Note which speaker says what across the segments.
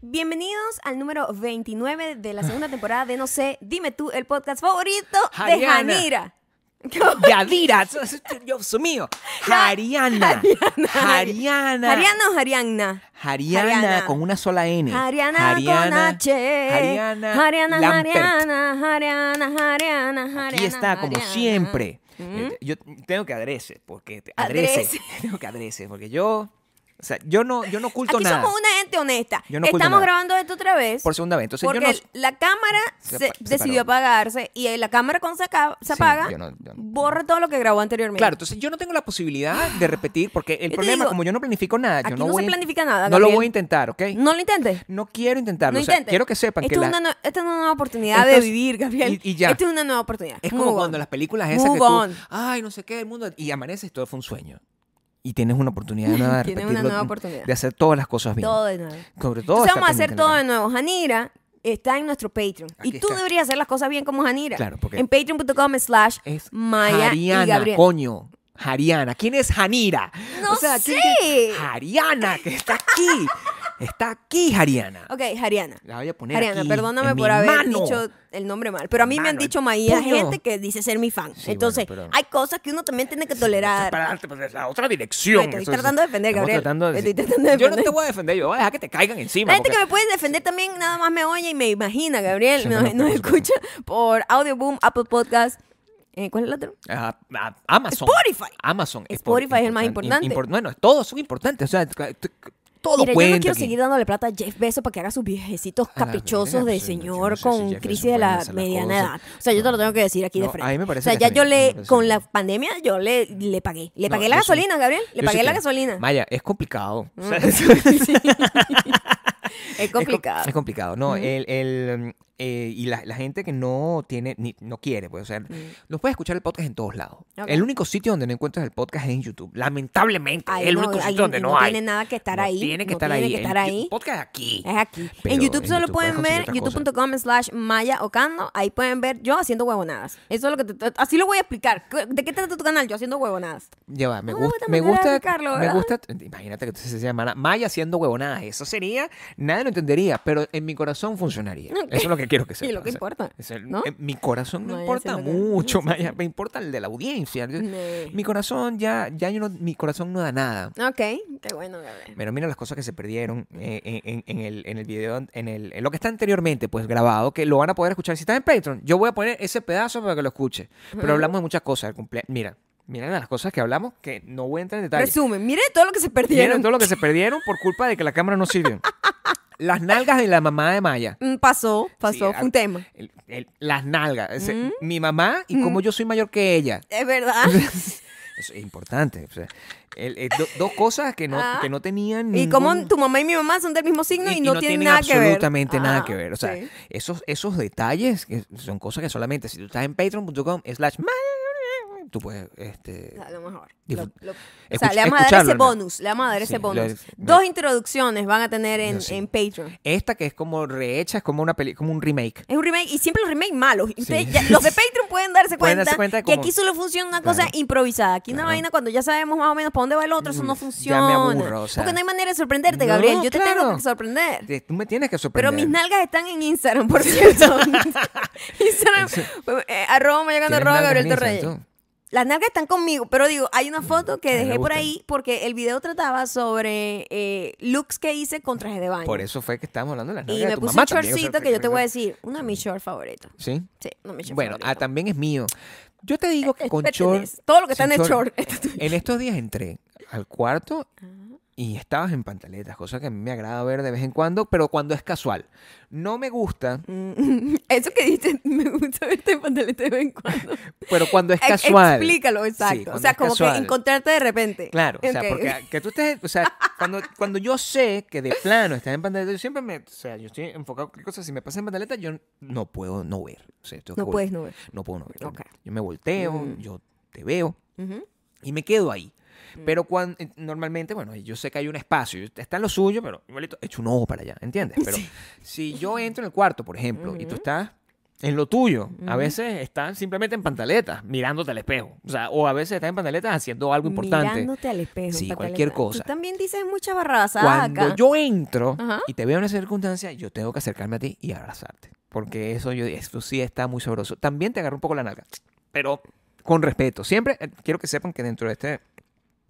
Speaker 1: Bienvenidos al número 29 de la segunda temporada de No sé, dime tú, el podcast favorito de
Speaker 2: Ariana.
Speaker 1: Janira.
Speaker 2: Yadira, su- su- Dios mío. Hariana.
Speaker 1: Ariana
Speaker 2: Hariana.
Speaker 1: o Arianna. Hariana.
Speaker 2: Hariana con una sola N.
Speaker 1: Ariana con H.
Speaker 2: Hariana.
Speaker 1: Ariana,
Speaker 2: Lampert.
Speaker 1: Ariana, Ariana, Ariana, Ariana.
Speaker 2: Aquí está, como
Speaker 1: Ariana.
Speaker 2: siempre. Eh, Yo tengo que adrese, porque te- adrese.
Speaker 1: Adrese.
Speaker 2: Tengo que adrese, porque yo. O sea, yo no, yo no oculto
Speaker 1: Aquí
Speaker 2: nada.
Speaker 1: somos una gente honesta.
Speaker 2: Yo no oculto
Speaker 1: Estamos
Speaker 2: nada.
Speaker 1: grabando esto otra vez.
Speaker 2: Por segunda vez. Entonces
Speaker 1: porque
Speaker 2: yo no.
Speaker 1: la cámara
Speaker 2: Se
Speaker 1: se-
Speaker 2: apa- se
Speaker 1: decidió
Speaker 2: apagó.
Speaker 1: apagarse y la cámara cuando se, aca- se
Speaker 2: Sí,
Speaker 1: apaga,
Speaker 2: yo no- yo no-
Speaker 1: borra todo lo que grabó anteriormente.
Speaker 2: Claro, entonces yo no tengo la posibilidad de repetir, porque el
Speaker 1: te
Speaker 2: problema,
Speaker 1: digo,
Speaker 2: como yo no planifico nada, yo
Speaker 1: aquí no
Speaker 2: no,
Speaker 1: se
Speaker 2: voy a-
Speaker 1: planifica nada,
Speaker 2: No lo
Speaker 1: Gabriel.
Speaker 2: voy a intentar, ¿ok?
Speaker 1: No lo intentes.
Speaker 2: No quiero intentarlo.
Speaker 1: No
Speaker 2: o sea,
Speaker 1: intentes.
Speaker 2: quiero que sepan
Speaker 1: Esto
Speaker 2: que
Speaker 1: es
Speaker 2: la,
Speaker 1: una nue- Esta es una nueva oportunidad
Speaker 2: Esto
Speaker 1: de
Speaker 2: es-
Speaker 1: vivir, Gabriel.
Speaker 2: y- y ya.
Speaker 1: Esta es una nueva oportunidad.
Speaker 2: Es como
Speaker 1: Move
Speaker 2: cuando
Speaker 1: on.
Speaker 2: las películas esas
Speaker 1: Move
Speaker 2: que tú,
Speaker 1: on.
Speaker 2: ay, no sé qué, el mundo y amaneces todo fue un sueño. Y tienes una oportunidad nueva de
Speaker 1: Tienes una
Speaker 2: repetirlo,
Speaker 1: nueva oportunidad.
Speaker 2: de hacer todas las cosas bien.
Speaker 1: Todo de nuevo.
Speaker 2: Sobre todo
Speaker 1: Entonces
Speaker 2: estar
Speaker 1: vamos a hacer
Speaker 2: pendiente de la
Speaker 1: todo de
Speaker 2: cámara.
Speaker 1: nuevo. Janira está en nuestro Patreon. y
Speaker 2: Aquí
Speaker 1: tú
Speaker 2: está.
Speaker 1: deberías hacer las cosas bien como Janira.
Speaker 2: Claro, porque-
Speaker 1: En patreon.com slash
Speaker 2: Es
Speaker 1: Maya
Speaker 2: Hariana,
Speaker 1: y Gabriel.
Speaker 2: coño. Hariana, ¿quién es Janira?
Speaker 1: No
Speaker 2: ¿quién-
Speaker 1: sé.
Speaker 2: quién- Hariana que está aquí. está aquí Hariana.
Speaker 1: Ok, Hariana.
Speaker 2: La voy a poner
Speaker 1: Hariana,
Speaker 2: aquí,
Speaker 1: perdóname
Speaker 2: en mi
Speaker 1: por haber
Speaker 2: mano.
Speaker 1: dicho el nombre mal. Pero a mí me han
Speaker 2: Mano, el
Speaker 1: dicho Maía
Speaker 2: puño.
Speaker 1: gente que dice ser mi fan.
Speaker 2: Sí,
Speaker 1: Entonces,
Speaker 2: bueno, pero-
Speaker 1: hay cosas que uno también tiene que tolerar.
Speaker 2: Para darte para la otra
Speaker 1: Ay,
Speaker 2: dirección.
Speaker 1: te estoy
Speaker 2: Entonces,
Speaker 1: tratando de defender,
Speaker 2: estamos
Speaker 1: Gabriel.
Speaker 2: tratando de-
Speaker 1: Te estoy tratando de
Speaker 2: Yo no te
Speaker 1: defender.
Speaker 2: voy a defender, yo voy a dejar que te caigan encima.
Speaker 1: La gente
Speaker 2: porque-
Speaker 1: que me puede defender también nada más me oye y me imagina, Gabriel.
Speaker 2: Sí,
Speaker 1: Nos,
Speaker 2: bueno,
Speaker 1: nos
Speaker 2: por
Speaker 1: escucha por Audioboom, Apple Podcast. Eh, ¿Cuál es el otro?
Speaker 2: Ah, ah, Amazon.
Speaker 1: Spotify.
Speaker 2: Amazon.
Speaker 1: Spotify es el más
Speaker 2: importan-
Speaker 1: importante.
Speaker 2: im- impor- bueno, todos son importantes. O sea, t- t- todo
Speaker 1: Mira, yo
Speaker 2: cuenta.
Speaker 1: no quiero
Speaker 2: aquí.
Speaker 1: seguir dándole plata a Jeff Bezos para que haga sus viejecitos
Speaker 2: A la
Speaker 1: caprichosos
Speaker 2: verga,
Speaker 1: de
Speaker 2: sí,
Speaker 1: señor
Speaker 2: yo no sé si
Speaker 1: con
Speaker 2: Jeff
Speaker 1: crisis
Speaker 2: Bezos
Speaker 1: de
Speaker 2: puede
Speaker 1: la
Speaker 2: hacer las
Speaker 1: mediana edad.
Speaker 2: cosas.
Speaker 1: O sea, yo te
Speaker 2: No.
Speaker 1: lo tengo que decir aquí de
Speaker 2: No,
Speaker 1: frente.
Speaker 2: a mí me parece
Speaker 1: o sea,
Speaker 2: que
Speaker 1: ya
Speaker 2: está
Speaker 1: yo
Speaker 2: bien, a mí me
Speaker 1: le,
Speaker 2: parece
Speaker 1: con
Speaker 2: bien.
Speaker 1: la pandemia, yo le, le pagué. Le
Speaker 2: No,
Speaker 1: pagué la
Speaker 2: yo sí-
Speaker 1: gasolina, Gabriel. Le
Speaker 2: yo
Speaker 1: pagué
Speaker 2: sí
Speaker 1: la
Speaker 2: quiero.
Speaker 1: gasolina.
Speaker 2: Maya, es complicado. O sea,
Speaker 1: Mm.
Speaker 2: es- es
Speaker 1: Sí. es
Speaker 2: com-
Speaker 1: complicado.
Speaker 2: Es complicado. No, el, el, mm, eh, y la, la gente que no tiene, ni, no quiere, pues, o sea, los puedes escuchar el podcast en todos lados.
Speaker 1: Mm. Ok.
Speaker 2: El único sitio donde no encuentras el podcast es en YouTube. Lamentablemente,
Speaker 1: Ay,
Speaker 2: es el
Speaker 1: no,
Speaker 2: único
Speaker 1: alguien
Speaker 2: sitio donde
Speaker 1: que
Speaker 2: no,
Speaker 1: no
Speaker 2: hay.
Speaker 1: tiene nada que estar
Speaker 2: No
Speaker 1: ahí,
Speaker 2: Tiene que
Speaker 1: no
Speaker 2: estar
Speaker 1: tiene
Speaker 2: ahí.
Speaker 1: que estar
Speaker 2: El-
Speaker 1: ahí.
Speaker 2: El podcast es aquí.
Speaker 1: Es aquí.
Speaker 2: Pero
Speaker 1: en YouTube
Speaker 2: en
Speaker 1: solo
Speaker 2: YouTube
Speaker 1: pueden
Speaker 2: puedes
Speaker 1: ver
Speaker 2: conseguir otras
Speaker 1: youtube.com slash maya ocando. Ahí pueden ver yo haciendo huevonadas. Eso es lo que te- te- así lo voy a explicar. ¿De qué trata tu canal? Yo haciendo huevonadas.
Speaker 2: Ya va, me,
Speaker 1: Una
Speaker 2: gusta,
Speaker 1: buena
Speaker 2: me
Speaker 1: manera de
Speaker 2: gusta,
Speaker 1: explicarlo,
Speaker 2: me
Speaker 1: ¿verdad?
Speaker 2: gusta, imagínate que tú se llamara Maya haciendo huevonadas, eso sería, nadie lo entendería, pero en mi corazón funcionaría, eso es lo que quiero que
Speaker 1: Sí,
Speaker 2: sepa.
Speaker 1: lo que importa,
Speaker 2: es el-
Speaker 1: ¿no?
Speaker 2: en mi corazón no
Speaker 1: Maya
Speaker 2: importa
Speaker 1: haciendo que-
Speaker 2: mucho, Maya, me importa el de la audiencia, Yo-
Speaker 1: Ne.
Speaker 2: mi corazón ya, ya yo no- mi corazón no da nada.
Speaker 1: Ok, qué bueno, Gabriel.
Speaker 2: Pero mira las cosas que se perdieron eh, en, en- en el, en el video, en, el, en lo que está anteriormente pues grabado, que lo van a poder escuchar. Si estás en Patreon, yo voy a poner ese pedazo para que lo escuche. Pero hablamos de muchas cosas. el cumplea- mira, mira las cosas que hablamos que no voy a entrar en detalle.
Speaker 1: Resumen, mire todo lo que se
Speaker 2: Vieron
Speaker 1: perdieron.
Speaker 2: todo lo que se perdieron por culpa de que la cámara no sirvió. Las nalgas de la mamá de Maya.
Speaker 1: Mm, Pasó, pasó,
Speaker 2: Sí,
Speaker 1: fue un
Speaker 2: ah,
Speaker 1: tema.
Speaker 2: el- el- las nalgas. Ese,
Speaker 1: Mm.
Speaker 2: Mi mamá y como yo soy mayor que ella.
Speaker 1: Es verdad.
Speaker 2: Eso es importante. o sea, el- el- do- dos cosas que no,
Speaker 1: Ah.
Speaker 2: que no tenían
Speaker 1: y como
Speaker 2: ningún-
Speaker 1: tu mamá y mi mamá son del mismo signo y, no, tienen, nada que ver.
Speaker 2: absolutamente nada
Speaker 1: Ah,
Speaker 2: que ver. O sea,
Speaker 1: sí.
Speaker 2: esos, esos detalles que son cosas que solamente si tú estás en patreon.com slash Maya, tú puedes... Este,
Speaker 1: A lo mejor. Lo-
Speaker 2: Disfrut-
Speaker 1: lo- o sea,
Speaker 2: escuch-
Speaker 1: le vamos a dar
Speaker 2: escucharlo,
Speaker 1: ese
Speaker 2: ¿no?
Speaker 1: bonus. Le vamos a dar
Speaker 2: Sí,
Speaker 1: ese
Speaker 2: lo-
Speaker 1: bonus.
Speaker 2: lo-
Speaker 1: Dos introducciones van a tener en,
Speaker 2: Yo sí.
Speaker 1: en Patreon.
Speaker 2: Esta que es como rehecha, es como una peli, como un remake.
Speaker 1: Es un remake y siempre los remakes malos. Y ustedes ya- los de Patreon pueden darse cuenta,
Speaker 2: Pueden darse cuenta
Speaker 1: que
Speaker 2: como-
Speaker 1: aquí solo funciona una
Speaker 2: Claro.
Speaker 1: cosa improvisada. Aquí una
Speaker 2: Claro.
Speaker 1: vaina cuando ya sabemos más o menos para dónde va el otro, eso no
Speaker 2: Mm, ya me
Speaker 1: funciona.
Speaker 2: aburro, o sea.
Speaker 1: Porque no hay manera de sorprenderte,
Speaker 2: No,
Speaker 1: Gabriel. Yo te tengo
Speaker 2: claro.
Speaker 1: que sorprender.
Speaker 2: Te- Tú me tienes que sorprender.
Speaker 1: Pero mis nalgas están en Instagram, por cierto. Instagram, eh, arroba mayocando,
Speaker 2: Tienes
Speaker 1: arroba
Speaker 2: nalgas en
Speaker 1: Gabriel Torreyes.
Speaker 2: Instagram, tú. Mm,
Speaker 1: Las nalgas están conmigo, pero digo, hay una foto que
Speaker 2: A mí me
Speaker 1: dejé por
Speaker 2: gustan.
Speaker 1: ahí porque el video trataba sobre eh, looks que hice con traje de baño.
Speaker 2: Por eso fue que estábamos hablando de las nalgas
Speaker 1: Y
Speaker 2: de
Speaker 1: me
Speaker 2: tu
Speaker 1: puse
Speaker 2: mamá
Speaker 1: un
Speaker 2: también, o sea,
Speaker 1: shortcito que yo te voy a decir, uno de mis shorts favoritos.
Speaker 2: Sí.
Speaker 1: Sí, uno de mis shorts
Speaker 2: Bueno, ah,
Speaker 1: favoritos.
Speaker 2: también es mío. Yo te digo que
Speaker 1: Es
Speaker 2: con short...
Speaker 1: pertenece. Todo lo que está
Speaker 2: sin
Speaker 1: en el short está tuyo.
Speaker 2: En estos días entré al cuarto
Speaker 1: Ah.
Speaker 2: y estabas en pantaletas, cosa que a mí me agrada ver de vez en cuando, pero cuando es casual. No me gusta,
Speaker 1: Mm. Eso que dijiste, me gusta verte en pantaleta de vez en cuando.
Speaker 2: pero cuando es
Speaker 1: Ex-
Speaker 2: casual.
Speaker 1: Explícalo,
Speaker 2: Sí,
Speaker 1: exacto. o
Speaker 2: cuando
Speaker 1: sea,
Speaker 2: es
Speaker 1: como que
Speaker 2: casual.
Speaker 1: encontrarte de repente.
Speaker 2: Claro, o
Speaker 1: Ok.
Speaker 2: sea, porque ah, que tú estés, o sea, cuando, cuando yo sé que de plano estás en pantaleta, yo siempre me, o sea, yo estoy enfocado en qué cosa, si me pasa en pantaleta, yo no puedo no ver. O sea, tengo que
Speaker 1: No
Speaker 2: vol-
Speaker 1: puedes no ver.
Speaker 2: No puedo no ver.
Speaker 1: Ok. Mm.
Speaker 2: Yo me volteo, yo te veo y me quedo ahí. Pero cuando, normalmente, bueno, yo sé que hay un espacio, está en lo suyo, pero igualito, echo un ojo para allá, ¿entiendes? Pero si yo entro en el cuarto, por ejemplo, y tú estás en lo tuyo. A veces están simplemente en pantaletas, mirándote al espejo. O sea, o a veces están en pantaletas haciendo algo importante.
Speaker 1: Mirándote al espejo.
Speaker 2: Sí,
Speaker 1: pataleta.
Speaker 2: cualquier cosa.
Speaker 1: Tú también dices muchas barrabasadas
Speaker 2: Cuando
Speaker 1: acá.
Speaker 2: yo entro
Speaker 1: Ajá.
Speaker 2: y te veo en esa circunstancia, yo tengo que acercarme a ti y abrazarte. Porque eso yo esto sí está muy sabroso. También te agarro un poco la nalga, pero con respeto. Siempre eh, quiero que sepan que dentro de este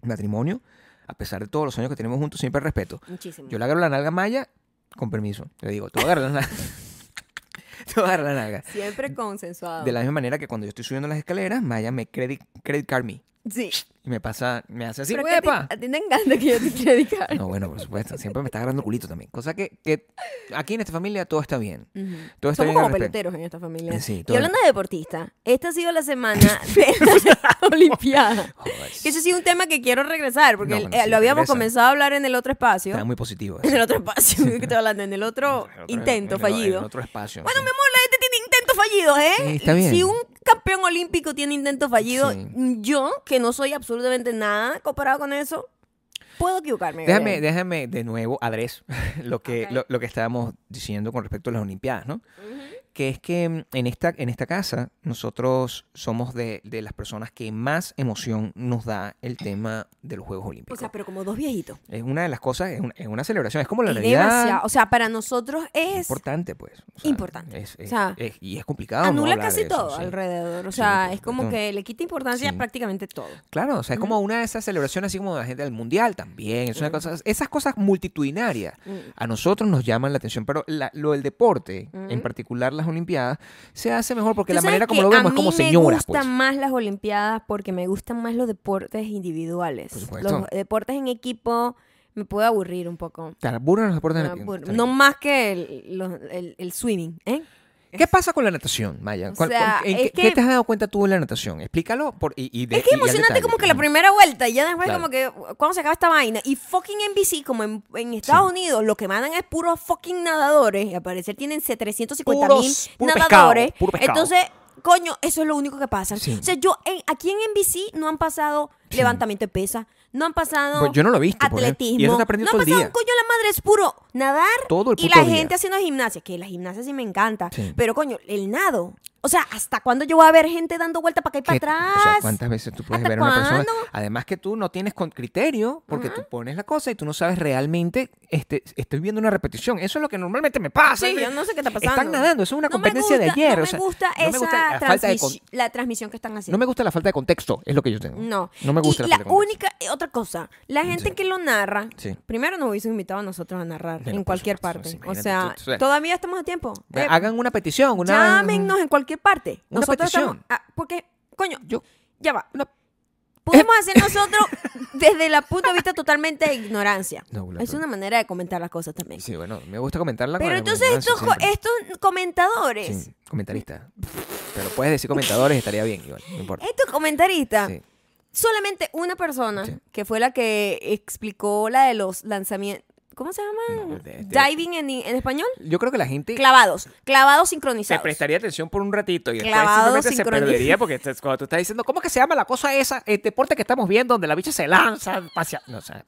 Speaker 2: matrimonio, a pesar de todos los años que tenemos juntos, siempre hay respeto.
Speaker 1: Muchísimo.
Speaker 2: Yo le agarro la nalga a Maya, con permiso. Le digo, te voy a agarrar la nalga. te voy a agarrar la nalga.
Speaker 1: Siempre consensuado.
Speaker 2: De la misma manera que cuando yo estoy subiendo las escaleras, Maya me credit, credit card me.
Speaker 1: Sí.
Speaker 2: Y me pasa, me hace así,
Speaker 1: Pero es que a ti-
Speaker 2: "Uepa".
Speaker 1: A ti te encanta que yo te quiera dedicar.
Speaker 2: No, bueno, por supuesto. Siempre me está agarrando el culito también. Cosa que, que aquí en esta familia todo está bien.
Speaker 1: Ujú.
Speaker 2: Todo está
Speaker 1: Somos
Speaker 2: bien al
Speaker 1: como
Speaker 2: respecto.
Speaker 1: peloteros en esta familia.
Speaker 2: Sí,
Speaker 1: y
Speaker 2: todo.
Speaker 1: hablando de deportista, esta ha sido la semana de la Olimpiada.
Speaker 2: Joder,
Speaker 1: Que ese sí es un tema que quiero regresar, porque
Speaker 2: No,
Speaker 1: el-
Speaker 2: bueno,
Speaker 1: eh,
Speaker 2: sí,
Speaker 1: lo habíamos
Speaker 2: regresa.
Speaker 1: comenzado a hablar en el otro espacio.
Speaker 2: Está muy positivo.
Speaker 1: En
Speaker 2: eso.
Speaker 1: el otro espacio, que estoy hablando, en el otro
Speaker 2: En otro-
Speaker 1: intento
Speaker 2: en el-
Speaker 1: fallido.
Speaker 2: En otro espacio.
Speaker 1: Bueno,
Speaker 2: sí.
Speaker 1: mi amor, la gente tiene intentos fallidos, ¿eh?
Speaker 2: Sí, está bien.
Speaker 1: Si un campeón olímpico tiene intentos fallidos,
Speaker 2: Sí.
Speaker 1: yo, que no soy absolutamente nada comparado con eso, puedo equivocarme.
Speaker 2: Déjame,
Speaker 1: Gabriel.
Speaker 2: déjame de nuevo, Adrés, lo que,
Speaker 1: Ok.
Speaker 2: lo, lo que estábamos diciendo con respecto a las Olimpiadas, ¿no? Que es que mm, en esta, en esta casa nosotros somos de, de las personas que más emoción nos da el tema de los Juegos
Speaker 1: O
Speaker 2: Olímpicos.
Speaker 1: sea, pero como dos viejitos.
Speaker 2: es una de las cosas, es una, es una celebración, es como la
Speaker 1: Es
Speaker 2: Navidad.
Speaker 1: demasiado. O sea, para nosotros es.
Speaker 2: importante, pues. O
Speaker 1: Importante.
Speaker 2: es-
Speaker 1: O
Speaker 2: es-
Speaker 1: sea,
Speaker 2: es- y es complicado. no
Speaker 1: Anula
Speaker 2: hablar de
Speaker 1: casi
Speaker 2: eso,
Speaker 1: todo
Speaker 2: sí.
Speaker 1: alrededor. O
Speaker 2: Sí,
Speaker 1: sea,
Speaker 2: por
Speaker 1: es como
Speaker 2: supuesto.
Speaker 1: que le quita importancia
Speaker 2: Sí.
Speaker 1: a prácticamente todo.
Speaker 2: Claro, o sea, es como una de esas celebraciones así como de la gente del mundial también. Es una cosa, esas cosas multitudinarias
Speaker 1: Mm.
Speaker 2: a nosotros nos llaman la atención, pero la- lo del deporte, en
Speaker 1: Ujú.
Speaker 2: particular las Olimpiadas, se hace mejor porque
Speaker 1: Tú
Speaker 2: la
Speaker 1: sabes
Speaker 2: manera como
Speaker 1: que
Speaker 2: lo
Speaker 1: a
Speaker 2: vemos es como
Speaker 1: mí
Speaker 2: señoras.
Speaker 1: Me
Speaker 2: Pues.
Speaker 1: gustan más las Olimpiadas porque me gustan más los deportes individuales.
Speaker 2: Por supuesto.
Speaker 1: los deportes en equipo me puede aburrir un poco.
Speaker 2: Te aburren los deportes.
Speaker 1: Me
Speaker 2: en el-
Speaker 1: aburre.
Speaker 2: en el-
Speaker 1: ah, No más que el, los- el- el swimming, ¿eh?
Speaker 2: ¿Qué pasa con la natación, Maya?
Speaker 1: O
Speaker 2: ¿Cuál- cuál-
Speaker 1: sea,
Speaker 2: en
Speaker 1: es
Speaker 2: qué, qué
Speaker 1: que-
Speaker 2: te has dado cuenta tú de la natación? Explícalo. Por, y, y de-
Speaker 1: es que
Speaker 2: y- y al
Speaker 1: emocionante
Speaker 2: detalle.
Speaker 1: como que la primera vuelta y ya después
Speaker 2: Claro.
Speaker 1: como que cuando se acaba esta vaina y fucking NBC como en, en Estados Unidos lo que mandan es puros fucking nadadores y al parecer tienen 350 mil
Speaker 2: Puros- puro pescado,
Speaker 1: nadadores
Speaker 2: puro pescado.
Speaker 1: entonces coño eso es lo único que pasa
Speaker 2: Sí.
Speaker 1: o sea yo en- aquí en NBC no han pasado levantamiento de pesa no han pasado
Speaker 2: Pues yo no lo he visto, por ejemplo.
Speaker 1: atletismo
Speaker 2: Y eso te aprendí
Speaker 1: no han
Speaker 2: todo el
Speaker 1: pasado
Speaker 2: día.
Speaker 1: un coño a la madre es puro nadar
Speaker 2: Todo el
Speaker 1: y
Speaker 2: puto
Speaker 1: la
Speaker 2: día.
Speaker 1: gente haciendo gimnasia que la gimnasia sí me encanta
Speaker 2: Sí.
Speaker 1: pero coño el nado o sea, ¿hasta cuándo yo voy a ver gente dando vuelta para acá y para
Speaker 2: ¿Qué- O sea,
Speaker 1: atrás?
Speaker 2: ¿cuántas veces tú puedes
Speaker 1: ¿Hasta
Speaker 2: ver a una persona?
Speaker 1: cuándo?
Speaker 2: Además que tú no tienes con criterio, porque tú pones la cosa y tú no sabes realmente, este, estoy viendo una repetición. Eso es lo que normalmente me pasa.
Speaker 1: Sí, yo no sé qué está pasando.
Speaker 2: Están nadando, eso es una
Speaker 1: No me
Speaker 2: competencia de
Speaker 1: gusta-
Speaker 2: ayer.
Speaker 1: No
Speaker 2: o sea,
Speaker 1: me gusta
Speaker 2: no
Speaker 1: esa
Speaker 2: me gusta la falta de con-
Speaker 1: transmis- la transmisión que están haciendo.
Speaker 2: No me gusta la falta de contexto, es lo que yo tengo.
Speaker 1: No.
Speaker 2: No me gusta
Speaker 1: y la,
Speaker 2: la, falta de contexto.
Speaker 1: única, eh, otra cosa, la gente
Speaker 2: Sí.
Speaker 1: que lo narra,
Speaker 2: Sí.
Speaker 1: primero nos hubiesen invitado a nosotros a narrar
Speaker 2: Bueno,
Speaker 1: en
Speaker 2: por
Speaker 1: cualquier
Speaker 2: supuesto,
Speaker 1: parte.
Speaker 2: sí,
Speaker 1: o
Speaker 2: imagínate,
Speaker 1: sea,
Speaker 2: tú- tú-
Speaker 1: todavía estamos a tiempo. Eh,
Speaker 2: Hagan una petición, una...
Speaker 1: llámennos en cualquier parte.
Speaker 2: una
Speaker 1: nosotros
Speaker 2: petición.
Speaker 1: estamos. ah, porque, coño,
Speaker 2: Yo-
Speaker 1: ya va.
Speaker 2: una- Eh.
Speaker 1: Podemos hacer nosotros desde la punto de vista totalmente de ignorancia.
Speaker 2: No, la-
Speaker 1: es una manera de comentar las cosas también.
Speaker 2: Sí, bueno, me gusta comentarla con
Speaker 1: Pero
Speaker 2: la
Speaker 1: entonces
Speaker 2: ignorancia
Speaker 1: estos, co-
Speaker 2: siempre.
Speaker 1: estos comentadores,
Speaker 2: Sí, comentarista. Pero puedes decir comentadores, estaría bien, igual, no importa.
Speaker 1: estos comentaristas,
Speaker 2: Sí.
Speaker 1: solamente una persona
Speaker 2: Sí.
Speaker 1: que fue la que explicó la de los lanzamientos. ¿Cómo se llaman?
Speaker 2: No, de- de-
Speaker 1: Diving en, en español.
Speaker 2: Yo creo que la gente...
Speaker 1: Clavados. Clavados
Speaker 2: se
Speaker 1: sincronizados.
Speaker 2: prestaría atención por un ratito y después
Speaker 1: Clavado,
Speaker 2: simplemente se
Speaker 1: sincronizado.
Speaker 2: perdería porque te- cuando tú estás diciendo, ¿cómo que se llama la cosa esa? El deporte que estamos viendo donde la bicha se lanza, hacia... No, o sea,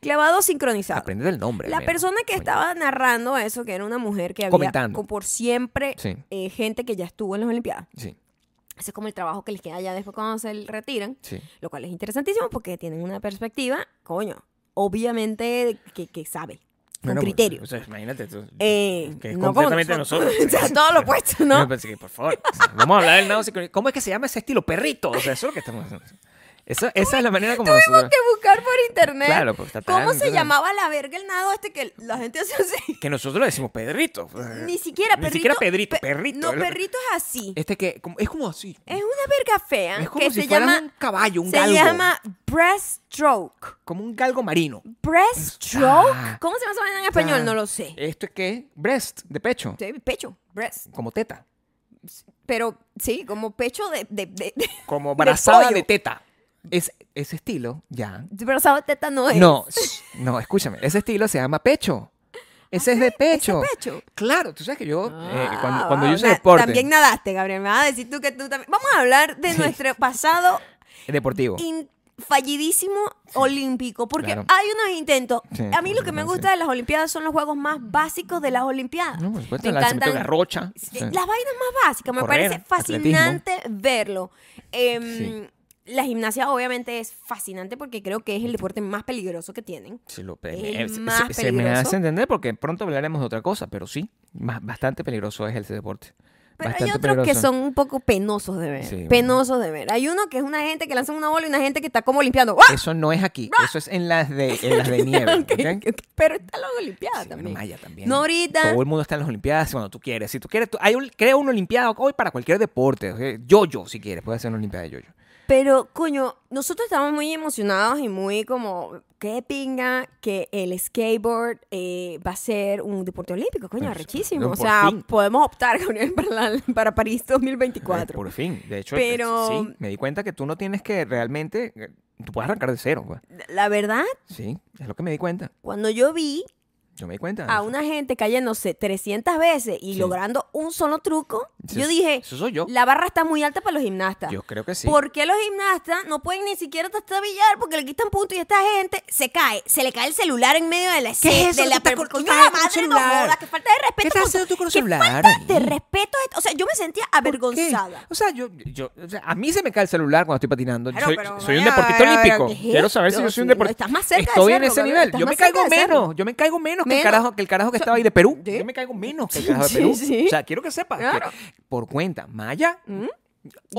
Speaker 1: Clavados sincronizados.
Speaker 2: aprende del nombre.
Speaker 1: La
Speaker 2: al menos,
Speaker 1: persona que
Speaker 2: coño.
Speaker 1: estaba narrando eso, que era una mujer que había
Speaker 2: Comentando.
Speaker 1: co- por siempre
Speaker 2: Sí.
Speaker 1: eh, gente que ya estuvo en las Olimpiadas.
Speaker 2: Sí,
Speaker 1: Ese es como el trabajo que les queda ya después cuando se retiran.
Speaker 2: sí.
Speaker 1: Lo cual es interesantísimo porque tienen una perspectiva, coño, obviamente que, que sabe, con
Speaker 2: Bueno,
Speaker 1: criterio.
Speaker 2: O sea, imagínate tú.
Speaker 1: Eh,
Speaker 2: que es
Speaker 1: no como
Speaker 2: completamente pues.
Speaker 1: o sea, todo lo opuesto, ¿no?
Speaker 2: Pero, pero, por favor, o sea, vamos a hablar del nado sincronizado. ¿Cómo es que se llama ese estilo perrito? O sea, eso es lo que estamos haciendo. Eso- esa es la manera como
Speaker 1: Tuvimos
Speaker 2: nosotros...
Speaker 1: que buscar por internet
Speaker 2: Claro, pues, está tan-
Speaker 1: cómo se
Speaker 2: entonces-
Speaker 1: llamaba la verga el nado este que la gente hace así.
Speaker 2: Que nosotros le decimos Pedrito.
Speaker 1: Ni siquiera
Speaker 2: Eh, Ni
Speaker 1: perrito.
Speaker 2: siquiera Pedrito,
Speaker 1: pe-
Speaker 2: perrito.
Speaker 1: No,
Speaker 2: es lo que-
Speaker 1: perrito es así.
Speaker 2: Este que... como- es como así.
Speaker 1: Es una verga fea
Speaker 2: Es como
Speaker 1: que
Speaker 2: si
Speaker 1: se
Speaker 2: fueras
Speaker 1: llama
Speaker 2: un caballo, un
Speaker 1: se
Speaker 2: galgo.
Speaker 1: llama breaststroke.
Speaker 2: Como un galgo marino.
Speaker 1: Breaststroke.
Speaker 2: Ah.
Speaker 1: ¿Cómo se llama esa vaina en español?
Speaker 2: Ah.
Speaker 1: No lo sé.
Speaker 2: ¿Esto es qué? Breast, de pecho.
Speaker 1: Sí, pecho, breast.
Speaker 2: Como teta.
Speaker 1: Pero sí, como pecho de, de, de, de-
Speaker 2: Como brazada de,
Speaker 1: pollo.
Speaker 2: teta. Es, ese estilo, ya.
Speaker 1: Brazado de teta no es.
Speaker 2: No, shh, no, escúchame. Ese estilo se llama pecho. Ese es de pecho.
Speaker 1: Ah, ese pecho.
Speaker 2: Claro, tú sabes que yo, eh,
Speaker 1: Ah,
Speaker 2: cuando, cuando yo hice
Speaker 1: na-
Speaker 2: deporte
Speaker 1: También nadaste, Gabriel. Me vas a decir tú que tú también. Vamos a hablar de nuestro pasado
Speaker 2: deportivo,
Speaker 1: in- fallidísimo olímpico, porque
Speaker 2: claro.
Speaker 1: hay unos intentos.
Speaker 2: Sí,
Speaker 1: a mí lo
Speaker 2: por
Speaker 1: que me
Speaker 2: supuesto,
Speaker 1: gusta de las Olimpiadas son los juegos más básicos de las Olimpiadas.
Speaker 2: No, por supuesto,
Speaker 1: me
Speaker 2: el lanzamiento de
Speaker 1: encantan.
Speaker 2: garrocha.
Speaker 1: Sí,
Speaker 2: Sí.
Speaker 1: Las vainas más básicas, me
Speaker 2: Correr,
Speaker 1: parece fascinante verlo. Em, La gimnasia obviamente es fascinante porque creo que es el deporte más peligroso que tienen.
Speaker 2: Sí, lo-
Speaker 1: el
Speaker 2: eh, se-
Speaker 1: más
Speaker 2: se, se me
Speaker 1: peligroso.
Speaker 2: hace entender porque pronto hablaremos de otra cosa, pero sí, ma- bastante peligroso es ese deporte.
Speaker 1: Pero
Speaker 2: bastante
Speaker 1: hay otros que
Speaker 2: peligroso.
Speaker 1: son un poco penosos de ver.
Speaker 2: Sí, bueno.
Speaker 1: penosos de ver. Hay uno que es una gente que lanza una bola y una gente que está como limpiando. ¡Ah!
Speaker 2: Eso no es aquí, eso es en las de, en las de nieve.
Speaker 1: Ok,
Speaker 2: ¿ok?
Speaker 1: ok. Pero está la Olimpiada
Speaker 2: Sí, bueno,
Speaker 1: también.
Speaker 2: Maya también.
Speaker 1: No ahorita.
Speaker 2: Todo el mundo está en las Olimpiadas cuando tú quieres. Si tú quieres, tú- hay un, crea una Olimpiada hoy para cualquier deporte. ¿ok? Yo-yo, si quieres, puedes hacer una Olimpiada de yo-yo.
Speaker 1: Pero, coño, nosotros estamos muy emocionados y muy como, qué pinga que el skateboard eh, va a ser un deporte olímpico, coño,
Speaker 2: Pues,
Speaker 1: arrechísimo.
Speaker 2: no,
Speaker 1: o
Speaker 2: por
Speaker 1: sea,
Speaker 2: fin.
Speaker 1: podemos optar, Gabriel, para, la- para París
Speaker 2: Eh,
Speaker 1: 2024.
Speaker 2: Por fin. De hecho,
Speaker 1: Pero-
Speaker 2: Pero... sí, me di cuenta que tú no tienes que realmente. eh, Tú puedes arrancar de cero. pues.
Speaker 1: La verdad,
Speaker 2: Sí, es lo que me di cuenta.
Speaker 1: cuando yo vi
Speaker 2: Yo me di cuenta. de
Speaker 1: a
Speaker 2: eso.
Speaker 1: Ah, una gente cayéndose 300 veces y
Speaker 2: Sí.
Speaker 1: logrando un solo truco,
Speaker 2: Eso
Speaker 1: yo
Speaker 2: es-
Speaker 1: dije,
Speaker 2: Eso soy yo.
Speaker 1: la barra está muy alta para los gimnastas.
Speaker 2: Yo creo que sí.
Speaker 1: ¿Por qué los gimnastas no pueden ni siquiera trastabillar porque le quitan puntos y esta gente se cae, se le cae el celular en medio de la
Speaker 2: ¿Qué es
Speaker 1: de
Speaker 2: eso que
Speaker 1: la
Speaker 2: tú estás
Speaker 1: pre-
Speaker 2: con-
Speaker 1: coño,
Speaker 2: tú estás
Speaker 1: la
Speaker 2: con tu
Speaker 1: madre, no
Speaker 2: celular?
Speaker 1: jodas, que falta de respeto.
Speaker 2: ¿Qué estás
Speaker 1: con-
Speaker 2: haciendo tú con el
Speaker 1: qué
Speaker 2: celular
Speaker 1: falta
Speaker 2: ahí?
Speaker 1: de respeto, este, o sea, yo me sentía avergonzada.
Speaker 2: ¿Qué? O sea, yo, yo- o sea, a mí se me cae el celular cuando estoy patinando.
Speaker 1: Claro,
Speaker 2: soy
Speaker 1: pero,
Speaker 2: soy un
Speaker 1: vaya,
Speaker 2: deportista
Speaker 1: vaya, vaya,
Speaker 2: olímpico.
Speaker 1: ¿qué es
Speaker 2: Quiero saber si
Speaker 1: esto?
Speaker 2: yo soy un
Speaker 1: Si no,
Speaker 2: deportista.
Speaker 1: estás más cerca de
Speaker 2: Estoy en
Speaker 1: serlo,
Speaker 2: ese
Speaker 1: Gabriel,
Speaker 2: nivel.
Speaker 1: estás
Speaker 2: Yo me
Speaker 1: más cerca
Speaker 2: caigo
Speaker 1: de serlo.
Speaker 2: menos. Yo me caigo menos, Que,
Speaker 1: Menos.
Speaker 2: el carajo, que el carajo que estaba ahí de Perú.
Speaker 1: ¿Sí?
Speaker 2: Yo me caigo menos que el
Speaker 1: Sí,
Speaker 2: carajo
Speaker 1: sí,
Speaker 2: de Perú.
Speaker 1: sí.
Speaker 2: O sea, quiero que sepas que
Speaker 1: Claro.
Speaker 2: por cuenta, Maya,
Speaker 1: Ya-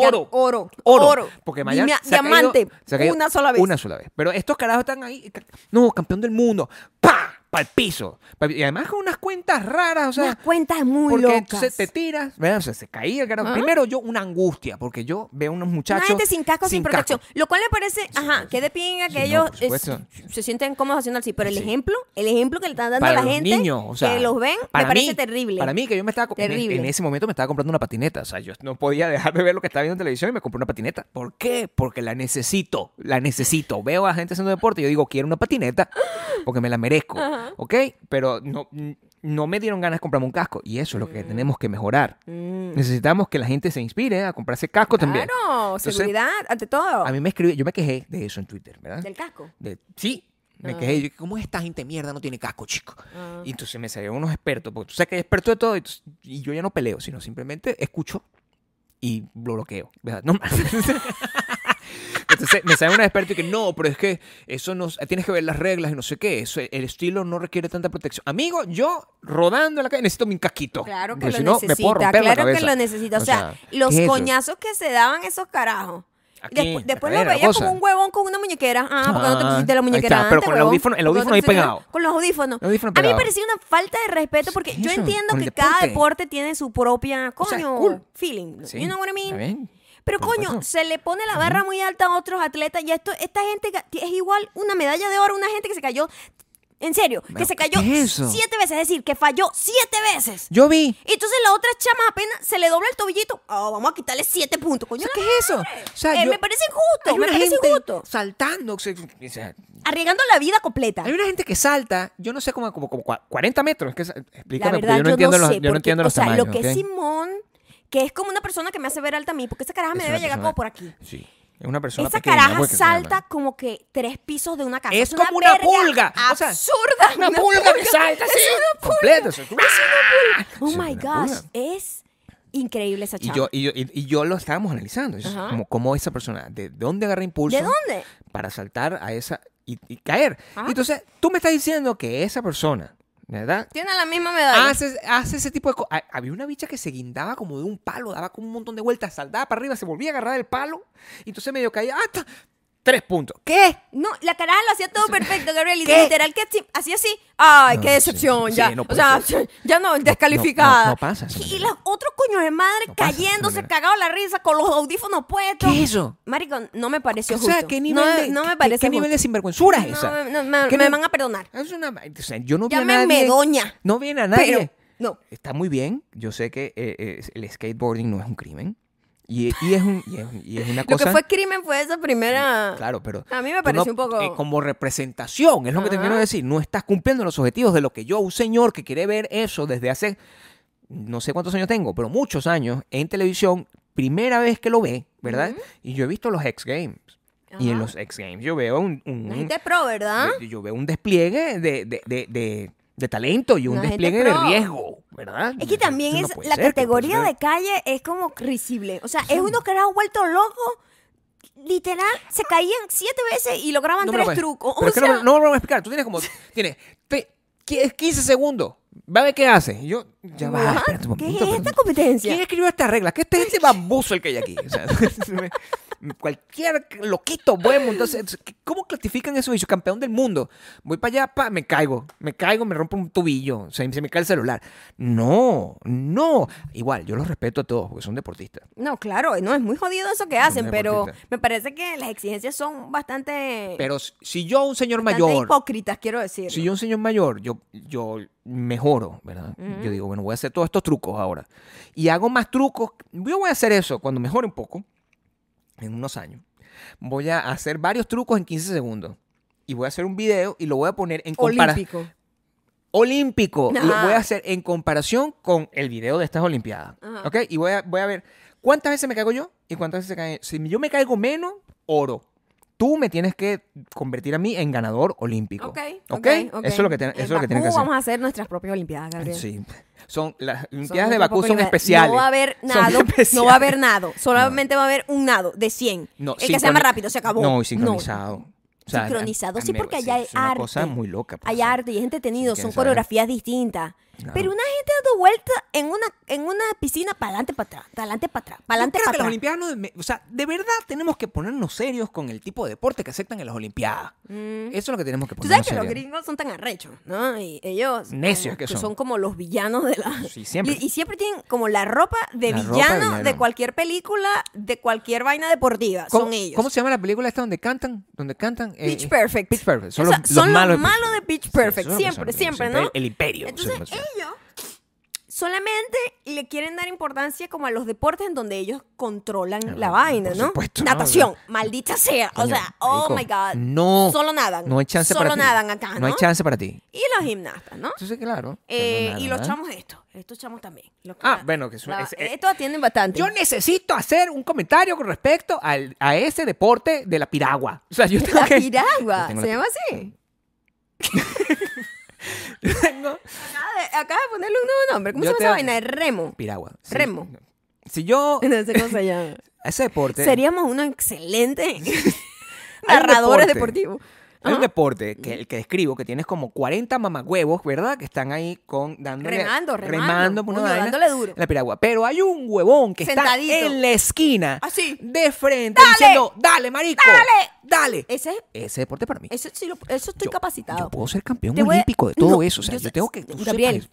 Speaker 2: oro.
Speaker 1: oro,
Speaker 2: Oro.
Speaker 1: oro.
Speaker 2: Porque Maya
Speaker 1: Dime-
Speaker 2: se ha caído-
Speaker 1: diamante,
Speaker 2: se ha caído
Speaker 1: una sola vez.
Speaker 2: Una sola vez. Pero estos carajos están ahí. ca- No, campeón del mundo. ¡Pa! Para el piso. Pa- Y además con unas cuentas raras. O sea,
Speaker 1: Unas cuentas muy
Speaker 2: porque
Speaker 1: locas.
Speaker 2: entonces te tiras, ¿verdad? O sea, se caía el carajo. Primero yo una angustia, porque yo veo unos
Speaker 1: Una
Speaker 2: muchachos.
Speaker 1: gente sin casco, sin,
Speaker 2: casco.
Speaker 1: protección. Lo cual me parece, ajá, que de pinga que
Speaker 2: Sí, no,
Speaker 1: ellos
Speaker 2: por
Speaker 1: eh,
Speaker 2: supuesto.
Speaker 1: se sienten cómodos haciendo así. Pero el
Speaker 2: Sí.
Speaker 1: ejemplo, el ejemplo que le están dando
Speaker 2: Para
Speaker 1: a la
Speaker 2: los
Speaker 1: gente
Speaker 2: niños, o sea,
Speaker 1: que los ven, me
Speaker 2: para
Speaker 1: parece
Speaker 2: mí-
Speaker 1: terrible.
Speaker 2: Para mí, que yo me estaba. co- en-
Speaker 1: Terrible.
Speaker 2: En, ese momento me estaba comprando una patineta. O sea, yo no podía dejar de ver lo que estaba viendo en televisión y me compré una patineta. ¿Por qué? Porque la necesito. La necesito. Veo a gente haciendo deporte y yo digo, quiero una patineta porque me la merezco. ¿Ok? Pero no, no me dieron ganas de comprarme un casco. Y eso es lo que
Speaker 1: Mm.
Speaker 2: tenemos que mejorar. Necesitamos que la gente se inspire a comprarse casco también.
Speaker 1: Claro,
Speaker 2: Entonces,
Speaker 1: seguridad ante todo.
Speaker 2: A mí ¿eh? me escribió, yo me quejé de eso en Twitter, ¿verdad?
Speaker 1: Del Ah. casco.
Speaker 2: De- sí, me quejé. Yo dije, ¿cómo esta gente mierda no tiene casco, chico?
Speaker 1: Ah,
Speaker 2: Y entonces me salieron unos expertos, porque tú sabes que hay expertos de todo, y, entonces- y yo ya no peleo, sino simplemente escucho y lo bloqueo. ¿verdad? No más. Entonces me sale un experto y que no, pero es que eso no, tienes que ver las reglas y no sé qué, eso, el estilo no requiere tanta protección. Amigo, yo rodando en la calle necesito mi casquito.
Speaker 1: Claro que
Speaker 2: porque
Speaker 1: lo
Speaker 2: si no, me puedo
Speaker 1: necesita,
Speaker 2: romper la
Speaker 1: claro que
Speaker 2: cabeza.
Speaker 1: lo necesita. O, sea, los
Speaker 2: ¿qué es eso?
Speaker 1: coñazos que se daban esos carajos.
Speaker 2: Aquí,
Speaker 1: Despu-
Speaker 2: la
Speaker 1: después lo
Speaker 2: cadera, la
Speaker 1: veía como
Speaker 2: cosa.
Speaker 1: un huevón con una muñequera. Ah, porque no te
Speaker 2: Ah,
Speaker 1: pusiste la
Speaker 2: ahí
Speaker 1: muñequera
Speaker 2: está, pero
Speaker 1: antes,
Speaker 2: con el
Speaker 1: huevón?
Speaker 2: audífono-
Speaker 1: ¿Por
Speaker 2: el
Speaker 1: qué no te
Speaker 2: audífono ahí
Speaker 1: pusiste la-
Speaker 2: pegado.
Speaker 1: Con los audífonos.
Speaker 2: El audífono
Speaker 1: A mí me
Speaker 2: pegado.
Speaker 1: parecía una falta de respeto porque
Speaker 2: ¿Qué es
Speaker 1: yo
Speaker 2: eso?
Speaker 1: entiendo
Speaker 2: Con
Speaker 1: que
Speaker 2: el
Speaker 1: cada
Speaker 2: deporte.
Speaker 1: deporte tiene su propia,
Speaker 2: O sea,
Speaker 1: coño,
Speaker 2: cool.
Speaker 1: feeling.
Speaker 2: Sí,
Speaker 1: You know what I mean?
Speaker 2: está bien.
Speaker 1: Pero
Speaker 2: Por
Speaker 1: coño,
Speaker 2: supuesto.
Speaker 1: se le pone la barra muy alta a otros atletas y esto, esta gente ga- es igual una medalla de oro, una gente que se cayó, en serio, que
Speaker 2: Pero,
Speaker 1: se cayó
Speaker 2: ¿qué es eso?
Speaker 1: siete veces, es decir, que falló siete veces.
Speaker 2: Yo vi
Speaker 1: Y entonces la otra chama apenas se le dobla el tobillito, ah, vamos a quitarle siete puntos, coño.
Speaker 2: sea,
Speaker 1: la
Speaker 2: ¿qué es eso?
Speaker 1: madre.
Speaker 2: O sea,
Speaker 1: Eh,
Speaker 2: yo-
Speaker 1: me parece injusto,
Speaker 2: hay
Speaker 1: me
Speaker 2: una
Speaker 1: parece
Speaker 2: gente
Speaker 1: injusto.
Speaker 2: saltando. o sea, o sea,
Speaker 1: Arriesgando la vida completa.
Speaker 2: hay una gente que salta, yo no sé, como, como, como cua- 40 metros. Es que, sa-
Speaker 1: La
Speaker 2: explícame,
Speaker 1: verdad,
Speaker 2: porque yo no
Speaker 1: yo
Speaker 2: entiendo
Speaker 1: no
Speaker 2: los,
Speaker 1: sé.
Speaker 2: yo no
Speaker 1: porque,
Speaker 2: entiendo
Speaker 1: o
Speaker 2: los
Speaker 1: sea,
Speaker 2: tamaños.
Speaker 1: lo que
Speaker 2: ¿ok?
Speaker 1: es Simón, que es como una persona que me hace ver alta a mí, porque esa caraja me
Speaker 2: Es
Speaker 1: debe
Speaker 2: una
Speaker 1: llegar
Speaker 2: persona-
Speaker 1: como por aquí.
Speaker 2: Sí, es una persona
Speaker 1: Esa
Speaker 2: pequeña,
Speaker 1: caraja
Speaker 2: hueca, se llama.
Speaker 1: salta como que tres pisos de una casa.
Speaker 2: Es como una
Speaker 1: verga
Speaker 2: pulga. O sea,
Speaker 1: Absurda.
Speaker 2: Una pulga que salta así,
Speaker 1: Es una pulga.
Speaker 2: completo, o sea,
Speaker 1: Es una pulga. Oh
Speaker 2: Sí,
Speaker 1: my
Speaker 2: una
Speaker 1: gosh.
Speaker 2: pulga.
Speaker 1: Es increíble esa
Speaker 2: Y
Speaker 1: chava.
Speaker 2: yo, y, yo, y- y yo lo estábamos analizando. es
Speaker 1: Ajá.
Speaker 2: Como, como esa persona, ¿de dónde agarra impulso?
Speaker 1: ¿De dónde? Ah.
Speaker 2: Para saltar a esa y, y caer.
Speaker 1: Ajá.
Speaker 2: Entonces, tú me estás diciendo que esa persona, ¿verdad?
Speaker 1: Tiene la misma medalla.
Speaker 2: Hace, hace ese tipo de cosas. Había una bicha que se guindaba como de un palo, daba como un montón de vueltas, saltaba para arriba, se volvía a agarrar el palo y entonces medio caía. ¡Hasta! Tres puntos. ¿Qué?
Speaker 1: No, la caraja lo hacía todo perfecto, Gabriel. Y
Speaker 2: ¿Qué?
Speaker 1: literal que así- hacía así. Ay,
Speaker 2: No,
Speaker 1: qué
Speaker 2: sí,
Speaker 1: decepción.
Speaker 2: sí,
Speaker 1: ya.
Speaker 2: no
Speaker 1: o
Speaker 2: puede
Speaker 1: sea,
Speaker 2: ser.
Speaker 1: ya no, descalificada.
Speaker 2: no, no pasa esa
Speaker 1: Y
Speaker 2: manera.
Speaker 1: los otros coños de madre
Speaker 2: No pasa esa
Speaker 1: cayéndose,
Speaker 2: manera.
Speaker 1: cagados la risa, con los audífonos puestos.
Speaker 2: ¿Qué es eso?
Speaker 1: Marico, no me pareció
Speaker 2: o sea,
Speaker 1: justo.
Speaker 2: ¿qué nivel,
Speaker 1: no,
Speaker 2: de,
Speaker 1: no me
Speaker 2: qué-
Speaker 1: parece
Speaker 2: qué
Speaker 1: justo.
Speaker 2: nivel de sinvergüenzura es esa?
Speaker 1: No, no, me-
Speaker 2: ¿Qué
Speaker 1: me
Speaker 2: nivel- Ah,
Speaker 1: van a perdonar.
Speaker 2: Es una, o sea, yo no vi a nadie.
Speaker 1: Llámenme doña.
Speaker 2: No viene a nadie.
Speaker 1: Pero, no.
Speaker 2: Está muy bien. Yo sé que eh, eh, el skateboarding no es un crimen. Y, y es, un, y, es, un- y es una
Speaker 1: Lo
Speaker 2: cosa.
Speaker 1: que fue crimen fue esa primera.
Speaker 2: Claro, pero.
Speaker 1: Ah. A mí me
Speaker 2: tú
Speaker 1: pareció
Speaker 2: no-
Speaker 1: un poco-
Speaker 2: eh, como representación, es lo que te
Speaker 1: Ajá.
Speaker 2: quiero decir. No estás cumpliendo los objetivos de lo que yo, un señor que quiere ver eso desde hace. No sé cuántos años tengo, pero muchos años en televisión, primera vez que lo ve, ¿verdad? Y yo he visto los X Games. Y en
Speaker 1: Ajá.
Speaker 2: los X Games yo veo un, un-
Speaker 1: Una gente ¿ah? pro, ¿verdad?
Speaker 2: yo- yo veo un despliegue de, de- de- de- de talento y un
Speaker 1: Una gente
Speaker 2: despliegue de
Speaker 1: pro.
Speaker 2: riesgo, ¿verdad?
Speaker 1: Es que
Speaker 2: Eso-
Speaker 1: también
Speaker 2: eso no
Speaker 1: es
Speaker 2: puede
Speaker 1: la
Speaker 2: ser, que
Speaker 1: categoría
Speaker 2: puede
Speaker 1: de calle es como risible. O sea, es uno que era vuelto loco. Literal, se caían siete veces y lograban
Speaker 2: No me lo
Speaker 1: tres
Speaker 2: puedes-
Speaker 1: trucos. O
Speaker 2: Pero es que
Speaker 1: sea,
Speaker 2: no, me- no me lo van a explicar. Tú tienes como. Tienes te- qui- 15 segundos. Va a ver qué hace. Y yo. Ya va.
Speaker 1: ¿what?
Speaker 2: espérate un pues,
Speaker 1: ¿Qué
Speaker 2: momento,
Speaker 1: es esta
Speaker 2: espérate. ¿Quién
Speaker 1: competencia?
Speaker 2: escribió esta regla? ¿Qué este es este bambuzo el que hay aquí? O sea, me- me- cualquier loquito bueno. Entonces, ¿cómo clasifican eso? Dicho campeón del mundo. Voy para allá, pa, me caigo. Me caigo, me rompo un tobillo. Se, se me cae el celular. No, no. Igual, yo los respeto a todos porque son deportistas.
Speaker 1: No, claro, no, es muy jodido eso que hacen, pero
Speaker 2: deportista.
Speaker 1: me parece que las exigencias son bastante,
Speaker 2: Pero si- si yo, un señor
Speaker 1: bastante
Speaker 2: mayor.
Speaker 1: hipócritas, quiero decir.
Speaker 2: Si yo un señor mayor, yo, yo mejoro, ¿verdad? Yo digo, bueno, voy a hacer todos estos trucos ahora. Y hago más trucos. Yo voy a hacer eso cuando mejore un poco, en unos años. Voy a hacer varios trucos en 15 segundos. Y voy a hacer un video y lo voy a poner en comparación.
Speaker 1: Olímpico.
Speaker 2: Olímpico. Lo
Speaker 1: Ajá.
Speaker 2: voy a hacer en comparación con el video de estas Olimpiadas.
Speaker 1: Ajá.
Speaker 2: ¿Ok? Y voy a, voy a ver cuántas veces me caigo yo y cuántas veces se cae. Si yo me caigo menos, oro. Tú me tienes que convertir a mí en ganador olímpico.
Speaker 1: Ok,
Speaker 2: ¿Ok? Eso es lo que, te- eso
Speaker 1: En
Speaker 2: es lo que tienes
Speaker 1: Bakú
Speaker 2: que hacer.
Speaker 1: vamos a hacer nuestras propias Olimpiadas, Gabriel.
Speaker 2: Sí. Son, las
Speaker 1: Son
Speaker 2: Olimpiadas de
Speaker 1: nuestras
Speaker 2: Bakú
Speaker 1: propias
Speaker 2: son
Speaker 1: Olimpiadas.
Speaker 2: especiales.
Speaker 1: No va a haber
Speaker 2: Son
Speaker 1: nado, no
Speaker 2: especiales.
Speaker 1: va a haber nado. Solamente va a haber un nado de 100.
Speaker 2: No,
Speaker 1: el que sea más
Speaker 2: sincroni-
Speaker 1: rápido, se acabó.
Speaker 2: No, y sincronizado. O sea,
Speaker 1: Sincronizado,
Speaker 2: a- a
Speaker 1: sí,
Speaker 2: mí-
Speaker 1: porque allá hay
Speaker 2: es una cosa
Speaker 1: arte.
Speaker 2: muy loca. pues,
Speaker 1: Hay
Speaker 2: o sea,
Speaker 1: arte y gente tenido,
Speaker 2: sí,
Speaker 1: son
Speaker 2: quién sabe.
Speaker 1: coreografías distintas.
Speaker 2: Claro.
Speaker 1: Pero una gente dando vuelta en una, en una piscina para adelante, para atrás, para adelante, para atrás, para
Speaker 2: Yo
Speaker 1: adelante,
Speaker 2: creo que
Speaker 1: para
Speaker 2: las
Speaker 1: atrás.
Speaker 2: Olimpiadas, no- me- o sea, de verdad tenemos que ponernos serios con el tipo de deporte que aceptan en las Olimpiadas. Eso es lo que tenemos
Speaker 1: Mm.
Speaker 2: que
Speaker 1: Tú sabes
Speaker 2: ponernos
Speaker 1: que los
Speaker 2: serios.
Speaker 1: gringos son tan arrechos, ¿no? Y ellos.
Speaker 2: Necios
Speaker 1: como
Speaker 2: que son.
Speaker 1: como los villanos de la.
Speaker 2: Sí, siempre.
Speaker 1: Y, y siempre tienen como la ropa de
Speaker 2: La ropa de
Speaker 1: villano de
Speaker 2: villano.
Speaker 1: cualquier película, de cualquier vaina deportiva.
Speaker 2: ¿Cómo,
Speaker 1: son ellos.
Speaker 2: cómo se llama la película esta donde cantan? Donde cantan eh,
Speaker 1: Pitch Perfect.
Speaker 2: Pitch Perfect. Son
Speaker 1: O sea,
Speaker 2: los,
Speaker 1: son los
Speaker 2: malos,
Speaker 1: malos de Pitch Perfect.
Speaker 2: son los que
Speaker 1: Siempre,
Speaker 2: son-
Speaker 1: siempre, ¿no?
Speaker 2: El imperio.
Speaker 1: Entonces eh,
Speaker 2: son- son-
Speaker 1: ellos solamente le quieren dar importancia como a los deportes en donde ellos controlan la
Speaker 2: Ah, por
Speaker 1: vaina, ¿no?
Speaker 2: supuesto, ¿no?
Speaker 1: Natación, maldita sea. o
Speaker 2: Coño,
Speaker 1: sea, oh
Speaker 2: marico,
Speaker 1: my God.
Speaker 2: No.
Speaker 1: Solo nadan.
Speaker 2: No hay chance
Speaker 1: Solo
Speaker 2: para ti.
Speaker 1: nadan acá, ¿no?
Speaker 2: No hay chance para ti.
Speaker 1: Y los gimnastas, ¿no?
Speaker 2: Entonces, claro.
Speaker 1: Eh,
Speaker 2: no,
Speaker 1: y
Speaker 2: nada,
Speaker 1: los
Speaker 2: ¿eh?
Speaker 1: chamos estos. Estos chamos también. Los
Speaker 2: Ah,
Speaker 1: na-
Speaker 2: bueno, que son- es- eh,
Speaker 1: estos atienden bastante.
Speaker 2: Yo necesito hacer un comentario con respecto al- a ese deporte de la piragua. O sea, yo tengo
Speaker 1: la
Speaker 2: que...
Speaker 1: piragua.
Speaker 2: Yo tengo
Speaker 1: ¿Se
Speaker 2: la-
Speaker 1: llama así?
Speaker 2: tengo-
Speaker 1: Acaba de, acaba de ponerle un nuevo nombre. ¿Cómo
Speaker 2: Yo
Speaker 1: se llama
Speaker 2: tengo-
Speaker 1: esa vaina? El remo.
Speaker 2: Piragua. Sí.
Speaker 1: Remo.
Speaker 2: Si yo...
Speaker 1: No sé cómo se llama.
Speaker 2: Ese deporte...
Speaker 1: Seríamos unos excelentes narradores
Speaker 2: deporte.
Speaker 1: deportivos.
Speaker 2: Es un
Speaker 1: Ajá.
Speaker 2: deporte que el que describo, que tienes como 40 mamagüevos, ¿verdad? Que están ahí con dándole,
Speaker 1: Remando, remando,
Speaker 2: por
Speaker 1: coño,
Speaker 2: una vaina,
Speaker 1: dándole duro.
Speaker 2: La piragua. Pero hay un huevón que
Speaker 1: Sentadito.
Speaker 2: está en la esquina,
Speaker 1: Así.
Speaker 2: de frente,
Speaker 1: ¡Dale!
Speaker 2: diciendo, dale, marico,
Speaker 1: ¡Dale!
Speaker 2: dale.
Speaker 1: Ese es-
Speaker 2: Ese deporte para mí.
Speaker 1: eso, sí lo- eso estoy
Speaker 2: Yo-
Speaker 1: capacitado.
Speaker 2: Yo puedo ser campeón
Speaker 1: Te voy a-
Speaker 2: olímpico de todo
Speaker 1: No,
Speaker 2: eso. O sea,
Speaker 1: yo
Speaker 2: yo,
Speaker 1: sé-
Speaker 2: tengo que... tú
Speaker 1: Gabriel,
Speaker 2: sepas-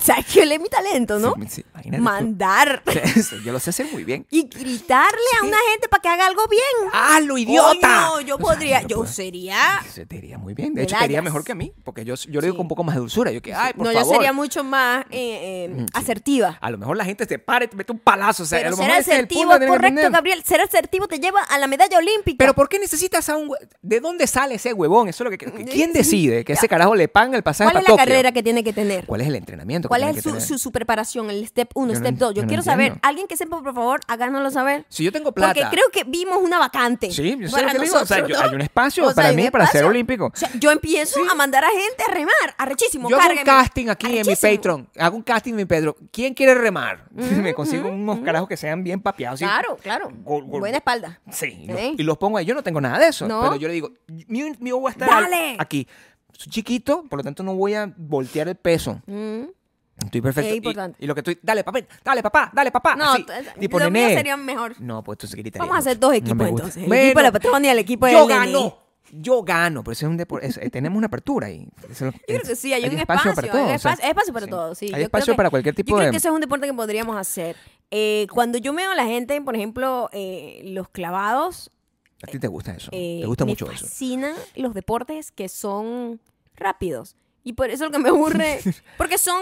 Speaker 1: ¿Sabes que él es mi talento, no?
Speaker 2: Sí, sí, imagínate tú.
Speaker 1: Mandar
Speaker 2: Eso, yo lo sé hacer muy bien.
Speaker 1: y gritarle a una gente para que haga algo bien.
Speaker 2: ¡Halo, idiota!
Speaker 1: Coño, yo
Speaker 2: O sea,
Speaker 1: podría,
Speaker 2: lo
Speaker 1: yo
Speaker 2: puedo-
Speaker 1: sería...
Speaker 2: Se te iría muy bien. De
Speaker 1: Me
Speaker 2: hecho, te iría
Speaker 1: dañas.
Speaker 2: mejor que a mí, porque yo, yo lo digo
Speaker 1: Sí.
Speaker 2: con un poco más de dulzura. Yo que, ay, por
Speaker 1: no,
Speaker 2: favor. Mm,
Speaker 1: yo sería mucho más eh, eh, asertiva.
Speaker 2: A lo mejor la gente se para y te mete un palazo. O sea, a
Speaker 1: Pero
Speaker 2: lo
Speaker 1: ser
Speaker 2: mejor ese es el
Speaker 1: asertivo,
Speaker 2: punto que tiene que
Speaker 1: correcto,
Speaker 2: aprender.
Speaker 1: Gabriel. Ser asertivo te lleva a la medalla olímpica.
Speaker 2: Pero pues, ¿por qué necesitas a un... hue- ¿De dónde sale ese huevón? Eso es lo que... ¿Quién
Speaker 1: Mm, Sí.
Speaker 2: decide que ese carajo le pagan el pasaje
Speaker 1: ¿Cuál
Speaker 2: para
Speaker 1: es la
Speaker 2: Tokio?
Speaker 1: carrera que tiene que tener?
Speaker 2: ¿Cuál es el entrenamiento? que
Speaker 1: ¿Cuál
Speaker 2: tiene
Speaker 1: es
Speaker 2: que
Speaker 1: su,
Speaker 2: tener?
Speaker 1: su, su preparación? El step 1,
Speaker 2: Yo no
Speaker 1: step
Speaker 2: en-
Speaker 1: 2. Yo,
Speaker 2: yo no
Speaker 1: quiero saber.
Speaker 2: entiendo.
Speaker 1: Alguien que sepa, por favor, háganoslo saber.
Speaker 2: Si yo tengo plata...
Speaker 1: Porque creo que vimos una vacante.
Speaker 2: Sí, yo sé
Speaker 1: para
Speaker 2: lo que digo. O sea,
Speaker 1: nosotros,
Speaker 2: yo-
Speaker 1: ¿no?
Speaker 2: hay un espacio
Speaker 1: O sea,
Speaker 2: para
Speaker 1: hay un
Speaker 2: mí para ser
Speaker 1: espacio.
Speaker 2: olímpico.
Speaker 1: O sea, yo empiezo a mandar a gente a remar. Arrechísimo,
Speaker 2: Yo hago un
Speaker 1: cárguenme.
Speaker 2: casting aquí en mi
Speaker 1: Arrechísimo.
Speaker 2: Patreon. Hago un casting en mi Patreon. ¿Quién quiere remar? Me consigo unos carajos que sean bien papeados. ¿sí?
Speaker 1: Claro, claro.
Speaker 2: Gol, gol.
Speaker 1: Buena espalda.
Speaker 2: Sí, y los-
Speaker 1: ¿Eh?
Speaker 2: y los pongo ahí. Yo no tengo nada de eso.
Speaker 1: No.
Speaker 2: Pero yo le digo, mi, mi ojo va a estar al-
Speaker 1: Dale.
Speaker 2: aquí. Soy chiquito, por lo tanto no voy a voltear el peso.
Speaker 1: Mm.
Speaker 2: Estoy perfecto.
Speaker 1: Es
Speaker 2: Y-
Speaker 1: importante.
Speaker 2: Y, lo que estoy, dale papá, dale papá, dale papá.
Speaker 1: No,
Speaker 2: así.
Speaker 1: t- t-
Speaker 2: tipo
Speaker 1: lo mío
Speaker 2: nene.
Speaker 1: sería mejor.
Speaker 2: No, pues tú se gritaría.
Speaker 1: Vamos a
Speaker 2: mucho.
Speaker 1: hacer dos
Speaker 2: No
Speaker 1: equipos
Speaker 2: me gusta.
Speaker 1: entonces. El
Speaker 2: Bueno,
Speaker 1: equipo de la patrona y el equipo de
Speaker 2: yo
Speaker 1: del nene.
Speaker 2: gano. Yo gano, pero eso es un deporte. tenemos una apertura ahí. Eso-
Speaker 1: Yo creo que sí, hay, un
Speaker 2: espacio
Speaker 1: espacio,
Speaker 2: para
Speaker 1: hay
Speaker 2: todo,
Speaker 1: un
Speaker 2: o sea,
Speaker 1: espacio, hay espacio para todo, sí.
Speaker 2: Hay
Speaker 1: yo creo
Speaker 2: espacio
Speaker 1: que-
Speaker 2: para cualquier tipo
Speaker 1: Yo creo
Speaker 2: de-
Speaker 1: que ese es un deporte que podríamos hacer. Eh, cuando yo veo a la gente, por ejemplo, eh, los clavados,
Speaker 2: A ti te gusta eso.
Speaker 1: eh,
Speaker 2: te gusta
Speaker 1: me
Speaker 2: mucho eso.
Speaker 1: fascinan los deportes que son rápidos. Y por eso lo que me aburre, porque son...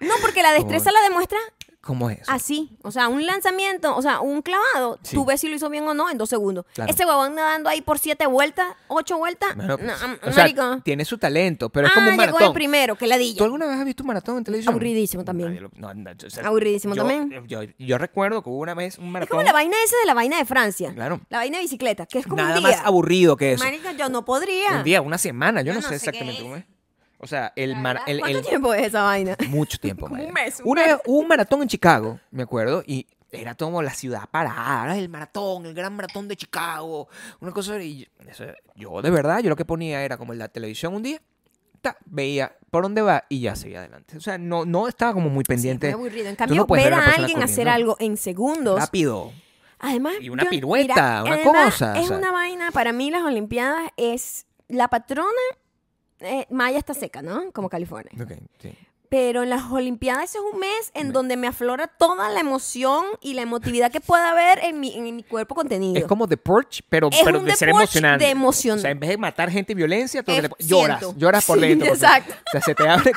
Speaker 1: no, porque la destreza la demuestra
Speaker 2: ¿Cómo es eso?
Speaker 1: Así, o sea, un lanzamiento, o sea, un clavado,
Speaker 2: Sí.
Speaker 1: tú ves si lo hizo bien o no en dos segundos.
Speaker 2: Claro.
Speaker 1: Ese huevón nadando ahí por siete vueltas, ocho vueltas,
Speaker 2: Bueno,
Speaker 1: no,
Speaker 2: pues,
Speaker 1: am-
Speaker 2: o sea,
Speaker 1: marico.
Speaker 2: tiene su talento, pero es como
Speaker 1: ah,
Speaker 2: un
Speaker 1: llegó
Speaker 2: maratón.
Speaker 1: el primero, que ladilla.
Speaker 2: ¿Tú alguna vez has visto un maratón en televisión?
Speaker 1: Aburridísimo también.
Speaker 2: Nadie lo- no, no, o sea,
Speaker 1: Aburridísimo
Speaker 2: yo-
Speaker 1: también.
Speaker 2: Yo, yo recuerdo que hubo una vez un
Speaker 1: Es
Speaker 2: maratón.
Speaker 1: como la vaina esa de la vaina de Francia.
Speaker 2: Claro.
Speaker 1: La vaina de bicicleta, que es como
Speaker 2: nada
Speaker 1: un día.
Speaker 2: más aburrido que eso.
Speaker 1: Marico, yo no podría.
Speaker 2: Un día, una semana, yo no,
Speaker 1: no
Speaker 2: sé
Speaker 1: sé qué
Speaker 2: exactamente
Speaker 1: es.
Speaker 2: cómo es. O sea, el,
Speaker 1: La
Speaker 2: mar-
Speaker 1: verdad.
Speaker 2: el-
Speaker 1: ¿Cuánto
Speaker 2: el-
Speaker 1: tiempo es esa vaina?
Speaker 2: mucho tiempo.
Speaker 1: Como
Speaker 2: madre.
Speaker 1: un mes, un
Speaker 2: Una
Speaker 1: mes.
Speaker 2: vez hubo un maratón en Chicago, me acuerdo, y era como la ciudad parada, era el maratón, el gran maratón de Chicago, una cosa y eso, yo de verdad, yo lo que ponía era como en la televisión un día, ta, veía por dónde va y ya seguía adelante. O sea, no no estaba como muy
Speaker 1: Sí, es
Speaker 2: pendiente.
Speaker 1: muy aburrido. En
Speaker 2: Tú
Speaker 1: cambio,
Speaker 2: no puedes
Speaker 1: ver
Speaker 2: ver a
Speaker 1: a
Speaker 2: la persona
Speaker 1: alguien hacer
Speaker 2: corriendo.
Speaker 1: algo en segundos.
Speaker 2: rápido.
Speaker 1: Además,
Speaker 2: Y una
Speaker 1: yo-
Speaker 2: pirueta, una
Speaker 1: además,
Speaker 2: cosa, o
Speaker 1: Es
Speaker 2: sea.
Speaker 1: una vaina. Para mí, las Olimpiadas es. La patrona. eh, Maya está seca, ¿no? Como California.
Speaker 2: Ok, sí.
Speaker 1: Pero en las Olimpiadas es un mes en donde me aflora toda la emoción y la emotividad que pueda haber en mi, en mi cuerpo contenido.
Speaker 2: Es como The Purge, pero,
Speaker 1: Es
Speaker 2: pero
Speaker 1: un
Speaker 2: de
Speaker 1: The
Speaker 2: ser
Speaker 1: Purge
Speaker 2: emocionante.
Speaker 1: de emoción.
Speaker 2: O sea, en vez de matar gente y violencia, tú
Speaker 1: Eh,
Speaker 2: le- lloras,
Speaker 1: siento.
Speaker 2: lloras por
Speaker 1: Sí,
Speaker 2: dentro. porque-
Speaker 1: exacto.
Speaker 2: O sea, se te abre,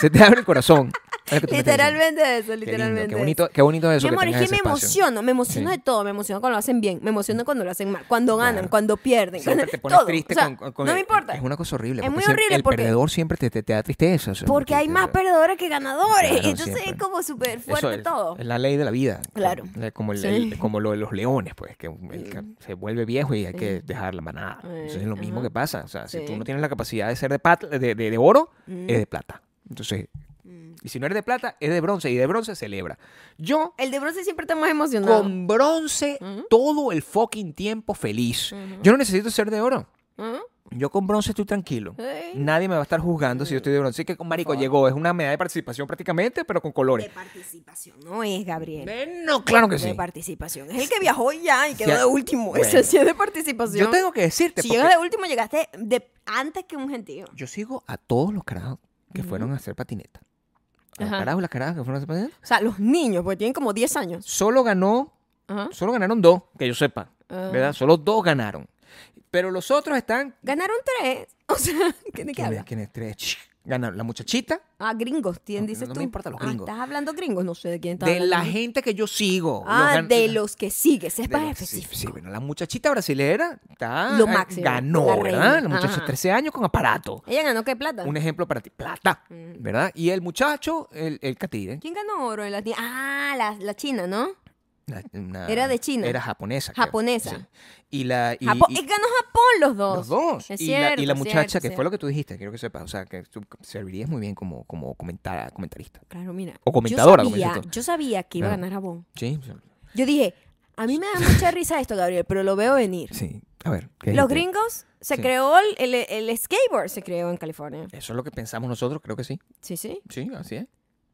Speaker 2: se te abre el corazón. Es lo que tú me estás diciendo.
Speaker 1: literalmente eso,
Speaker 2: Qué, lindo,
Speaker 1: literalmente.
Speaker 2: qué
Speaker 1: eso.
Speaker 2: bonito, qué bonito eso.
Speaker 1: Mi amor,
Speaker 2: que
Speaker 1: es
Speaker 2: tengas
Speaker 1: que me
Speaker 2: ese espacio.
Speaker 1: emociono, me emociono
Speaker 2: Sí.
Speaker 1: de todo, me emociono cuando lo hacen bien, me emociono cuando lo hacen mal, cuando ganan,
Speaker 2: Claro.
Speaker 1: cuando pierden,
Speaker 2: Siempre
Speaker 1: cuando-
Speaker 2: te pones
Speaker 1: todo,
Speaker 2: triste
Speaker 1: o sea,
Speaker 2: con, con- con-
Speaker 1: No me importa.
Speaker 2: Es una cosa horrible.
Speaker 1: Es
Speaker 2: porque
Speaker 1: muy
Speaker 2: siempre-
Speaker 1: horrible
Speaker 2: El
Speaker 1: porque-
Speaker 2: perdedor siempre te, te- te da tristeza. o sea,
Speaker 1: Porque hay
Speaker 2: te-
Speaker 1: más perdedores que ganadores.
Speaker 2: Claro,
Speaker 1: Entonces es
Speaker 2: siempre.
Speaker 1: como súper
Speaker 2: Eso
Speaker 1: fuerte
Speaker 2: es,
Speaker 1: todo.
Speaker 2: Es la ley de la vida.
Speaker 1: Claro.
Speaker 2: Eh, Como, el-
Speaker 1: Sí.
Speaker 2: el- como lo de los leones, pues, que el que se vuelve viejo y hay que dejar la manada. Entonces es lo mismo
Speaker 1: ajá.
Speaker 2: que pasa. O sea, si tú
Speaker 1: Sí. Mm.
Speaker 2: no tienes la capacidad de ser de, pat- de, de- de oro, eres de plata. Entonces, y si no eres de plata, eres de bronce. Y de bronce celebra. Yo,
Speaker 1: El de bronce siempre está más emocionado.
Speaker 2: con bronce, todo el fucking tiempo feliz. Yo no necesito ser de oro.
Speaker 1: ¿Ah?
Speaker 2: Yo con bronce estoy tranquilo.
Speaker 1: Sí.
Speaker 2: Nadie me va a estar juzgando si yo estoy de bronce. Así que con marico llegó. Es una medalla de participación prácticamente, pero con colores.
Speaker 1: De participación, no es Gabriel.
Speaker 2: No, claro que
Speaker 1: De
Speaker 2: sí.
Speaker 1: participación. Es el que viajó y ya y quedó
Speaker 2: Sí,
Speaker 1: de último.
Speaker 2: bueno.
Speaker 1: Ese sí es de participación.
Speaker 2: Yo tengo que decirte,
Speaker 1: si
Speaker 2: porque
Speaker 1: llegas de último, llegaste de antes que un gentío.
Speaker 2: yo sigo a todos los carajos que fueron a hacer patineta. A los
Speaker 1: Ajá.
Speaker 2: carajos y las carajas que fueron a hacer patineta.
Speaker 1: O sea, los niños, porque tienen como 10 años.
Speaker 2: Solo ganó,
Speaker 1: Ajá.
Speaker 2: solo ganaron dos, que yo sepa.
Speaker 1: Ah.
Speaker 2: ¿Verdad? Solo dos ganaron. Pero los otros están.
Speaker 1: Ganaron tres. O sea, ¿qué- ¿de qué
Speaker 2: ¿Quién es?
Speaker 1: hablas?
Speaker 2: ¿Quién es? Tres. Ch, Ganaron. La muchachita
Speaker 1: Ah, gringos, ¿quién
Speaker 2: No,
Speaker 1: dices
Speaker 2: no
Speaker 1: tú?
Speaker 2: me importa los
Speaker 1: Ah,
Speaker 2: gringos.
Speaker 1: ¿Estás hablando gringos? No sé de quién estás
Speaker 2: de
Speaker 1: hablando.
Speaker 2: la gente que yo sigo. Los
Speaker 1: Ah,
Speaker 2: gan-
Speaker 1: de los que sigues, es
Speaker 2: de
Speaker 1: para
Speaker 2: los- sí,
Speaker 1: específico.
Speaker 2: sí, bueno, la muchachita brasilera está,
Speaker 1: Lo máximo,
Speaker 2: ganó,
Speaker 1: la
Speaker 2: ¿verdad?
Speaker 1: reina,
Speaker 2: La muchacha
Speaker 1: ajá.
Speaker 2: de 13 años con aparato.
Speaker 1: Ella ganó qué plata.
Speaker 2: Un ejemplo para ti, plata,
Speaker 1: Mm.
Speaker 2: ¿verdad? Y el muchacho, el, el catire,
Speaker 1: ¿Quién ganó oro en la tienda? Ah, la, la china, ¿no?
Speaker 2: Una- una-
Speaker 1: Era de China.
Speaker 2: Era japonesa. creo.
Speaker 1: Japonesa.
Speaker 2: Sí. Y la. Y,
Speaker 1: Japón.
Speaker 2: y-
Speaker 1: eh, ganó Japón los dos.
Speaker 2: los dos.
Speaker 1: Es
Speaker 2: y,
Speaker 1: cierto,
Speaker 2: la, y la
Speaker 1: es
Speaker 2: muchacha,
Speaker 1: cierto,
Speaker 2: que
Speaker 1: es
Speaker 2: fue
Speaker 1: cierto.
Speaker 2: lo que tú dijiste, quiero que sepas. O sea, que tú servirías muy bien como, como comentar, comentarista.
Speaker 1: Claro, mira.
Speaker 2: O comentadora,
Speaker 1: yo
Speaker 2: como dices
Speaker 1: sabía,
Speaker 2: tú.
Speaker 1: yo sabía que iba a
Speaker 2: Claro.
Speaker 1: ganar Japón.
Speaker 2: Sí.
Speaker 1: Yo dije, a mí me da mucha risa esto, Gabriel, pero lo veo venir.
Speaker 2: Sí. A ver. ¿qué
Speaker 1: Los
Speaker 2: dijiste?
Speaker 1: gringos, se
Speaker 2: Sí.
Speaker 1: creó el, el, el skateboard, se creó en California.
Speaker 2: Eso es lo que pensamos nosotros, creo que sí.
Speaker 1: Sí, sí.
Speaker 2: Sí, así es.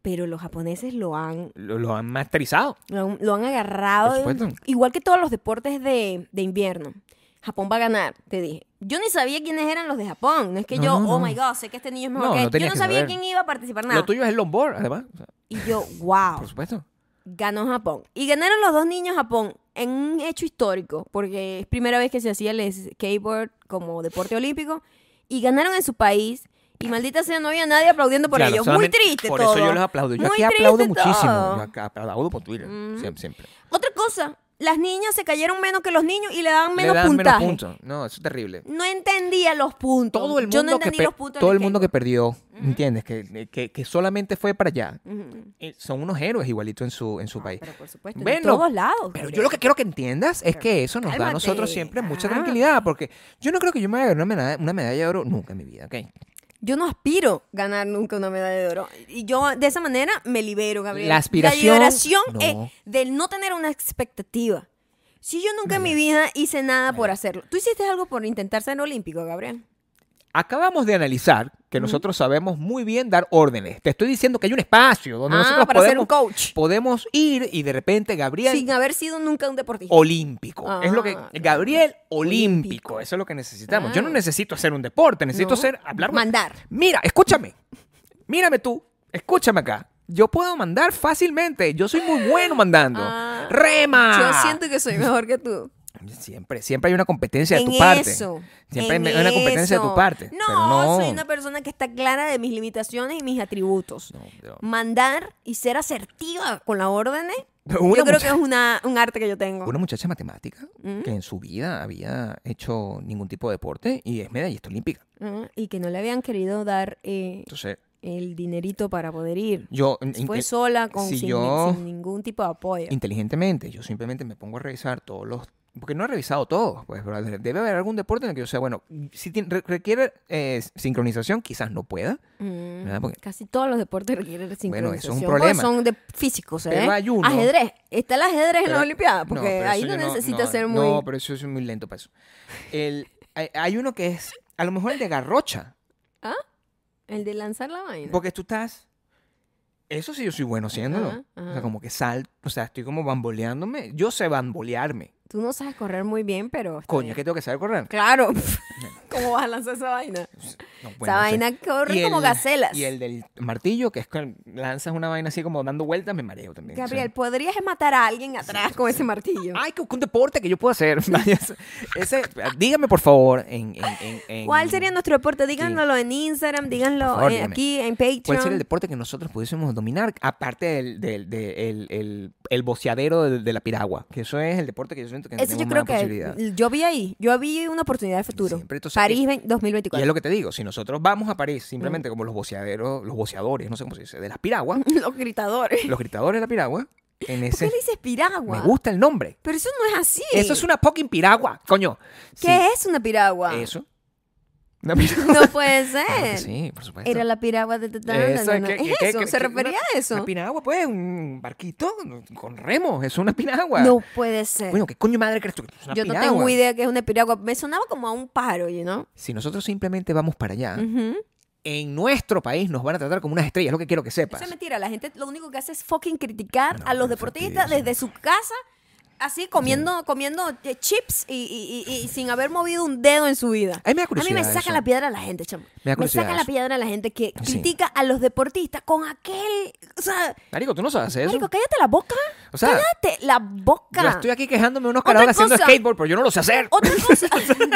Speaker 1: Pero los japoneses lo han,
Speaker 2: Lo, lo han masterizado.
Speaker 1: lo han, lo han agarrado.
Speaker 2: Por supuesto.
Speaker 1: igual que todos los deportes de, de invierno. Japón va a ganar, te dije. Yo ni sabía quiénes eran los de Japón. No es que
Speaker 2: No,
Speaker 1: yo,
Speaker 2: no,
Speaker 1: oh
Speaker 2: no.
Speaker 1: my god, sé que este niño es mejor
Speaker 2: No,
Speaker 1: que
Speaker 2: no
Speaker 1: este. Yo
Speaker 2: tenías
Speaker 1: no
Speaker 2: que
Speaker 1: sabía
Speaker 2: saber.
Speaker 1: quién iba a participar nada.
Speaker 2: Lo tuyo es el longboard, además. O sea,
Speaker 1: Y yo, wow,
Speaker 2: por supuesto.
Speaker 1: ganó Japón. Y ganaron los dos niños Japón en un hecho histórico, porque es primera vez que se hacía el skateboard como deporte olímpico. Y ganaron en su país. Y maldita sea, no había nadie aplaudiendo por
Speaker 2: Claro,
Speaker 1: ellos. Muy
Speaker 2: solamente-
Speaker 1: triste
Speaker 2: Por
Speaker 1: todo.
Speaker 2: eso yo los aplaudo. Yo
Speaker 1: Muy
Speaker 2: aquí aplaudo
Speaker 1: triste
Speaker 2: muchísimo.
Speaker 1: todo. Mm.
Speaker 2: Yo acá aplaudo por Twitter. Siempre. siempre.
Speaker 1: Otra cosa, las niñas se cayeron menos que los niños y le daban
Speaker 2: Le
Speaker 1: menos
Speaker 2: dan
Speaker 1: puntaje.
Speaker 2: menos puntos. No, eso es terrible.
Speaker 1: No entendía los puntos.
Speaker 2: todo el mundo
Speaker 1: Yo no
Speaker 2: que
Speaker 1: entendí
Speaker 2: pe-
Speaker 1: los puntos.
Speaker 2: todo
Speaker 1: del
Speaker 2: el mundo que
Speaker 1: skateboard.
Speaker 2: perdió entiendes que, que, que solamente fue para allá
Speaker 1: Ujú.
Speaker 2: eh, son unos héroes igualito en su en su país
Speaker 1: Pero por supuesto, en
Speaker 2: Bueno,
Speaker 1: todos lados.
Speaker 2: pero yo lo que quiero que entiendas es que eso nos da a nosotros
Speaker 1: cálmate.
Speaker 2: siempre mucha
Speaker 1: Ah.
Speaker 2: tranquilidad porque yo no creo que yo me vaya a ganar una medalla, una medalla de oro nunca en mi vida ¿ok?
Speaker 1: Yo no aspiro a ganar nunca una medalla de oro. Y yo de esa manera me libero, Gabriel.
Speaker 2: La aspiración-
Speaker 1: La liberación
Speaker 2: No.
Speaker 1: es del no tener una expectativa. Si yo nunca en mi vida hice nada por hacerlo. ¿Tú hiciste algo por intentar ser olímpico, Gabriel?
Speaker 2: acabamos de analizar que nosotros sabemos muy bien dar órdenes te estoy diciendo que hay un espacio donde
Speaker 1: Ah,
Speaker 2: nosotros
Speaker 1: para ser
Speaker 2: podemos
Speaker 1: un coach.
Speaker 2: podemos ir y de repente Gabriel
Speaker 1: Sin haber sido nunca un deportista.
Speaker 2: olímpico. es lo que
Speaker 1: Ah,
Speaker 2: Gabriel
Speaker 1: Olímpico.
Speaker 2: olímpico, eso es lo que necesitamos. Yo no
Speaker 1: Ah.
Speaker 2: necesito hacer un deporte, necesito
Speaker 1: No.
Speaker 2: hacer hablar.
Speaker 1: Mandar.
Speaker 2: Mira, escúchame. Mírame tú, escúchame acá. Yo puedo mandar fácilmente. Yo soy muy bueno mandando.
Speaker 1: Ah.
Speaker 2: Rema.
Speaker 1: Yo siento que soy mejor que tú.
Speaker 2: Siempre, siempre hay una competencia de
Speaker 1: en
Speaker 2: tu parte.
Speaker 1: eso,
Speaker 2: Siempre
Speaker 1: en
Speaker 2: hay una competencia de
Speaker 1: eso.
Speaker 2: tu parte.
Speaker 1: No,
Speaker 2: pero no.
Speaker 1: soy una persona que está clara de mis limitaciones y mis atributos.
Speaker 2: No, no.
Speaker 1: Mandar y ser asertiva con las órdenes,
Speaker 2: Pero
Speaker 1: yo
Speaker 2: una
Speaker 1: creo
Speaker 2: mucha-
Speaker 1: que es una, un arte que yo tengo.
Speaker 2: una muchacha matemática que en su vida había hecho ningún tipo de deporte y es medallista olímpica.
Speaker 1: Ah, Y que no le habían querido dar eh,
Speaker 2: Entonces,
Speaker 1: el dinerito para poder ir.
Speaker 2: yo
Speaker 1: Fue
Speaker 2: inte-
Speaker 1: sola, con,
Speaker 2: si
Speaker 1: sin,
Speaker 2: yo-
Speaker 1: sin ningún tipo de apoyo.
Speaker 2: inteligentemente, yo simplemente me pongo a revisar todos los porque no he revisado todos, pues pero de- debe haber algún deporte en el que yo sea bueno. Si tiene- re- requiere eh, sincronización, quizás no pueda,
Speaker 1: Mm,
Speaker 2: ¿verdad? Porque-
Speaker 1: Casi todos los deportes requieren sincronización.
Speaker 2: Bueno, eso es un
Speaker 1: porque
Speaker 2: problema.
Speaker 1: Son de físicos, ¿eh?
Speaker 2: Pero hay uno-
Speaker 1: Ajedrez. Está el ajedrez en
Speaker 2: Pero-
Speaker 1: la Olimpiada,
Speaker 2: No,
Speaker 1: porque
Speaker 2: pero
Speaker 1: ahí
Speaker 2: eso
Speaker 1: no
Speaker 2: yo
Speaker 1: necesita
Speaker 2: no,
Speaker 1: ser muy...
Speaker 2: No, pero eso es muy lento para eso. El, hay, hay uno que es, a lo mejor el de garrocha,
Speaker 1: El de lanzar la vaina.
Speaker 2: porque tú estás... Eso sí yo soy bueno haciéndolo.
Speaker 1: Ajá,
Speaker 2: O
Speaker 1: ajá.
Speaker 2: sea, como que sal, o sea, estoy como bamboleándome. Yo sé bambolearme.
Speaker 1: Tú no sabes correr muy bien, pero... está
Speaker 2: Coño,
Speaker 1: bien.
Speaker 2: es que tengo que saber correr. Pues,
Speaker 1: Claro. ¿Cómo vas a lanzar esa vaina?
Speaker 2: No,
Speaker 1: esa
Speaker 2: bueno, no sé.
Speaker 1: vaina corre
Speaker 2: Y
Speaker 1: como
Speaker 2: el-
Speaker 1: gacelas.
Speaker 2: Y el del martillo, que es que lanzas una vaina así como dando vueltas, me mareo también. o sea.
Speaker 1: Gabriel, ¿podrías matar a alguien atrás con ese martillo?
Speaker 2: Ay, que un deporte que yo puedo hacer. Vaya, ese- ese, dígame, por favor, en, en- en- en-
Speaker 1: ¿Cuál sería nuestro deporte? Díganlo en Instagram, díganlo
Speaker 2: favor,
Speaker 1: eh,
Speaker 2: dígame.
Speaker 1: aquí en Patreon.
Speaker 2: ¿Cuál sería el deporte que nosotros pudiésemos dominar? Aparte del, del, del- el, el- el boceadero de, de la piragua. Que eso es el deporte que yo siento que
Speaker 1: Eso yo
Speaker 2: tenemos
Speaker 1: creo
Speaker 2: más posibilidad.
Speaker 1: que yo vi ahí, yo vi una oportunidad de futuro.
Speaker 2: Siempre, entonces, eh,
Speaker 1: París ve-
Speaker 2: Y es
Speaker 1: 2024.
Speaker 2: lo que te digo, si nosotros vamos a París simplemente
Speaker 1: Mm.
Speaker 2: como los boceaderos, los boceadores, no sé cómo se dice, de las piraguas,
Speaker 1: Los gritadores.
Speaker 2: los gritadores de la piragua,
Speaker 1: ¿Por
Speaker 2: en
Speaker 1: qué
Speaker 2: ese...
Speaker 1: le dices
Speaker 2: Me
Speaker 1: piragua?
Speaker 2: gusta el nombre.
Speaker 1: Pero eso no es así.
Speaker 2: Eso es una fucking piragua, coño.
Speaker 1: ¿Qué
Speaker 2: Sí,
Speaker 1: es una piragua?
Speaker 2: Eso. Una piragua.
Speaker 1: No puede
Speaker 2: Claro que
Speaker 1: ser.
Speaker 2: sí, por supuesto.
Speaker 1: Era la piragua de Tatán.
Speaker 2: Eso,
Speaker 1: no, no.
Speaker 2: que-
Speaker 1: Es
Speaker 2: que-
Speaker 1: eso,
Speaker 2: que-
Speaker 1: se
Speaker 2: que-
Speaker 1: refería a eso.
Speaker 2: Una piragua, pues, un barquito con remos, es una piragua.
Speaker 1: No puede ser.
Speaker 2: Coño, ¿qué coño madre crees tú? que Es una
Speaker 1: yo no
Speaker 2: piragua.
Speaker 1: tengo idea que es una piragua. Me sonaba como a un pájaro, you know?
Speaker 2: Si nosotros simplemente vamos para allá,
Speaker 1: Ujú.
Speaker 2: en nuestro país nos van a tratar como unas estrellas, es lo que quiero que sepas.
Speaker 1: Eso es mentira. La gente lo único que hace es fucking criticar
Speaker 2: No,
Speaker 1: a los
Speaker 2: pero eso
Speaker 1: deportistas
Speaker 2: es eso.
Speaker 1: desde su casa, así comiendo, comiendo eh, chips y, y- y- y sin haber movido un dedo en su vida.
Speaker 2: A mí me da
Speaker 1: A mí
Speaker 2: curiosidad
Speaker 1: me saca
Speaker 2: eso.
Speaker 1: la piedra a la gente, chamo.
Speaker 2: Me da curiosidad
Speaker 1: saca la
Speaker 2: eso.
Speaker 1: piedra a la gente que
Speaker 2: Sí.
Speaker 1: critica a los deportistas con aquel. O sea,
Speaker 2: Marico, tú no sabes hacer eso.
Speaker 1: Marico, cállate la boca.
Speaker 2: o sea,
Speaker 1: Cállate la boca.
Speaker 2: yo estoy aquí quejándome de unos
Speaker 1: Otra
Speaker 2: carajos haciendo
Speaker 1: cosa.
Speaker 2: skateboard, pero yo no lo sé hacer.
Speaker 1: Otra cosa.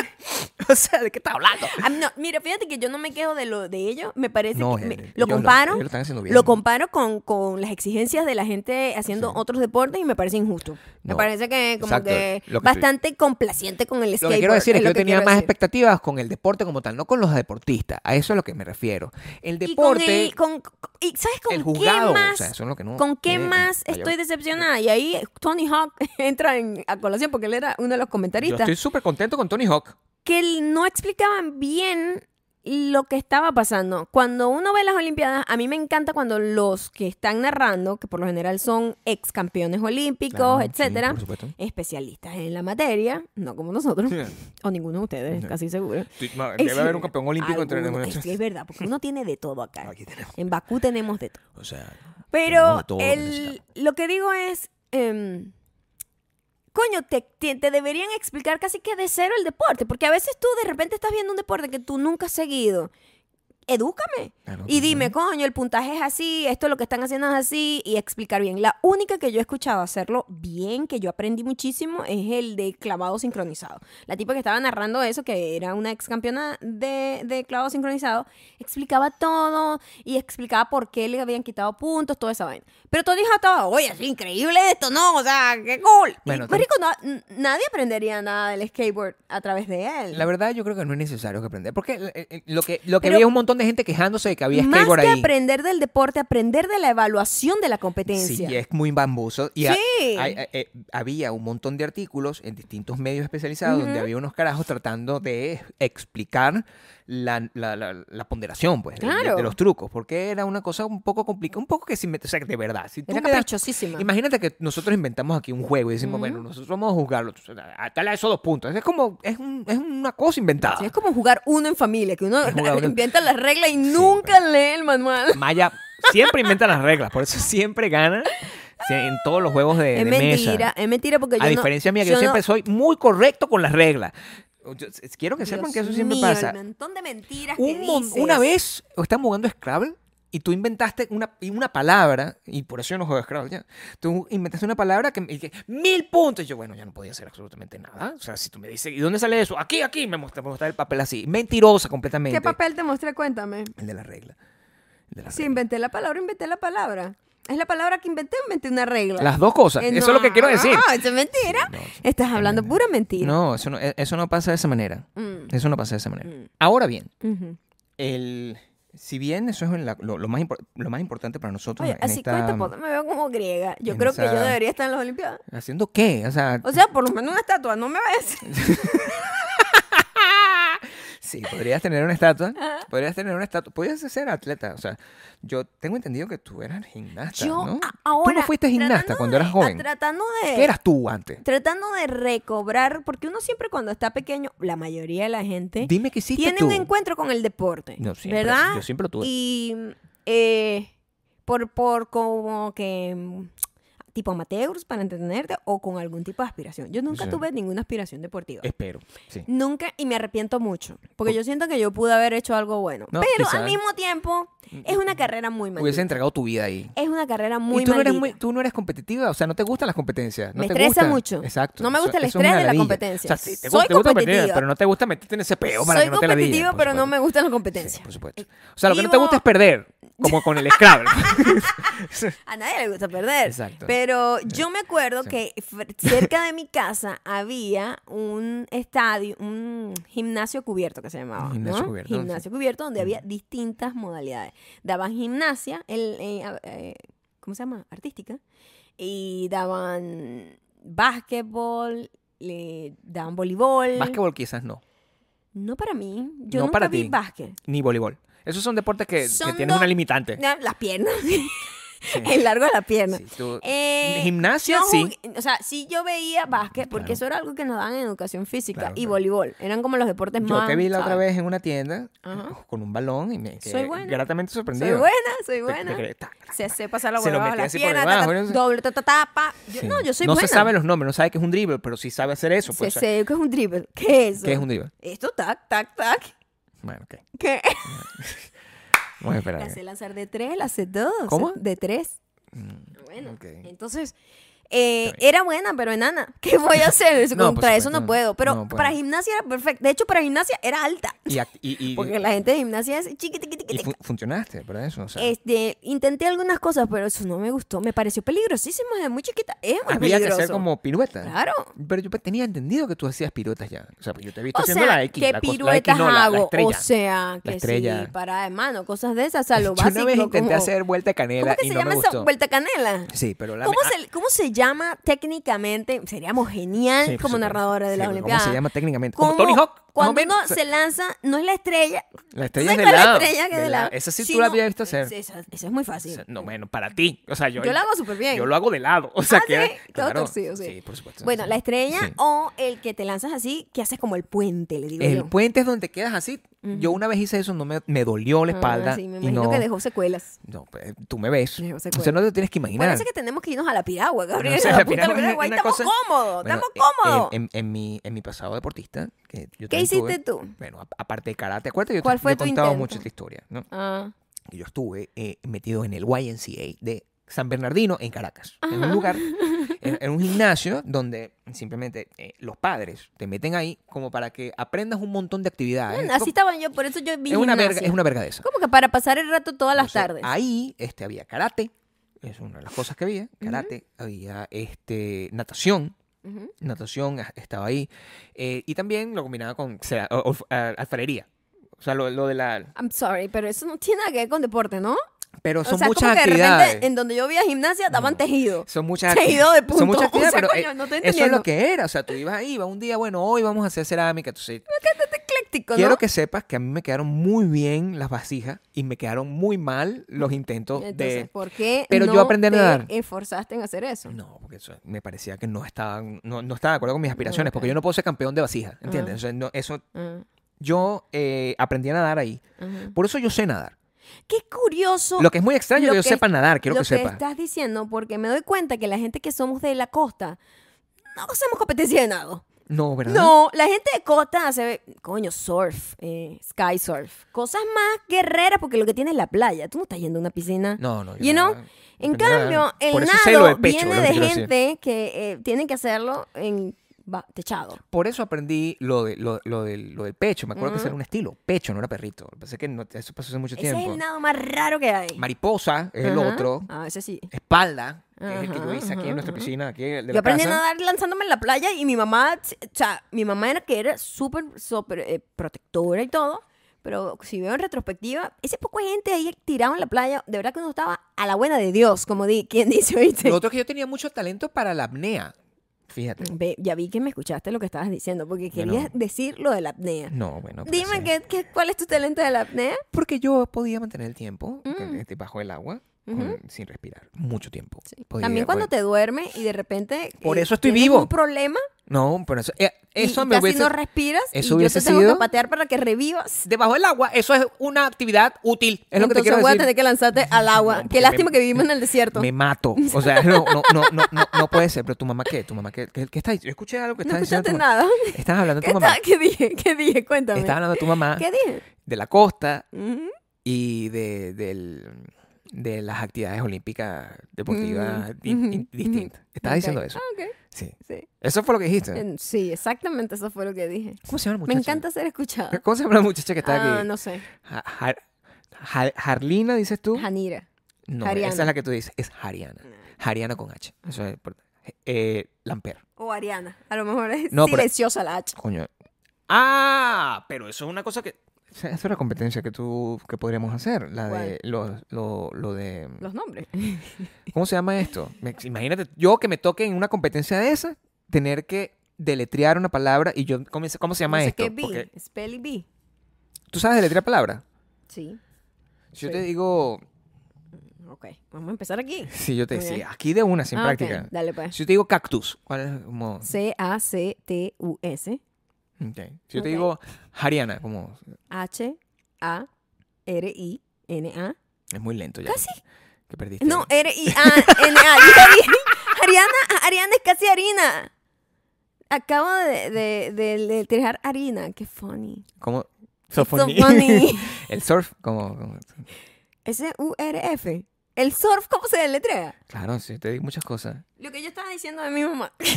Speaker 2: o sea, ¿de qué estás hablando?
Speaker 1: Ah, no, mira, fíjate que yo no me quejo de lo de ellos. Me parece
Speaker 2: No,
Speaker 1: que me-
Speaker 2: el-
Speaker 1: lo
Speaker 2: ellos lo-
Speaker 1: comparo.
Speaker 2: ellos lo están haciendo bien.
Speaker 1: comparo con, con las exigencias de la gente haciendo otros deportes y me parece injusto. Me
Speaker 2: No,
Speaker 1: parece que como
Speaker 2: exacto,
Speaker 1: que,
Speaker 2: lo que estoy-
Speaker 1: bastante complaciente con el
Speaker 2: Lo
Speaker 1: skateboard.
Speaker 2: que quiero decir es que
Speaker 1: lo
Speaker 2: yo tenía
Speaker 1: quiero
Speaker 2: más
Speaker 1: decir.
Speaker 2: expectativas con el deporte como tal, no con los deportistas. A eso es a lo que me refiero. El
Speaker 1: Y con
Speaker 2: deporte,
Speaker 1: el- con- con- y ¿sabes con
Speaker 2: el juzgado,
Speaker 1: qué más?
Speaker 2: o sea, eso es lo que no
Speaker 1: ¿Con qué
Speaker 2: tiene
Speaker 1: más
Speaker 2: mayor-
Speaker 1: estoy decepcionada? Y ahí Tony Hawk entra en, a colación porque él era uno de los
Speaker 2: yo
Speaker 1: comentaristas.
Speaker 2: estoy súper contento con Tony Hawk.
Speaker 1: que l- no explicaban bien lo que estaba pasando. Cuando uno ve las Olimpiadas, a mí me encanta cuando los que están narrando, que por lo general son ex campeones olímpicos,
Speaker 2: Claro, sí,
Speaker 1: etcétera,
Speaker 2: por supuesto.
Speaker 1: especialistas en la materia, no como nosotros, o ninguno de ustedes, casi seguro.
Speaker 2: Sí, ma- Debe haber un campeón olímpico entre
Speaker 1: Alguno-
Speaker 2: nosotros.
Speaker 1: es, que es verdad, porque uno tiene de todo acá.
Speaker 2: Aquí tenemos.
Speaker 1: En Bakú tenemos de todo.
Speaker 2: O sea,
Speaker 1: Pero
Speaker 2: No, todo lo
Speaker 1: el-
Speaker 2: necesitamos.
Speaker 1: lo que digo es, em, coño, te, te- te deberían explicar casi que de cero el deporte, porque a veces tú de repente estás viendo un deporte que tú nunca has seguido. Edúcame.
Speaker 2: Claro,
Speaker 1: y
Speaker 2: claro.
Speaker 1: dime, coño, el puntaje es así, esto lo que están haciendo es así, y explicar bien. La única que yo he escuchado hacerlo bien, que yo aprendí muchísimo, es el de clavado sincronizado. La tipa que estaba narrando eso, que era una ex campeona de, de clavado sincronizado, explicaba todo y explicaba por qué le habían quitado puntos, toda esa vaina. Pero Tony Hawk estaba, oye, es increíble esto, no, o sea, qué cool.
Speaker 2: Bueno,
Speaker 1: Y, marico, no- n- nadie aprendería nada del skateboard a través de él.
Speaker 2: la verdad yo creo que no es necesario que aprender. Porque eh, eh, lo que, lo que
Speaker 1: Pero-
Speaker 2: había es un montón de gente quejándose de que había
Speaker 1: Más
Speaker 2: skateboard
Speaker 1: que
Speaker 2: ahí.
Speaker 1: aprender del deporte, aprender de la evaluación de la competencia.
Speaker 2: Sí, es muy bambuso. Y ha-
Speaker 1: Sí.
Speaker 2: hay- eh, eh, había un montón de artículos en distintos medios especializados donde había unos carajos tratando de explicar la, la- la- la ponderación, pues, de- de- de,
Speaker 1: Claro.
Speaker 2: los trucos. Porque era una cosa un poco complicada, un poco que si me, o sea, que de verdad. Si tú
Speaker 1: Era
Speaker 2: me das-
Speaker 1: caprichosísima.
Speaker 2: Imagínate que nosotros inventamos aquí un juego y decimos, bueno, nosotros vamos a juzgarlo. a Tal a esos dos puntos. Es como, es, un- es una cosa inventada.
Speaker 1: Sí, es como jugar uno en familia, que uno
Speaker 2: Ah. Es jugar uno en- pues.
Speaker 1: inventa las reglas y nunca lee el manual.
Speaker 2: Maya siempre inventa las reglas, por eso siempre gana sí, en todos los juegos de,
Speaker 1: Es
Speaker 2: de mesa.
Speaker 1: mentira, es mentira porque yo
Speaker 2: A
Speaker 1: no-
Speaker 2: diferencia mía, que yo,
Speaker 1: no-
Speaker 2: siempre soy muy correcto con las reglas. Yo s- quiero que sepan
Speaker 1: Dios
Speaker 2: que eso siempre
Speaker 1: mío,
Speaker 2: pasa.
Speaker 1: El montón de mentiras que
Speaker 2: Un mon-
Speaker 1: dices.
Speaker 2: una vez estamos jugando Scrabble y tú inventaste una, y una palabra, y por eso yo no juego a Scrabble ya. Tú inventaste una palabra que, y que mil puntos. Y yo, bueno, ya no podía hacer absolutamente nada. O sea, si tú me dices, ¿y dónde sale eso? Aquí, aquí, me muestra, me muestra el papel así. Mentirosa completamente.
Speaker 1: ¿Qué papel te mostré? Cuéntame.
Speaker 2: El de la regla. El de la
Speaker 1: Si
Speaker 2: regla.
Speaker 1: inventé la palabra, inventé la palabra. Es la palabra que inventé, inventé una regla.
Speaker 2: Las dos cosas.
Speaker 1: Eh,
Speaker 2: Eso es lo que quiero decir.
Speaker 1: No, eso es mentira.
Speaker 2: No,
Speaker 1: Estás hablando pura mentira.
Speaker 2: No, eso no, e- eso no pasa de esa manera.
Speaker 1: Mm.
Speaker 2: Eso no pasa de esa manera.
Speaker 1: Mm.
Speaker 2: Ahora bien,
Speaker 1: Ujú.
Speaker 2: el, si bien eso es en la- lo, lo más impor- lo más importante para nosotros
Speaker 1: Oye,
Speaker 2: en
Speaker 1: así con
Speaker 2: esta-
Speaker 1: esta foto me veo como griega. Yo
Speaker 2: en
Speaker 1: creo que yo
Speaker 2: esa-
Speaker 1: debería estar en las Olimpiadas.
Speaker 2: ¿Haciendo qué? O sea,
Speaker 1: O sea, por lo menos una estatua, no me ves.
Speaker 2: sí, podrías tener una estatua. Podrías tener una estatua. Podrías ser atleta. O sea, yo tengo entendido que tú eras gimnasta,
Speaker 1: Yo
Speaker 2: ¿no?
Speaker 1: a- ahora.
Speaker 2: tú no fuiste gimnasta
Speaker 1: tratando
Speaker 2: cuando eras
Speaker 1: de-
Speaker 2: joven.
Speaker 1: a- Tratando de.
Speaker 2: ¿Qué eras tú antes?
Speaker 1: Tratando de recobrar, porque uno siempre cuando está pequeño, la mayoría de la gente
Speaker 2: Dime qué hiciste
Speaker 1: tiene
Speaker 2: tú.
Speaker 1: un encuentro con el deporte,
Speaker 2: No, siempre,
Speaker 1: ¿verdad?
Speaker 2: yo siempre lo tuve.
Speaker 1: Y eh, por, por como que mm, tipo amateurs para entretenerte o con algún tipo de aspiración. Yo nunca
Speaker 2: Sí.
Speaker 1: tuve ninguna aspiración deportiva.
Speaker 2: Espero. Sí.
Speaker 1: Nunca, y me arrepiento mucho, porque yo siento que yo pude haber hecho algo bueno.
Speaker 2: No,
Speaker 1: pero
Speaker 2: quizá.
Speaker 1: al mismo tiempo, es una carrera muy
Speaker 2: mm. Hubiese
Speaker 1: maldita.
Speaker 2: entregado tu vida ahí.
Speaker 1: Es una carrera muy
Speaker 2: y tú no, eres
Speaker 1: maldita.
Speaker 2: muy- tú no eres competitiva, o sea, no te gustan las competencias. No
Speaker 1: Me
Speaker 2: te
Speaker 1: estresa
Speaker 2: gustan.
Speaker 1: mucho.
Speaker 2: Exacto.
Speaker 1: No me
Speaker 2: Eso-
Speaker 1: gusta el
Speaker 2: eso es una
Speaker 1: estrés de la
Speaker 2: ladilla.
Speaker 1: competencia.
Speaker 2: O sea, sí, te
Speaker 1: Soy
Speaker 2: gusta, te gusta competir,
Speaker 1: competitiva.
Speaker 2: pero no te gusta meterte en ese peo para
Speaker 1: Soy
Speaker 2: que no te la
Speaker 1: competitiva, pero no me gustan las
Speaker 2: competencia.
Speaker 1: competencias.
Speaker 2: por supuesto. O sea, lo que no te
Speaker 1: Vivo-
Speaker 2: gusta es perder, como con el Scrabble.
Speaker 1: A nadie le gusta perder.
Speaker 2: Exacto.
Speaker 1: Pero yo me acuerdo
Speaker 2: Sí.
Speaker 1: que fr- cerca de mi casa había un estadio, un gimnasio cubierto que se llamaba.
Speaker 2: Un gimnasio
Speaker 1: ¿no?
Speaker 2: cubierto, Mm.
Speaker 1: Gimnasio cubierto donde había distintas modalidades. Daban gimnasia, el, eh, a- eh, ¿cómo se llama? Artística. Y daban básquetbol, le daban voleibol.
Speaker 2: Básquetbol quizás no,
Speaker 1: No para mí. Yo
Speaker 2: No
Speaker 1: nunca
Speaker 2: para
Speaker 1: vi
Speaker 2: ti.
Speaker 1: básquet.
Speaker 2: ni voleibol. Esos son deportes que, que
Speaker 1: Son
Speaker 2: tienes
Speaker 1: dos-
Speaker 2: una limitante.
Speaker 1: Ah, Las piernas. el largo de las piernas.
Speaker 2: Sí, tú-
Speaker 1: Eh,
Speaker 2: Gimnasia,
Speaker 1: yo
Speaker 2: sí.
Speaker 1: jugué- O sea, sí yo veía básquet, porque
Speaker 2: Claro.
Speaker 1: eso era algo que nos daban en educación física
Speaker 2: Claro,
Speaker 1: y
Speaker 2: claro.
Speaker 1: voleibol. Eran como los deportes más.
Speaker 2: Yo te vi la otra
Speaker 1: ¿sabes?
Speaker 2: vez en una tienda
Speaker 1: Ajá.
Speaker 2: con un balón y me
Speaker 1: Soy
Speaker 2: quedé
Speaker 1: buena.
Speaker 2: gratamente sorprendido.
Speaker 1: Soy buena, soy
Speaker 2: Te- te
Speaker 1: buena.
Speaker 2: quedé, tac, tac,
Speaker 1: Se hace pasar la
Speaker 2: Se lo
Speaker 1: bola bajo
Speaker 2: metí
Speaker 1: las
Speaker 2: así por
Speaker 1: piernas,
Speaker 2: debajo,
Speaker 1: ta, ta,
Speaker 2: yo sé.
Speaker 1: doble ta, ta, tapa. Yo-
Speaker 2: Sí.
Speaker 1: No, yo soy
Speaker 2: no
Speaker 1: buena.
Speaker 2: se sabe los nombres, no sabe que es un dribble, pero sí sabe hacer eso.
Speaker 1: Se-
Speaker 2: Pues, o sea,
Speaker 1: sé que es un dribble. ¿Qué es eso?
Speaker 2: ¿Qué es un dribble?
Speaker 1: Esto, tac, tac, tac.
Speaker 2: Bueno, ok.
Speaker 1: ¿Qué?
Speaker 2: Vamos a esperar.
Speaker 1: La sé lanzar de tres, la sé dos.
Speaker 2: ¿Cómo?
Speaker 1: De tres.
Speaker 2: Mm,
Speaker 1: Bueno,
Speaker 2: ok.
Speaker 1: entonces eh,
Speaker 2: Está bien.
Speaker 1: era buena, pero enana. ¿Qué voy a hacer? Eso-
Speaker 2: No, por
Speaker 1: Contra eso no
Speaker 2: supuesto,
Speaker 1: puedo. Pero
Speaker 2: no pues. puedo.
Speaker 1: para gimnasia era perfecta. De hecho, para gimnasia era alta.
Speaker 2: Y, act- y- y-
Speaker 1: Porque la gente de gimnasia es
Speaker 2: y
Speaker 1: chiquitiquitiquiti.
Speaker 2: fu- funcionaste, ¿verdad? Eso, o sea,
Speaker 1: Este, intenté algunas cosas, pero eso no me gustó. Me pareció peligrosísimo desde muy chiquita. Es muy
Speaker 2: había que
Speaker 1: peligroso.
Speaker 2: hacer como piruetas.
Speaker 1: Claro.
Speaker 2: Pero yo pe- tenía entendido que tú hacías piruetas ya. O sea, pues yo te he visto
Speaker 1: O
Speaker 2: haciendo
Speaker 1: sea,
Speaker 2: la X.
Speaker 1: ¿qué
Speaker 2: la cos- la
Speaker 1: piruetas
Speaker 2: X, no, la- la
Speaker 1: hago? o
Speaker 2: estrella.
Speaker 1: sea, que
Speaker 2: estrella.
Speaker 1: sí, para de mano, cosas de esas. O sea, lo
Speaker 2: Yo
Speaker 1: básico.
Speaker 2: una vez intenté
Speaker 1: como-
Speaker 2: hacer vuelta de
Speaker 1: ¿Cómo
Speaker 2: canela
Speaker 1: que
Speaker 2: y
Speaker 1: se
Speaker 2: no
Speaker 1: llama
Speaker 2: me
Speaker 1: esa
Speaker 2: gustó.
Speaker 1: vuelta canela?
Speaker 2: Sí, pero la
Speaker 1: ¿Cómo,
Speaker 2: ah,
Speaker 1: se, ¿Cómo se llama técnicamente? Seríamos genial
Speaker 2: sí, por
Speaker 1: como
Speaker 2: supuesto.
Speaker 1: narradora de
Speaker 2: Sí,
Speaker 1: la
Speaker 2: pero
Speaker 1: Olimpiada.
Speaker 2: ¿Cómo se llama técnicamente?
Speaker 1: ¿Cómo-
Speaker 2: Como Tony Hawk. más o
Speaker 1: Cuando uno
Speaker 2: menos. O sea,
Speaker 1: se lanza, no es la estrella.
Speaker 2: La estrella es
Speaker 1: ¿Sabes
Speaker 2: de
Speaker 1: cuál
Speaker 2: lado.
Speaker 1: La estrella que es de lado.
Speaker 2: Esa sí tú
Speaker 1: Sino-
Speaker 2: la habías visto hacer.
Speaker 1: es- Esa, esa es muy
Speaker 2: O sea,
Speaker 1: fácil.
Speaker 2: No, bueno, para ti. O sea, yo,
Speaker 1: Yo la hago súper bien.
Speaker 2: Yo lo hago de lado. O sea,
Speaker 1: Ah,
Speaker 2: que.
Speaker 1: ¿sí? Todo torcido, sí.
Speaker 2: por supuesto.
Speaker 1: Bueno,
Speaker 2: sí.
Speaker 1: la estrella
Speaker 2: Sí.
Speaker 1: o el que te lanzas así, que haces como el puente, le digo
Speaker 2: El
Speaker 1: yo.
Speaker 2: puente es donde quedas así. Yo una vez hice eso, no me, me dolió la
Speaker 1: Ah,
Speaker 2: espalda.
Speaker 1: sí, me
Speaker 2: y
Speaker 1: imagino
Speaker 2: no,
Speaker 1: que dejó secuelas.
Speaker 2: no, pues, tú me ves.
Speaker 1: Dejó
Speaker 2: O
Speaker 1: secuela.
Speaker 2: sea, no te lo tienes que
Speaker 1: Por
Speaker 2: imaginar.
Speaker 1: eso es que tenemos que irnos a la piragua, Gabriel.
Speaker 2: No sé,
Speaker 1: a
Speaker 2: al
Speaker 1: la punta de
Speaker 2: final
Speaker 1: la
Speaker 2: una-
Speaker 1: piragua. Ahí
Speaker 2: una
Speaker 1: estamos
Speaker 2: cosa-
Speaker 1: cómodos,
Speaker 2: Bueno,
Speaker 1: estamos
Speaker 2: eh, eh,
Speaker 1: cómodos.
Speaker 2: En, en mi, en mi pasado deportista. Que
Speaker 1: ¿Qué
Speaker 2: yo también tuve-
Speaker 1: hiciste tú?
Speaker 2: Bueno, a- aparte de karate, acuérdate, yo
Speaker 1: ¿Cuál
Speaker 2: te,
Speaker 1: fue
Speaker 2: yo he
Speaker 1: tu
Speaker 2: contado
Speaker 1: intento?
Speaker 2: mucho esta historia, ¿no?
Speaker 1: Ah,
Speaker 2: que yo estuve eh, metido en el YNCA de San Bernardino en Caracas. En
Speaker 1: Ajá.
Speaker 2: un lugar, en, en un gimnasio donde simplemente eh, los padres te meten ahí como para que aprendas un montón de actividades.
Speaker 1: mm,
Speaker 2: Es
Speaker 1: así
Speaker 2: como-
Speaker 1: estaba yo, por eso yo vi
Speaker 2: es una, verga,
Speaker 1: gimnasia.
Speaker 2: es una verga de esa.
Speaker 1: Como que para pasar el rato todas las tardes.
Speaker 2: Entonces, Ahí este, había karate, es una de las cosas que había, karate, había este, natación,
Speaker 1: Ujú.
Speaker 2: natación ah, estaba ahí, eh, y también lo combinaba con o sea, o- o- ah, alfarería. O sea, lo, lo de la...
Speaker 1: I'm sorry, pero eso no tiene nada que ver con deporte, ¿no?
Speaker 2: Pero son
Speaker 1: o sea,
Speaker 2: muchas
Speaker 1: como que de
Speaker 2: actividades.
Speaker 1: repente en donde yo vi a gimnasia daban tejido.
Speaker 2: Son muchas
Speaker 1: Seguido de punto.
Speaker 2: Son muchas
Speaker 1: O sea,
Speaker 2: actividades, pero
Speaker 1: coño,
Speaker 2: eh,
Speaker 1: no estoy
Speaker 2: eso es
Speaker 1: entendiendo.
Speaker 2: lo que era. O sea, tú ibas ahí, ibas un día, bueno, hoy vamos a hacer cerámica. Entonces,
Speaker 1: Ecléctico,
Speaker 2: quiero
Speaker 1: ¿no?
Speaker 2: que sepas que a mí me quedaron muy bien las vasijas y me quedaron muy mal los intentos
Speaker 1: Entonces,
Speaker 2: de...
Speaker 1: ¿por qué
Speaker 2: pero yo
Speaker 1: no
Speaker 2: aprendí a
Speaker 1: te
Speaker 2: nadar.
Speaker 1: esforzaste en hacer eso?
Speaker 2: No, porque eso me parecía que no estaba, no, no estaba de acuerdo con mis aspiraciones, porque
Speaker 1: ok.
Speaker 2: yo no puedo ser campeón de vasija, ¿entiendes?
Speaker 1: Ah.
Speaker 2: O sea, no- eso,
Speaker 1: Ah,
Speaker 2: yo eh, aprendí a nadar ahí.
Speaker 1: ajá.
Speaker 2: Por eso yo sé nadar.
Speaker 1: Qué curioso.
Speaker 2: Lo que es muy
Speaker 1: lo
Speaker 2: extraño es que yo
Speaker 1: que-
Speaker 2: sepa nadar, quiero
Speaker 1: lo
Speaker 2: que sepas.
Speaker 1: estás diciendo, porque me doy cuenta que la gente que somos de la costa no hacemos competencia de nado.
Speaker 2: No, ¿verdad?
Speaker 1: No, la gente de Costa hace, coño, surf, eh, sky surf. Cosas más guerreras porque lo que tiene es la playa. Tú no estás yendo a una piscina.
Speaker 2: No, no. yo
Speaker 1: You
Speaker 2: no-
Speaker 1: know, en
Speaker 2: no-
Speaker 1: cambio,
Speaker 2: por
Speaker 1: el
Speaker 2: eso sé lo
Speaker 1: nado
Speaker 2: de pecho,
Speaker 1: viene
Speaker 2: lo que
Speaker 1: de
Speaker 2: quiero decir.
Speaker 1: gente que eh, tiene que hacerlo en ba- techado.
Speaker 2: Por eso aprendí lo, de, lo, lo del, lo del pecho. Me acuerdo que ese era un estilo. Pecho, no era perrito. Pensé que no- eso pasó hace mucho
Speaker 1: Ese es
Speaker 2: tiempo.
Speaker 1: el nado más raro que hay.
Speaker 2: Mariposa es el
Speaker 1: Ajá.
Speaker 2: otro.
Speaker 1: Ah, ese sí.
Speaker 2: Espalda, que es el que yo
Speaker 1: Ajá,
Speaker 2: hice aquí
Speaker 1: ajá,
Speaker 2: en nuestra
Speaker 1: ajá.
Speaker 2: piscina, aquí el de
Speaker 1: Yo
Speaker 2: la
Speaker 1: aprendí
Speaker 2: casa.
Speaker 1: a nadar lanzándome en la playa y mi mamá, o sea, mi mamá era que era súper, súper eh, protectora y todo, pero si veo en retrospectiva, ese poco de gente ahí tirado en la playa, de verdad que uno estaba a la buena de Dios, como di, quien dice, oíste.
Speaker 2: Lo otro es que yo tenía mucho talento para la apnea. Fíjate.
Speaker 1: Ve, ya vi que me escuchaste lo que estabas diciendo, porque
Speaker 2: Bueno.
Speaker 1: querías decir lo de la apnea.
Speaker 2: No, bueno. pero
Speaker 1: Dime
Speaker 2: sí.
Speaker 1: qué- qué- cuál es tu talento de la apnea.
Speaker 2: Porque yo podía mantener el tiempo
Speaker 1: Mm.
Speaker 2: este, bajo el agua con-
Speaker 1: Ujú.
Speaker 2: sin respirar. Mucho tiempo. Podía,
Speaker 1: También cuando
Speaker 2: bueno.
Speaker 1: te duermes y de repente...
Speaker 2: Pues
Speaker 1: eh,
Speaker 2: Por eso estoy
Speaker 1: tienes
Speaker 2: vivo.
Speaker 1: un problema
Speaker 2: No, pero eso, eh,
Speaker 1: y
Speaker 2: eso me
Speaker 1: casi
Speaker 2: hubiese...
Speaker 1: no respiras
Speaker 2: eso
Speaker 1: y yo
Speaker 2: hubiese
Speaker 1: te tengo que
Speaker 2: sido-
Speaker 1: patear para que revivas.
Speaker 2: Debajo del agua, eso es una actividad útil. Es lo que te
Speaker 1: Entonces
Speaker 2: quiero
Speaker 1: voy
Speaker 2: decir.
Speaker 1: a tener que lanzarte al agua.
Speaker 2: No,
Speaker 1: Qué
Speaker 2: porque
Speaker 1: lástima
Speaker 2: me-
Speaker 1: que vivimos en el desierto.
Speaker 2: Me mato. O sea, no, no, no, no, no, no puede ser. Pero tu mamá, ¿qué? ¿Tu mamá qué? ¿Qué, qué está diciendo? Yo escuché algo que
Speaker 1: no
Speaker 2: estaba diciendo.
Speaker 1: escuchaste
Speaker 2: tu mamá.
Speaker 1: nada.
Speaker 2: Estabas hablando de
Speaker 1: ¿Qué,
Speaker 2: tu mamá.
Speaker 1: tal? ¿Qué dije? ¿Qué dije? Cuéntame.
Speaker 2: Estabas hablando de tu mamá,
Speaker 1: ¿Qué dije? Mm,
Speaker 2: de la costa
Speaker 1: Ujú.
Speaker 2: y de, del- de las actividades olímpicas deportivas
Speaker 1: Mm,
Speaker 2: di-
Speaker 1: ujú,
Speaker 2: in-
Speaker 1: ujú.
Speaker 2: distintas. Estabas
Speaker 1: Ok.
Speaker 2: diciendo eso.
Speaker 1: Ah, ok.
Speaker 2: Sí.
Speaker 1: Sí.
Speaker 2: Eso fue lo que dijiste.
Speaker 1: En- sí, exactamente eso fue lo que dije.
Speaker 2: ¿Cómo se llama la
Speaker 1: Me
Speaker 2: muchacha?
Speaker 1: encanta ser escuchada.
Speaker 2: ¿Cómo se llama la muchacha que está
Speaker 1: Ah,
Speaker 2: aquí?
Speaker 1: no sé.
Speaker 2: Ja- Jar- Jar- Jarlina, dices tú.
Speaker 1: Janira.
Speaker 2: No, esa
Speaker 1: Hariana.
Speaker 2: es la que tú dices. Es Hariana. Hariana con H. Eso es. por- Eh, Lamper.
Speaker 1: O Ariana. A lo mejor es
Speaker 2: No, pero-
Speaker 1: silenciosa la H.
Speaker 2: Coño. Ah, pero eso es una cosa que. o sea, Esa es una competencia que tú que podríamos hacer, la de los, lo, lo de
Speaker 1: Los nombres.
Speaker 2: ¿cómo se llama esto? Me- imagínate yo que me toque en una competencia de esa, tener que deletrear una palabra y yo ¿cómo, se- cómo se llama
Speaker 1: no sé
Speaker 2: esto?
Speaker 1: qué B.
Speaker 2: Porque-
Speaker 1: Spelly B.
Speaker 2: ¿Tú sabes deletrear palabras?
Speaker 1: Sí.
Speaker 2: Si yo
Speaker 1: Sí.
Speaker 2: te digo,
Speaker 1: Ok. Vamos a empezar aquí.
Speaker 2: si yo te
Speaker 1: Muy
Speaker 2: sí,
Speaker 1: bien.
Speaker 2: aquí de una sin
Speaker 1: Ah, ok.
Speaker 2: práctica.
Speaker 1: Dale pues.
Speaker 2: Si yo te digo cactus, ¿cuál es como
Speaker 1: C-A-C-T-U-S.
Speaker 2: ok. Si yo
Speaker 1: Ok.
Speaker 2: te digo Hariana, como
Speaker 1: H-A-R-I-N-A.
Speaker 2: es muy lento ya.
Speaker 1: Casi.
Speaker 2: Que perdiste.
Speaker 1: No, eh, ah, R-I-A-N-A. Dije bien. Ariana, ah, Ariana es casi harina. Acabo de, de, de, de tirar harina. Qué funny.
Speaker 2: Como
Speaker 1: It's so funny.
Speaker 2: El surf como, como-
Speaker 1: S-U-R-F. El surf, ¿cómo se deletrea?
Speaker 2: claro, si yo te digo muchas cosas.
Speaker 1: Lo que yo estaba diciendo de mi mamá. es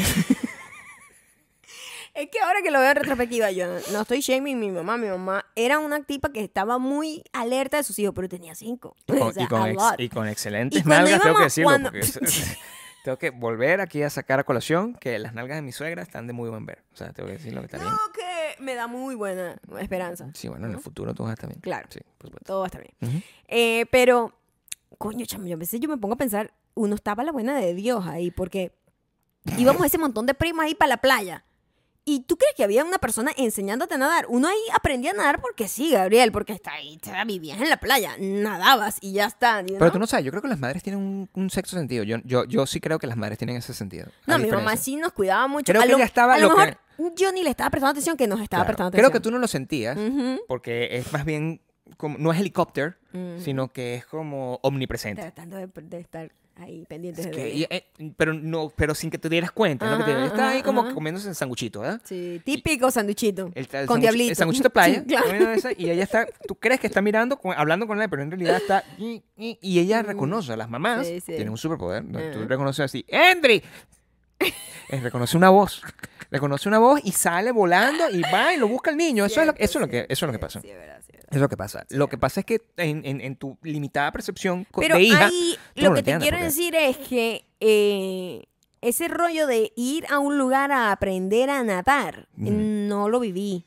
Speaker 1: que ahora que lo veo en retrospectiva, yo no estoy shaming mi mamá. Mi mamá era una tipa que estaba muy alerta de sus hijos, pero tenía cinco.
Speaker 2: Y con,
Speaker 1: O sea,
Speaker 2: y con
Speaker 1: a
Speaker 2: ex-
Speaker 1: lot.
Speaker 2: y con excelentes
Speaker 1: Y cuando
Speaker 2: nalgas, tengo que
Speaker 1: íbamos-
Speaker 2: decirlo.
Speaker 1: cuando-
Speaker 2: porque es- tengo que volver aquí a sacar a colación que las nalgas de mi suegra están de muy buen ver. O sea, tengo que decirlo que está bien.
Speaker 1: Creo que me da muy buena esperanza.
Speaker 2: Sí, bueno, en el futuro tú vas a estar bien.
Speaker 1: Claro.
Speaker 2: Sí, pues por supuesto.
Speaker 1: Todo va a estar bien.
Speaker 2: Ujú.
Speaker 1: Eh, pero, coño, chamo, yo a veces yo me pongo a pensar, uno estaba la buena de Dios ahí, porque íbamos ese montón de primas ahí para la playa. ¿Y tú crees que había una persona enseñándote a nadar? Uno ahí aprendía a nadar porque sí, Gabriel, porque está ahí, te- vivías en la playa, nadabas y ya está. you
Speaker 2: Pero
Speaker 1: know?
Speaker 2: tú no sabes, yo creo que las madres tienen un, un sexto sentido. Yo, yo, yo sí creo que las madres tienen ese sentido.
Speaker 1: no,
Speaker 2: a
Speaker 1: mi mamá
Speaker 2: diferencia.
Speaker 1: sí nos cuidaba mucho.
Speaker 2: Creo
Speaker 1: a
Speaker 2: que
Speaker 1: lo,
Speaker 2: ella estaba
Speaker 1: a lo
Speaker 2: lo que-
Speaker 1: mejor yo ni le estaba prestando atención que nos estaba
Speaker 2: Claro.
Speaker 1: prestando
Speaker 2: Creo
Speaker 1: atención. Mm.
Speaker 2: que tú no lo sentías
Speaker 1: Ujú.
Speaker 2: porque es más bien, como, no es helicóptero,
Speaker 1: Ujú.
Speaker 2: sino que es como omnipresente.
Speaker 1: Mm. Tratando de, de estar ahí pendientes
Speaker 2: Es
Speaker 1: de
Speaker 2: que-
Speaker 1: bebé.
Speaker 2: y- eh, pero no pero sin que te dieras cuenta. ¿no? Que te-
Speaker 1: Ajá,
Speaker 2: está ahí
Speaker 1: ajá,
Speaker 2: como
Speaker 1: ajá.
Speaker 2: comiéndose el sanguchito, ¿verdad?
Speaker 1: Sí, típico sanduchito.
Speaker 2: El, tra- el
Speaker 1: con
Speaker 2: sanguchi-
Speaker 1: diablito.
Speaker 2: El sanguchito playa.
Speaker 1: Sí, claro.
Speaker 2: comiendo esa, y ella está, tú crees que está mirando, con- hablando con él, pero en realidad está. Y, y- y ella reconoce a las mamás.
Speaker 1: Mm. Sí, Ah. sí.
Speaker 2: Tienen un superpoder. ¿no? Tú
Speaker 1: Ajá.
Speaker 2: reconoces así, ¡Endry! Eh, reconoce una voz. Reconoce una voz y sale volando y va y lo busca el niño. Eso, es, lo,
Speaker 1: Cierto,
Speaker 2: eso, es, lo que,
Speaker 1: cierto,
Speaker 2: eso es lo que
Speaker 1: cierto,
Speaker 2: pasa.
Speaker 1: sí, es verdad, sí, es verdad.
Speaker 2: Es lo que pasa. Lo que pasa es que en, en- en tu limitada percepción co-
Speaker 1: Pero
Speaker 2: de hija.
Speaker 1: ahí
Speaker 2: tú
Speaker 1: lo
Speaker 2: no
Speaker 1: que te
Speaker 2: entiendes
Speaker 1: quiero
Speaker 2: por qué.
Speaker 1: decir es que eh, ese rollo de ir a un lugar a aprender a nadar,
Speaker 2: Ujú.
Speaker 1: no lo viví.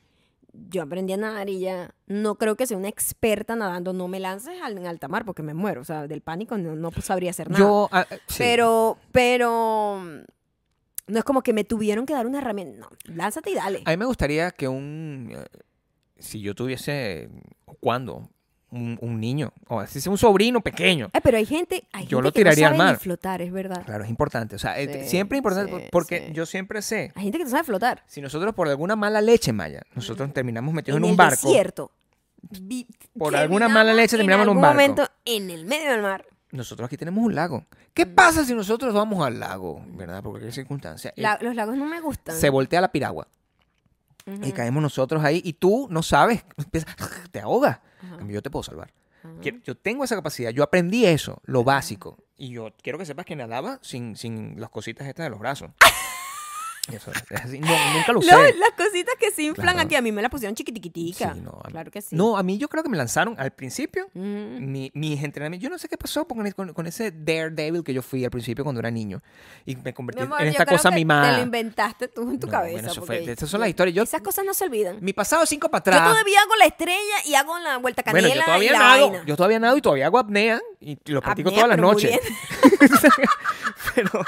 Speaker 1: Yo aprendí a nadar y ya no creo que sea una experta nadando. No me lances al, en alta mar porque me muero. O sea, del pánico no, no pues sabría hacer nada.
Speaker 2: Yo. ah, sí.
Speaker 1: Pero, pero mm, no es como que me tuvieron que dar una herramienta. No, lánzate y dale.
Speaker 2: A mí me gustaría que un. eh, Si yo tuviese. o ¿Cuándo? Un, un niño. O así sea un sobrino pequeño.
Speaker 1: Ay, Ah, pero hay gente, hay
Speaker 2: Yo
Speaker 1: gente
Speaker 2: lo
Speaker 1: que no
Speaker 2: tiraría al
Speaker 1: sabe ni
Speaker 2: mar.
Speaker 1: flotar, es verdad.
Speaker 2: Claro, es importante. O sea, es-
Speaker 1: Sí,
Speaker 2: siempre es importante
Speaker 1: sí,
Speaker 2: porque
Speaker 1: sí.
Speaker 2: yo siempre sé.
Speaker 1: Hay gente que no sabe flotar.
Speaker 2: Si nosotros por alguna mala leche, Maya, nosotros terminamos metidos en,
Speaker 1: el
Speaker 2: un barco.
Speaker 1: desierto.
Speaker 2: Por alguna mala leche terminamos en un barco.
Speaker 1: momento en el medio del mar.
Speaker 2: Nosotros aquí tenemos un lago. ¿Qué pasa si nosotros vamos al lago? ¿Verdad? Por cualquier circunstancia. Eh,
Speaker 1: La- los lagos no me gustan.
Speaker 2: se voltea la piragua. Y caemos nosotros ahí y tú no sabes, empiezas- te ahogas. En cambio, Yo te puedo salvar.
Speaker 1: Ajá.
Speaker 2: Quiero- Yo tengo esa capacidad, yo aprendí eso, lo básico. Y yo quiero que sepas que nadaba sin, sin las cositas estas de los brazos. Eso, es así, no, nunca lo usé.
Speaker 1: Lo- las cositas que se inflan
Speaker 2: Claro.
Speaker 1: aquí a mí me las pusieron chiquitiquitica.
Speaker 2: Sí, no, a mí-
Speaker 1: claro que sí.
Speaker 2: No, a mí yo creo que me lanzaron al principio.
Speaker 1: Mm.
Speaker 2: mi- mis entrenamientos, yo no sé qué pasó con, con, con ese daredevil que yo fui al principio cuando era niño y me convertí
Speaker 1: Mi amor,
Speaker 2: en
Speaker 1: yo
Speaker 2: esta
Speaker 1: creo
Speaker 2: cosa
Speaker 1: que Te lo
Speaker 2: mimada.
Speaker 1: inventaste tú en tu
Speaker 2: No,
Speaker 1: cabeza.
Speaker 2: bueno, eso fue-
Speaker 1: porque
Speaker 2: esas son las historias. Yo-
Speaker 1: esas cosas no se olvidan.
Speaker 2: Mi pasado cinco para
Speaker 1: Yo
Speaker 2: atrás.
Speaker 1: todavía hago la estrella y hago la vuelta canela
Speaker 2: bueno, yo todavía
Speaker 1: y la
Speaker 2: nado,
Speaker 1: vaina.
Speaker 2: yo todavía nado y todavía hago apnea y lo practico
Speaker 1: Apnea,
Speaker 2: todas las
Speaker 1: pero muy
Speaker 2: noches.
Speaker 1: bien.
Speaker 2: pero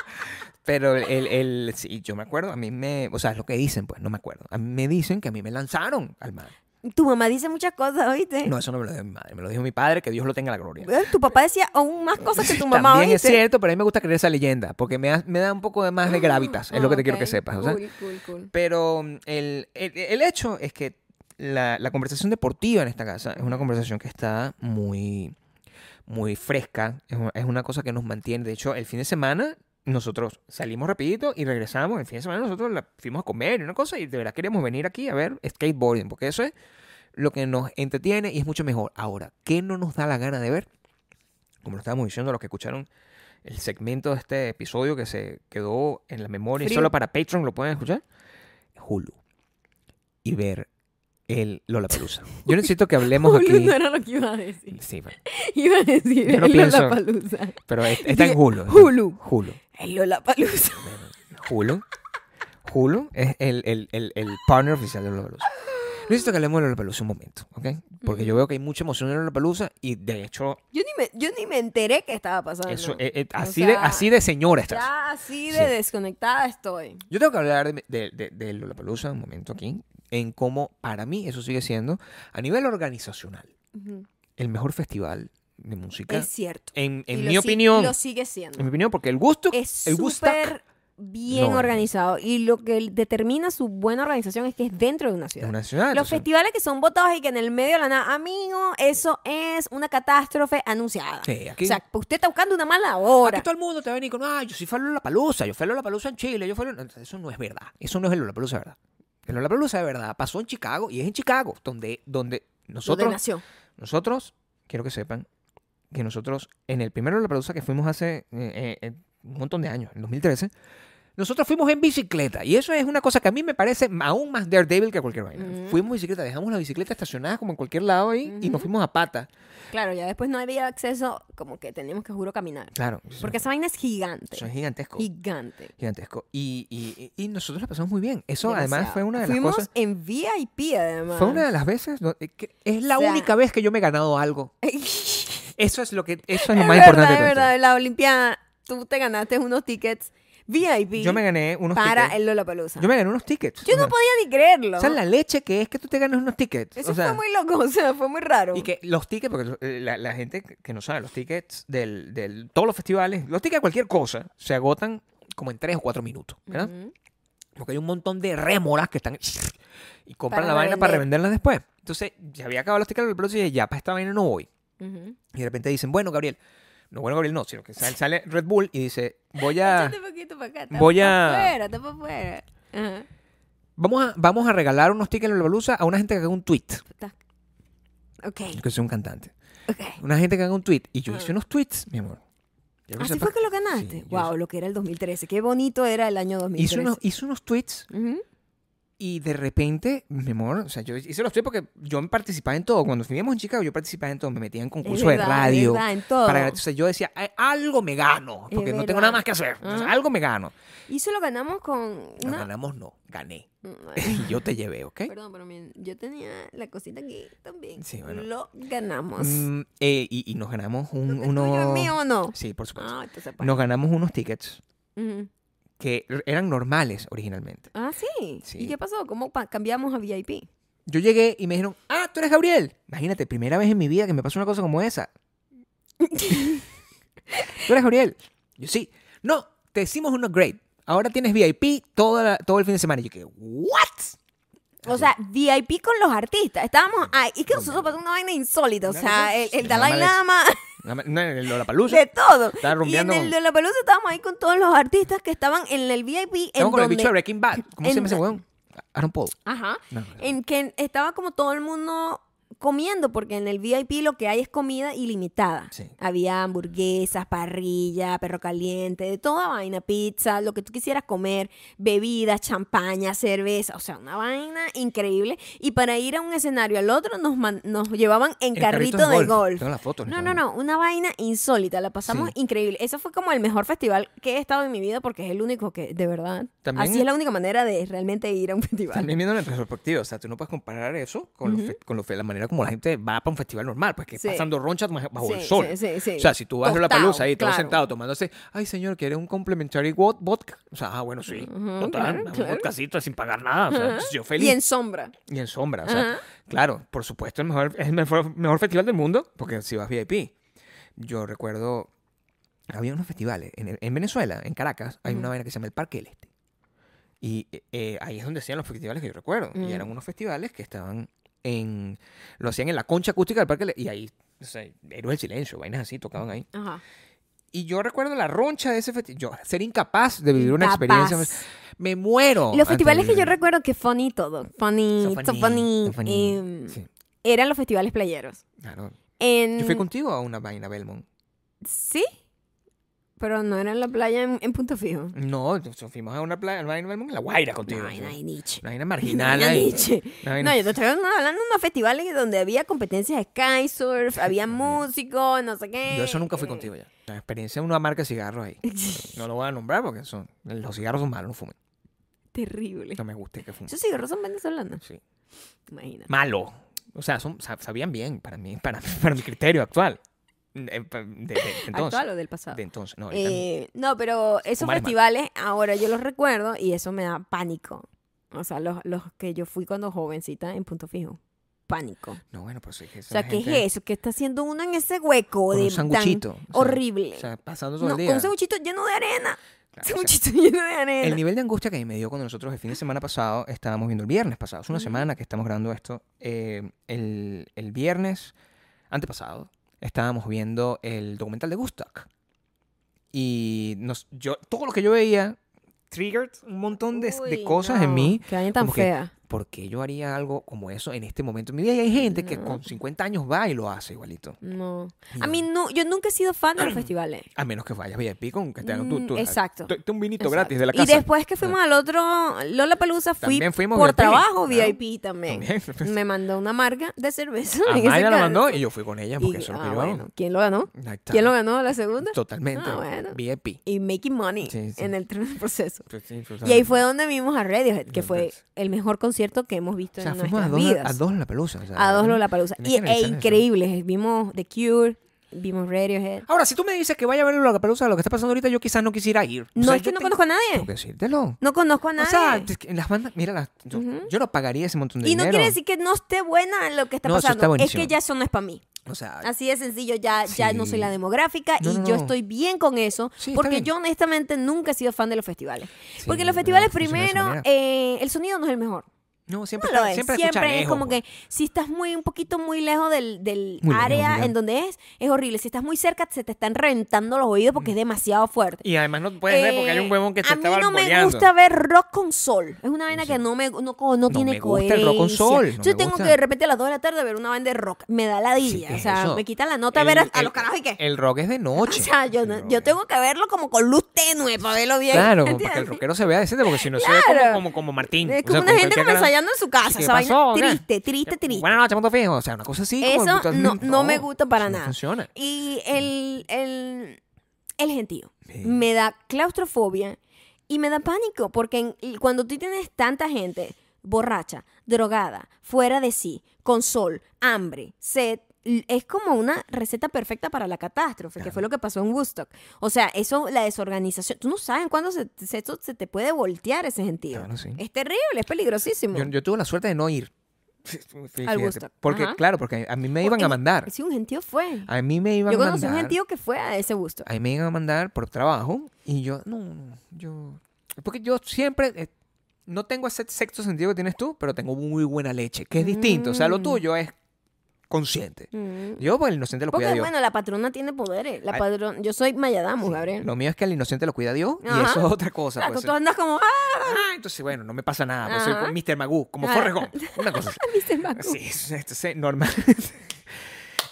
Speaker 2: pero el, el sí, yo me acuerdo, a mí me, o sea, es lo que dicen, pues no me acuerdo. A mí me dicen que a mí me lanzaron al mar.
Speaker 1: Tu mamá dice muchas cosas, ¿oíste?
Speaker 2: No, eso no me lo dijo mi madre, me lo dijo mi padre, que Dios lo tenga la gloria.
Speaker 1: Eh, Tu papá decía aún más cosas que tu mamá,
Speaker 2: También es
Speaker 1: ¿oíste?
Speaker 2: cierto, pero a mí me gusta creer esa leyenda, porque me, da- me da un poco de más de gravitas, es lo
Speaker 1: Ah,
Speaker 2: que te quiero que sepas. o sea.
Speaker 1: Cool, cool, cool.
Speaker 2: Pero mm, el, el- el hecho es que la, la conversación deportiva en esta casa es una conversación que está muy, muy fresca, es una, es una cosa que nos mantiene. De hecho, el fin de semana nosotros salimos rapidito y regresamos. El fin de semana nosotros la fuimos a comer y una cosa y de verdad queríamos venir aquí a ver skateboarding, porque eso es lo que nos entretiene y es mucho mejor. Ahora, ¿qué no nos da la gana de ver? Como lo estábamos diciendo los que escucharon el segmento de este episodio que se quedó en la memoria y
Speaker 1: Frío.
Speaker 2: solo para Patreon lo pueden escuchar. Hulu y ver el Lollapalooza. Yo necesito que hablemos
Speaker 1: Julio,
Speaker 2: aquí.
Speaker 1: no era lo que iba a decir.
Speaker 2: Sí, bueno,
Speaker 1: Iba a decir
Speaker 2: Yo no
Speaker 1: el
Speaker 2: pienso-
Speaker 1: Lollapalooza.
Speaker 2: pero es- está en
Speaker 1: Dije,
Speaker 2: Hulu.
Speaker 1: Hulu.
Speaker 2: Hulu.
Speaker 1: El Lollapalooza.
Speaker 2: Hulu. Hulu es el, el, el, el partner oficial de Lollapalooza. Necesito que hablemos de Lollapalooza un momento, ¿ok? Porque yo veo que hay mucha emoción en Lollapalooza y de hecho,
Speaker 1: Yo ni, me, yo ni me enteré que estaba pasando.
Speaker 2: eso, eh, eh,
Speaker 1: O
Speaker 2: así, de,
Speaker 1: sea,
Speaker 2: así de señora estás.
Speaker 1: Ya así de
Speaker 2: Sí.
Speaker 1: desconectada estoy.
Speaker 2: Yo tengo que hablar de, de, de- de Lollapalooza un momento aquí, en cómo para mí eso sigue siendo, a nivel organizacional,
Speaker 1: Ujú.
Speaker 2: el mejor festival de música.
Speaker 1: Es cierto.
Speaker 2: en, en
Speaker 1: Y lo
Speaker 2: mi
Speaker 1: si-
Speaker 2: opinión,
Speaker 1: Lo sigue siendo.
Speaker 2: en mi opinión, porque el gusto,
Speaker 1: es
Speaker 2: el gusto
Speaker 1: súper bien
Speaker 2: No.
Speaker 1: organizado. Y lo que determina su buena organización es que es dentro de una
Speaker 2: es
Speaker 1: ciudad.
Speaker 2: una ciudad.
Speaker 1: Los
Speaker 2: Ah, entonces-
Speaker 1: festivales que son votados y que en el medio de la nada, amigo, eso es una catástrofe anunciada.
Speaker 2: Sí, aquí-
Speaker 1: O sea, pues, usted está buscando una mala hora.
Speaker 2: Aquí todo el mundo te va a venir con, ah, yo sí fui a Palusa, yo fui a Palusa en Chile, yo fui a Lola-". Entonces, Eso no es verdad. Eso no es el Palusa de verdad. El Palusa de verdad pasó en Chicago y es en Chicago donde, donde
Speaker 1: Donde
Speaker 2: nosotros,
Speaker 1: nació.
Speaker 2: nosotros, quiero que sepan que nosotros en el primer Palusa que fuimos hace eh, eh, eh, un montón de años, en 2013, nosotros fuimos en bicicleta y eso es una cosa que a mí me parece aún más daredevil que cualquier vaina.
Speaker 1: Ujú.
Speaker 2: Fuimos en bicicleta, dejamos la bicicleta estacionada como en cualquier lado ahí y nos fuimos a pata.
Speaker 1: Claro, ya después no había acceso, como que teníamos que juro caminar.
Speaker 2: Claro.
Speaker 1: Porque esa vaina es gigante.
Speaker 2: Eso es gigantesco.
Speaker 1: Gigante.
Speaker 2: Gigantesco. Y, y- y- y nosotros la pasamos muy bien. Eso además
Speaker 1: Demasiado.
Speaker 2: fue una de las
Speaker 1: Fuimos
Speaker 2: cosas.
Speaker 1: en VIP, además.
Speaker 2: Fue una de las veces. do- eh, que es la
Speaker 1: O sea-
Speaker 2: única vez que yo me he ganado algo. Eso es lo que. Eso es lo
Speaker 1: Es
Speaker 2: más
Speaker 1: verdad,
Speaker 2: importante.
Speaker 1: Es
Speaker 2: de todo
Speaker 1: verdad, la Olimpiada, tú te ganaste unos tickets VIP
Speaker 2: esto. Yo me gané unos
Speaker 1: para
Speaker 2: tickets.
Speaker 1: el Lollapalooza.
Speaker 2: Yo me gané unos tickets.
Speaker 1: Yo no podía ni creerlo.
Speaker 2: O sea, la leche que es que tú te ganas unos tickets.
Speaker 1: Eso
Speaker 2: o sea,
Speaker 1: fue muy loco, o sea, fue muy raro.
Speaker 2: Y que los tickets, porque eh, la, la gente que que no sabe, los tickets del, del- todos los festivales, los tickets de cualquier cosa, se agotan como en tres o cuatro minutos, ¿verdad?
Speaker 1: Ujú.
Speaker 2: Porque hay un montón de rémoras que están y compran
Speaker 1: Para
Speaker 2: la vaina para
Speaker 1: revender.
Speaker 2: revenderla después. Entonces, ya había acabado los tickets del Plus y dije, ya, para esta vaina no voy.
Speaker 1: Ujú.
Speaker 2: Y de repente dicen, bueno, Gabriel, no, bueno, Gabriel no, sino que sale, sale Red Bull y dice, voy a,
Speaker 1: Échate un poquito para acá.
Speaker 2: voy
Speaker 1: está
Speaker 2: a-
Speaker 1: pa' afuera, está pa' afuera. Ajá.
Speaker 2: vamos a, vamos a regalar unos tickets de la blusa a una gente que haga un tweet,
Speaker 1: Está- Ok,
Speaker 2: que soy un cantante,
Speaker 1: ok.
Speaker 2: una gente que haga un tweet. Y yo hice unos tweets, mi amor. Quiero
Speaker 1: Ah. Así
Speaker 2: sepas-
Speaker 1: fue que lo
Speaker 2: Sí,
Speaker 1: ganaste.
Speaker 2: yo
Speaker 1: wow, lo que era el 2013. Qué bonito era el año 2013.
Speaker 2: hice unos, hice unos tweets
Speaker 1: Ujú.
Speaker 2: y de repente, mi amor, o sea, yo hice los tweets porque yo participaba en todo. Cuando vivíamos en Chicago, yo participaba en todo. Me metía en concursos de
Speaker 1: verdad,
Speaker 2: radio.
Speaker 1: es verdad, en todo.
Speaker 2: Para, o sea, yo decía, "Ay, algo me gano,
Speaker 1: Es
Speaker 2: porque no tengo
Speaker 1: verdad.
Speaker 2: nada más que hacer. Entonces,
Speaker 1: Ajá.
Speaker 2: algo me gano.
Speaker 1: Y eso lo ganamos con
Speaker 2: Ah, No ¿Eh?
Speaker 1: una...
Speaker 2: ganamos, no, gané.
Speaker 1: Ay,
Speaker 2: Y yo te llevé, ¿ok?
Speaker 1: Perdón, pero miren, yo tenía la cosita aquí también.
Speaker 2: Sí, bueno.
Speaker 1: Lo ganamos.
Speaker 2: Mm, eh, y, y nos ganamos un,
Speaker 1: ¿Lo que es tuyo es
Speaker 2: unos.
Speaker 1: mío o no?
Speaker 2: Sí, por supuesto.
Speaker 1: Ah, entonces, pues.
Speaker 2: Nos ganamos unos tickets
Speaker 1: Ujú.
Speaker 2: que r- eran normales originalmente.
Speaker 1: Ah, sí.
Speaker 2: Sí.
Speaker 1: ¿Y qué pasó? ¿Cómo pa- cambiamos a VIP?
Speaker 2: Yo llegué y me dijeron, ah, tú eres Gabriel. Imagínate, primera vez en mi vida que me pasa una cosa como esa. tú eres Gabriel. Yo sí. No, te hicimos un upgrade. Ahora tienes VIP toda la- todo el fin de semana. Y yo que, ¿what?
Speaker 1: O sea, VIP con los artistas. Estábamos ahí. Y que nosotros pasamos una vaina insólita. O
Speaker 2: Una
Speaker 1: sea,
Speaker 2: cosa
Speaker 1: el, el
Speaker 2: de
Speaker 1: Dalai
Speaker 2: mala leche.
Speaker 1: Lama,
Speaker 2: La, ma- no, en la palusa.
Speaker 1: de todo.
Speaker 2: Estaba
Speaker 1: Y en
Speaker 2: rumbeando
Speaker 1: el
Speaker 2: con-
Speaker 1: de la pelusa estábamos ahí con todos los artistas que estaban en el VIP. En
Speaker 2: Estamos con el
Speaker 1: donde-
Speaker 2: bicho de Breaking Bad. ¿Cómo se
Speaker 1: en-
Speaker 2: llama ese weón? Aaron Paul.
Speaker 1: Ajá.
Speaker 2: No, no, no.
Speaker 1: En que estaba como todo el mundo comiendo, porque en el VIP lo que hay es comida ilimitada.
Speaker 2: Sí.
Speaker 1: Había hamburguesas, parrilla, perro caliente, de toda vaina, pizza, lo que tú quisieras comer, bebidas, champaña, cerveza, o sea, una vaina increíble. Y para ir a un escenario al otro nos, man- nos llevaban en,
Speaker 2: En
Speaker 1: carrito,
Speaker 2: carritos
Speaker 1: de golf.
Speaker 2: golf. Tengo las fotos,
Speaker 1: no, no,
Speaker 2: Nicolás.
Speaker 1: no, una vaina insólita, la pasamos
Speaker 2: Sí.
Speaker 1: increíble. Eso fue como el mejor festival que he estado en mi vida porque es el único que, de verdad,
Speaker 2: También-
Speaker 1: así es la única manera de realmente ir a un festival.
Speaker 2: También viendo en retrospectiva, o sea, tú no puedes comparar eso con, los fe- con los fe- la manera como la gente va para un festival normal, pues que
Speaker 1: Sí.
Speaker 2: pasando ronchas bajo bajo el
Speaker 1: Sí,
Speaker 2: sol.
Speaker 1: sí, sí, sí.
Speaker 2: O sea, si tú vas a la
Speaker 1: Tostado,
Speaker 2: palusa ahí, todo
Speaker 1: claro.
Speaker 2: sentado tomándose, ay señor, ¿quiere un complimentary wo- vodka? O sea, ah, bueno, sí, total,
Speaker 1: claro,
Speaker 2: un
Speaker 1: claro.
Speaker 2: vodkacito sin pagar nada, o sea, yo feliz.
Speaker 1: Y en sombra.
Speaker 2: Y en sombra, o sea, claro, por supuesto, el mejor, es el mejor, mejor festival del mundo, porque si vas VIP. Yo recuerdo, había unos festivales en, en Venezuela, en Caracas, hay una vaina que se llama el Parque del Este. Y eh, eh, ahí es donde hacían los festivales que yo recuerdo.
Speaker 1: Ujú.
Speaker 2: Y eran unos festivales que estaban en. Lo hacían en la concha acústica del Parque del Este. Y ahí, o sea, héroes del silencio, vainas así, tocaban ahí.
Speaker 1: Ajá.
Speaker 2: Y yo recuerdo la roncha de ese festival. Yo ser incapaz de vivir una
Speaker 1: Incapaz.
Speaker 2: experiencia. Me muero.
Speaker 1: Los
Speaker 2: antes de
Speaker 1: festivales que yo
Speaker 2: vivir.
Speaker 1: recuerdo que funny todo. Funny,
Speaker 2: Está
Speaker 1: so
Speaker 2: funny,
Speaker 1: funny.
Speaker 2: está funny.
Speaker 1: em,
Speaker 2: Sí,
Speaker 1: Eran los festivales playeros.
Speaker 2: claro.
Speaker 1: En...
Speaker 2: Yo fui contigo a una vaina, Belmont.
Speaker 1: Sí, pero no era en la playa en, en Punto Fijo.
Speaker 2: No, nos fuimos a una playa, a una vaina, Belmont, en la Guaira contigo.
Speaker 1: No,
Speaker 2: sí.
Speaker 1: no hay Nietzsche.
Speaker 2: Una vaina marginal
Speaker 1: No,
Speaker 2: ahí.
Speaker 1: Nietzsche.
Speaker 2: Una vaina-
Speaker 1: No, yo te estoy hablando hablando de unos festivales donde había competencias de skysurf, había músicos, no sé qué.
Speaker 2: Yo eso nunca fui contigo ya. La experiencia de una marca de cigarros ahí. No lo voy a nombrar porque son, los cigarros son malos, no fumen.
Speaker 1: Terrible.
Speaker 2: No me gusta que fumen.
Speaker 1: Esos cigarros son venezolanos.
Speaker 2: Sí.
Speaker 1: Imagina.
Speaker 2: Malo. O sea, son, sa- sabían bien para mí, para, para mi criterio actual. Eh, pa- de- de- de entonces.
Speaker 1: Actual o del pasado.
Speaker 2: De entonces. No, ahorita no.
Speaker 1: Eh, no, pero esos
Speaker 2: Fumar es malo.
Speaker 1: festivales ahora yo los recuerdo y eso me da pánico. O sea, los, los que yo fui cuando jovencita en punto fijo. Pánico.
Speaker 2: No, bueno, pero sí que
Speaker 1: O sea, ¿qué es eso? ¿Qué está haciendo uno en ese hueco
Speaker 2: Con
Speaker 1: de
Speaker 2: un
Speaker 1: tan
Speaker 2: sanguchito. o sea,
Speaker 1: horrible?
Speaker 2: O sea, pasando todo
Speaker 1: No,
Speaker 2: el día.
Speaker 1: con un sanguchito lleno de arena.
Speaker 2: Claro, o sea,
Speaker 1: Sanguchito lleno de arena.
Speaker 2: El nivel de angustia que me dio cuando nosotros el fin de semana pasado estábamos viendo el viernes pasado. Es una semana que estamos grabando esto. eh, el, el viernes antepasado estábamos viendo el documental de Gustav. Y nos, yo, todo lo que yo veía triggered un montón de, de
Speaker 1: Uy,
Speaker 2: cosas en
Speaker 1: no,
Speaker 2: mí.
Speaker 1: Que vayan tan
Speaker 2: como que-
Speaker 1: fea.
Speaker 2: ¿Por qué yo haría algo como eso en este momento en mi vida? Y hay gente que
Speaker 1: No.
Speaker 2: con 50 años va y lo hace igualito.
Speaker 1: No.
Speaker 2: Y
Speaker 1: A mí no, yo nunca he sido fan de los festivales.
Speaker 2: A menos que vayas VIP con que te hagan
Speaker 1: Mm,
Speaker 2: tu, tu-
Speaker 1: exacto.
Speaker 2: tu- tu un vinito
Speaker 1: Exacto.
Speaker 2: gratis de la
Speaker 1: Y
Speaker 2: casa.
Speaker 1: después que fuimos al otro Lola Palusa, fui
Speaker 2: También fuimos
Speaker 1: por
Speaker 2: VIP,
Speaker 1: trabajo
Speaker 2: claro.
Speaker 1: VIP también.
Speaker 2: También.
Speaker 1: Me mandó una marca de cerveza. en ese
Speaker 2: Amaya Pues lo
Speaker 1: caso.
Speaker 2: mandó y yo fui con ella porque
Speaker 1: Y-
Speaker 2: eso es lo
Speaker 1: ah,
Speaker 2: que yo
Speaker 1: bueno, ¿Quién lo ganó?
Speaker 2: hago. Ahí está.
Speaker 1: ¿Quién lo ganó la segunda?
Speaker 2: Totalmente.
Speaker 1: Ah, bueno.
Speaker 2: VIP.
Speaker 1: Y Making Money
Speaker 2: Sí, sí.
Speaker 1: en el tr- proceso.
Speaker 2: Pues sí, pues,
Speaker 1: Y ahí fue donde vimos a Radiohead, que
Speaker 2: Entonces.
Speaker 1: fue el mejor concierto que hemos visto
Speaker 2: O sea,
Speaker 1: en
Speaker 2: fuimos
Speaker 1: nuestras
Speaker 2: a dos,
Speaker 1: vidas.
Speaker 2: a dos la pelusa. o sea,
Speaker 1: A dos Lollapalooza.
Speaker 2: tenés
Speaker 1: Y,
Speaker 2: que
Speaker 1: e
Speaker 2: analizar eso.
Speaker 1: increíbles. Vimos The Cure, vimos Radiohead.
Speaker 2: Ahora, si tú me dices que vaya a ver la pelusa, lo que está pasando ahorita, yo quizás no quisiera ir.
Speaker 1: No es que no conozco a nadie.
Speaker 2: Tengo que decírtelo.
Speaker 1: No conozco a nadie.
Speaker 2: O sea, es que las bandas, mira, las- yo, yo no pagaría ese montón de
Speaker 1: y no
Speaker 2: dinero.
Speaker 1: quiere decir que no esté buena en lo que está
Speaker 2: No, eso está
Speaker 1: pasando. es
Speaker 2: buenísimo.
Speaker 1: que ya eso no es para mí.
Speaker 2: O sea,
Speaker 1: Así de sencillo, ya, ya no soy
Speaker 2: Sí.
Speaker 1: la demográfica
Speaker 2: No,
Speaker 1: y
Speaker 2: no,
Speaker 1: yo
Speaker 2: no.
Speaker 1: estoy bien con eso,
Speaker 2: Sí, está
Speaker 1: porque
Speaker 2: bien.
Speaker 1: yo honestamente nunca he sido fan de los festivales.
Speaker 2: Sí,
Speaker 1: porque
Speaker 2: pero
Speaker 1: los festivales
Speaker 2: funciona de esa
Speaker 1: primero,
Speaker 2: manera.
Speaker 1: eh, el sonido no es el mejor.
Speaker 2: no,
Speaker 1: No
Speaker 2: siempre,
Speaker 1: lo
Speaker 2: está-
Speaker 1: es.
Speaker 2: siempre,
Speaker 1: Siempre,
Speaker 2: escucha
Speaker 1: es
Speaker 2: lejos,
Speaker 1: como
Speaker 2: pues.
Speaker 1: que si estás muy un poquito muy lejos del, del
Speaker 2: Muy lejos,
Speaker 1: área
Speaker 2: mira.
Speaker 1: en donde es, es horrible. Si estás muy cerca, se te están reventando los oídos
Speaker 2: Mm.
Speaker 1: porque es demasiado fuerte.
Speaker 2: Y además no puedes ver porque hay un huevón que
Speaker 1: Eh,
Speaker 2: te
Speaker 1: a
Speaker 2: está
Speaker 1: mí no me
Speaker 2: balbuceando.
Speaker 1: gusta ver rock con sol. Es una vaina que no me no, co- no
Speaker 2: No
Speaker 1: tiene
Speaker 2: me gusta
Speaker 1: coherencia.
Speaker 2: el rock con sol, no
Speaker 1: Entonces
Speaker 2: me
Speaker 1: tengo
Speaker 2: gusta.
Speaker 1: que de repente a las 2 de la tarde ver una banda de rock. Me da la
Speaker 2: Sí,
Speaker 1: dilla.
Speaker 2: ¿qué
Speaker 1: o
Speaker 2: es
Speaker 1: sea,
Speaker 2: eso?
Speaker 1: me quita la nota
Speaker 2: El-
Speaker 1: ver a, a
Speaker 2: el-
Speaker 1: los carajos y qué.
Speaker 2: El rock es de
Speaker 1: o
Speaker 2: noche.
Speaker 1: sea, yo, no-
Speaker 2: El rock
Speaker 1: yo
Speaker 2: es-
Speaker 1: tengo que verlo como con luz tenue para verlo bien.
Speaker 2: Claro, como para que el
Speaker 1: ¿entiendes?
Speaker 2: rockero se vea decente, porque si no se ve
Speaker 1: Claro.
Speaker 2: como, como, como Martín.
Speaker 1: Es
Speaker 2: o
Speaker 1: como
Speaker 2: sea,
Speaker 1: una gente
Speaker 2: cualquier
Speaker 1: como
Speaker 2: cara-
Speaker 1: ensayando en su casa.
Speaker 2: ¿Qué
Speaker 1: Esa vaina
Speaker 2: pasó? ¿Qué?
Speaker 1: triste, triste, triste.
Speaker 2: Buenas noches, punto fijo. O sea, una cosa así. como
Speaker 1: Eso
Speaker 2: puta-
Speaker 1: no- no me gusta para
Speaker 2: eso no
Speaker 1: nada.
Speaker 2: funciona.
Speaker 1: Y el, el, el gentío.
Speaker 2: Sí.
Speaker 1: Me da claustrofobia y me da pánico, porque en- y cuando tú tienes tanta gente borracha, drogada, fuera de sí, con sol, hambre, sed, l- es como una receta perfecta para la catástrofe, que fue lo que pasó en Woodstock. O sea, eso, la desorganización, tú no sabes cuándo se, se- eso se te puede voltear ese gentío.
Speaker 2: Claro, sí.
Speaker 1: Es terrible, es peligrosísimo.
Speaker 2: Yo, yo tuve la suerte de no ir. Fíjate,
Speaker 1: Al gusto.
Speaker 2: Porque,
Speaker 1: Ajá.
Speaker 2: claro, porque a mí me
Speaker 1: O-
Speaker 2: iban a
Speaker 1: en-
Speaker 2: mandar.
Speaker 1: Sí, un gentío fue.
Speaker 2: A mí me iban
Speaker 1: Yo
Speaker 2: a
Speaker 1: conocí un
Speaker 2: mandar.
Speaker 1: gentío que fue a ese gusto.
Speaker 2: A mí me iban a mandar por trabajo. Y yo, no, no, yo. Porque yo siempre. eh, no tengo ese sexto sentido que tienes tú, pero tengo muy buena leche, que es distinto. O sea, lo
Speaker 1: Mm.
Speaker 2: tuyo es consciente.
Speaker 1: Mm.
Speaker 2: Yo, pues, el inocente lo cuida
Speaker 1: Porque,
Speaker 2: Dios.
Speaker 1: bueno, la patrona tiene poderes. La
Speaker 2: Ay.
Speaker 1: patrón, yo soy Mayadamus, Gabriel.
Speaker 2: Lo mío es que al inocente lo cuida Dios y
Speaker 1: Ajá.
Speaker 2: eso es otra cosa.
Speaker 1: Claro,
Speaker 2: pues.
Speaker 1: tú andas como, ¡ah!
Speaker 2: Ah, entonces, bueno, no me pasa nada. Pues soy
Speaker 1: Ajá.
Speaker 2: como Mr. Magoo, como
Speaker 1: Ah.
Speaker 2: Forrest Gump. Una cosa así.
Speaker 1: Mr. Magoo.
Speaker 2: Sí, eso- esto es normal.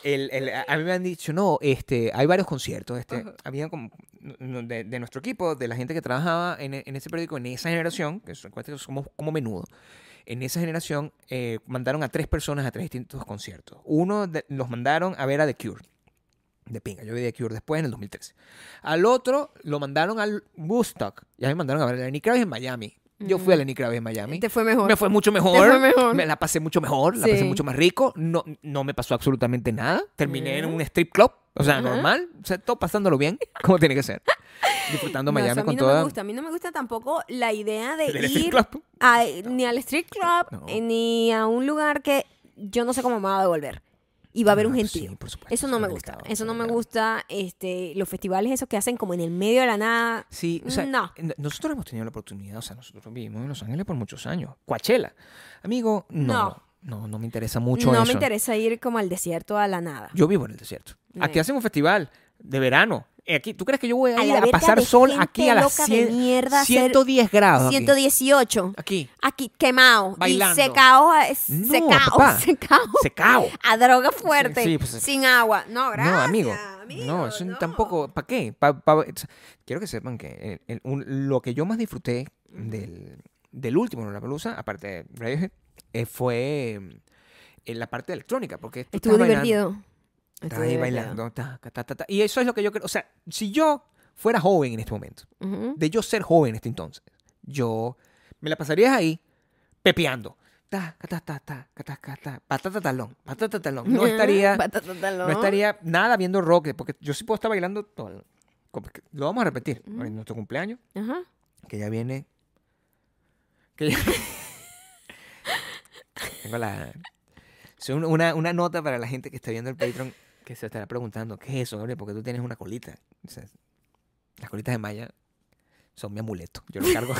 Speaker 2: El- el- a a mí me han dicho, no, este, hay varios conciertos. Este, había como, no, no, de, de nuestro equipo, de la gente que trabajaba en, e- en ese periódico, en esa generación, que son- cuenta que somos como menudo, en esa generación eh, mandaron a tres personas a tres distintos conciertos. Uno de- los mandaron a ver a The Cure. De pinga, yo vi The Cure después en el 2013. Al otro lo mandaron al Woodstock. Y a mí me mandaron a ver a Lenny Kravitz en Miami. Yo fui a Lenny Kravitz en Miami.
Speaker 1: Te fue mejor.
Speaker 2: Me fue mucho mejor.
Speaker 1: fue mejor.
Speaker 2: Me la pasé mucho mejor, la pasé
Speaker 1: Sí.
Speaker 2: mucho más rico. No, no me pasó absolutamente nada. Terminé en
Speaker 1: Ujú.
Speaker 2: un strip club. O sea,
Speaker 1: Ajá.
Speaker 2: normal. O sea, todo pasándolo bien, como tiene que ser. Disfrutando
Speaker 1: No, eso
Speaker 2: Miami
Speaker 1: a mí
Speaker 2: con
Speaker 1: no me
Speaker 2: toda.
Speaker 1: gusta. A mí no me gusta tampoco la idea de
Speaker 2: del strip
Speaker 1: ir
Speaker 2: club.
Speaker 1: a- ni al street club
Speaker 2: No.
Speaker 1: eh, ni a un lugar que yo no sé cómo me va a devolver. Y va a haber un
Speaker 2: Ah,
Speaker 1: gentío.
Speaker 2: sí, por supuesto,
Speaker 1: eso no
Speaker 2: es
Speaker 1: me
Speaker 2: delicado,
Speaker 1: gusta. Eso
Speaker 2: es
Speaker 1: no me
Speaker 2: delicado.
Speaker 1: gusta. Este, los festivales esos que hacen como en el medio de la nada.
Speaker 2: Sí, o sea,
Speaker 1: No.
Speaker 2: n- nosotros hemos tenido la oportunidad, o sea, nosotros vivimos en Los Ángeles por muchos años. Coachella. Amigo, no.
Speaker 1: No.
Speaker 2: No, no, me interesa mucho
Speaker 1: no
Speaker 2: eso.
Speaker 1: me interesa ir como al desierto a la nada.
Speaker 2: Yo vivo en el desierto. Aquí
Speaker 1: Bueno.
Speaker 2: hacen un festival de verano. Eh, Aquí, ¿Tú crees que yo voy a
Speaker 1: A
Speaker 2: ir
Speaker 1: la
Speaker 2: a
Speaker 1: verga
Speaker 2: pasar
Speaker 1: de
Speaker 2: sol
Speaker 1: gente
Speaker 2: aquí a las
Speaker 1: loca de
Speaker 2: 100
Speaker 1: mierda, a hacer
Speaker 2: 110 grados? aquí?
Speaker 1: 118.
Speaker 2: Aquí.
Speaker 1: Aquí quemado.
Speaker 2: Bailando.
Speaker 1: Y secao, eh,
Speaker 2: No,
Speaker 1: secao,
Speaker 2: papá.
Speaker 1: secao.
Speaker 2: Secao.
Speaker 1: A droga fuerte.
Speaker 2: Sí, sí, pues,
Speaker 1: sin agua. No, gracias.
Speaker 2: No, amigo. no, eso
Speaker 1: no.
Speaker 2: tampoco. ¿Para qué? Pa- pa- o sea, quiero que sepan que el- el- un- lo que yo más disfruté del, del último en la pelusa, aparte de Radiohead, eh, fue eh, la parte electrónica. Porque tú
Speaker 1: Estuvo
Speaker 2: estás bailando,
Speaker 1: divertido.
Speaker 2: estás
Speaker 1: Estuvo
Speaker 2: ahí
Speaker 1: divertido.
Speaker 2: bailando. ta, ta, ta, ta, y eso es lo que yo creo. O sea, si yo fuera joven en este momento,
Speaker 1: Ujú.
Speaker 2: de yo ser joven en este entonces, yo me la pasaría ahí pepeando. Ta, ta, ta, ta, ta, ta, ta, patata talón, patata talón. No estaría.
Speaker 1: Patata talón.
Speaker 2: No estaría nada viendo rock, porque yo sí puedo estar bailando todo. el- como que- Lo vamos a repetir en nuestro cumpleaños,
Speaker 1: Ajá.
Speaker 2: que ya viene. Que ya... Tengo la. soy un- Una, una nota para la gente que está viendo el Patreon que se estará preguntando: ¿Qué es eso, Gabriel? Porque tú tienes una colita. O sea, las colitas de Maya son mi amuleto. Yo lo cargo.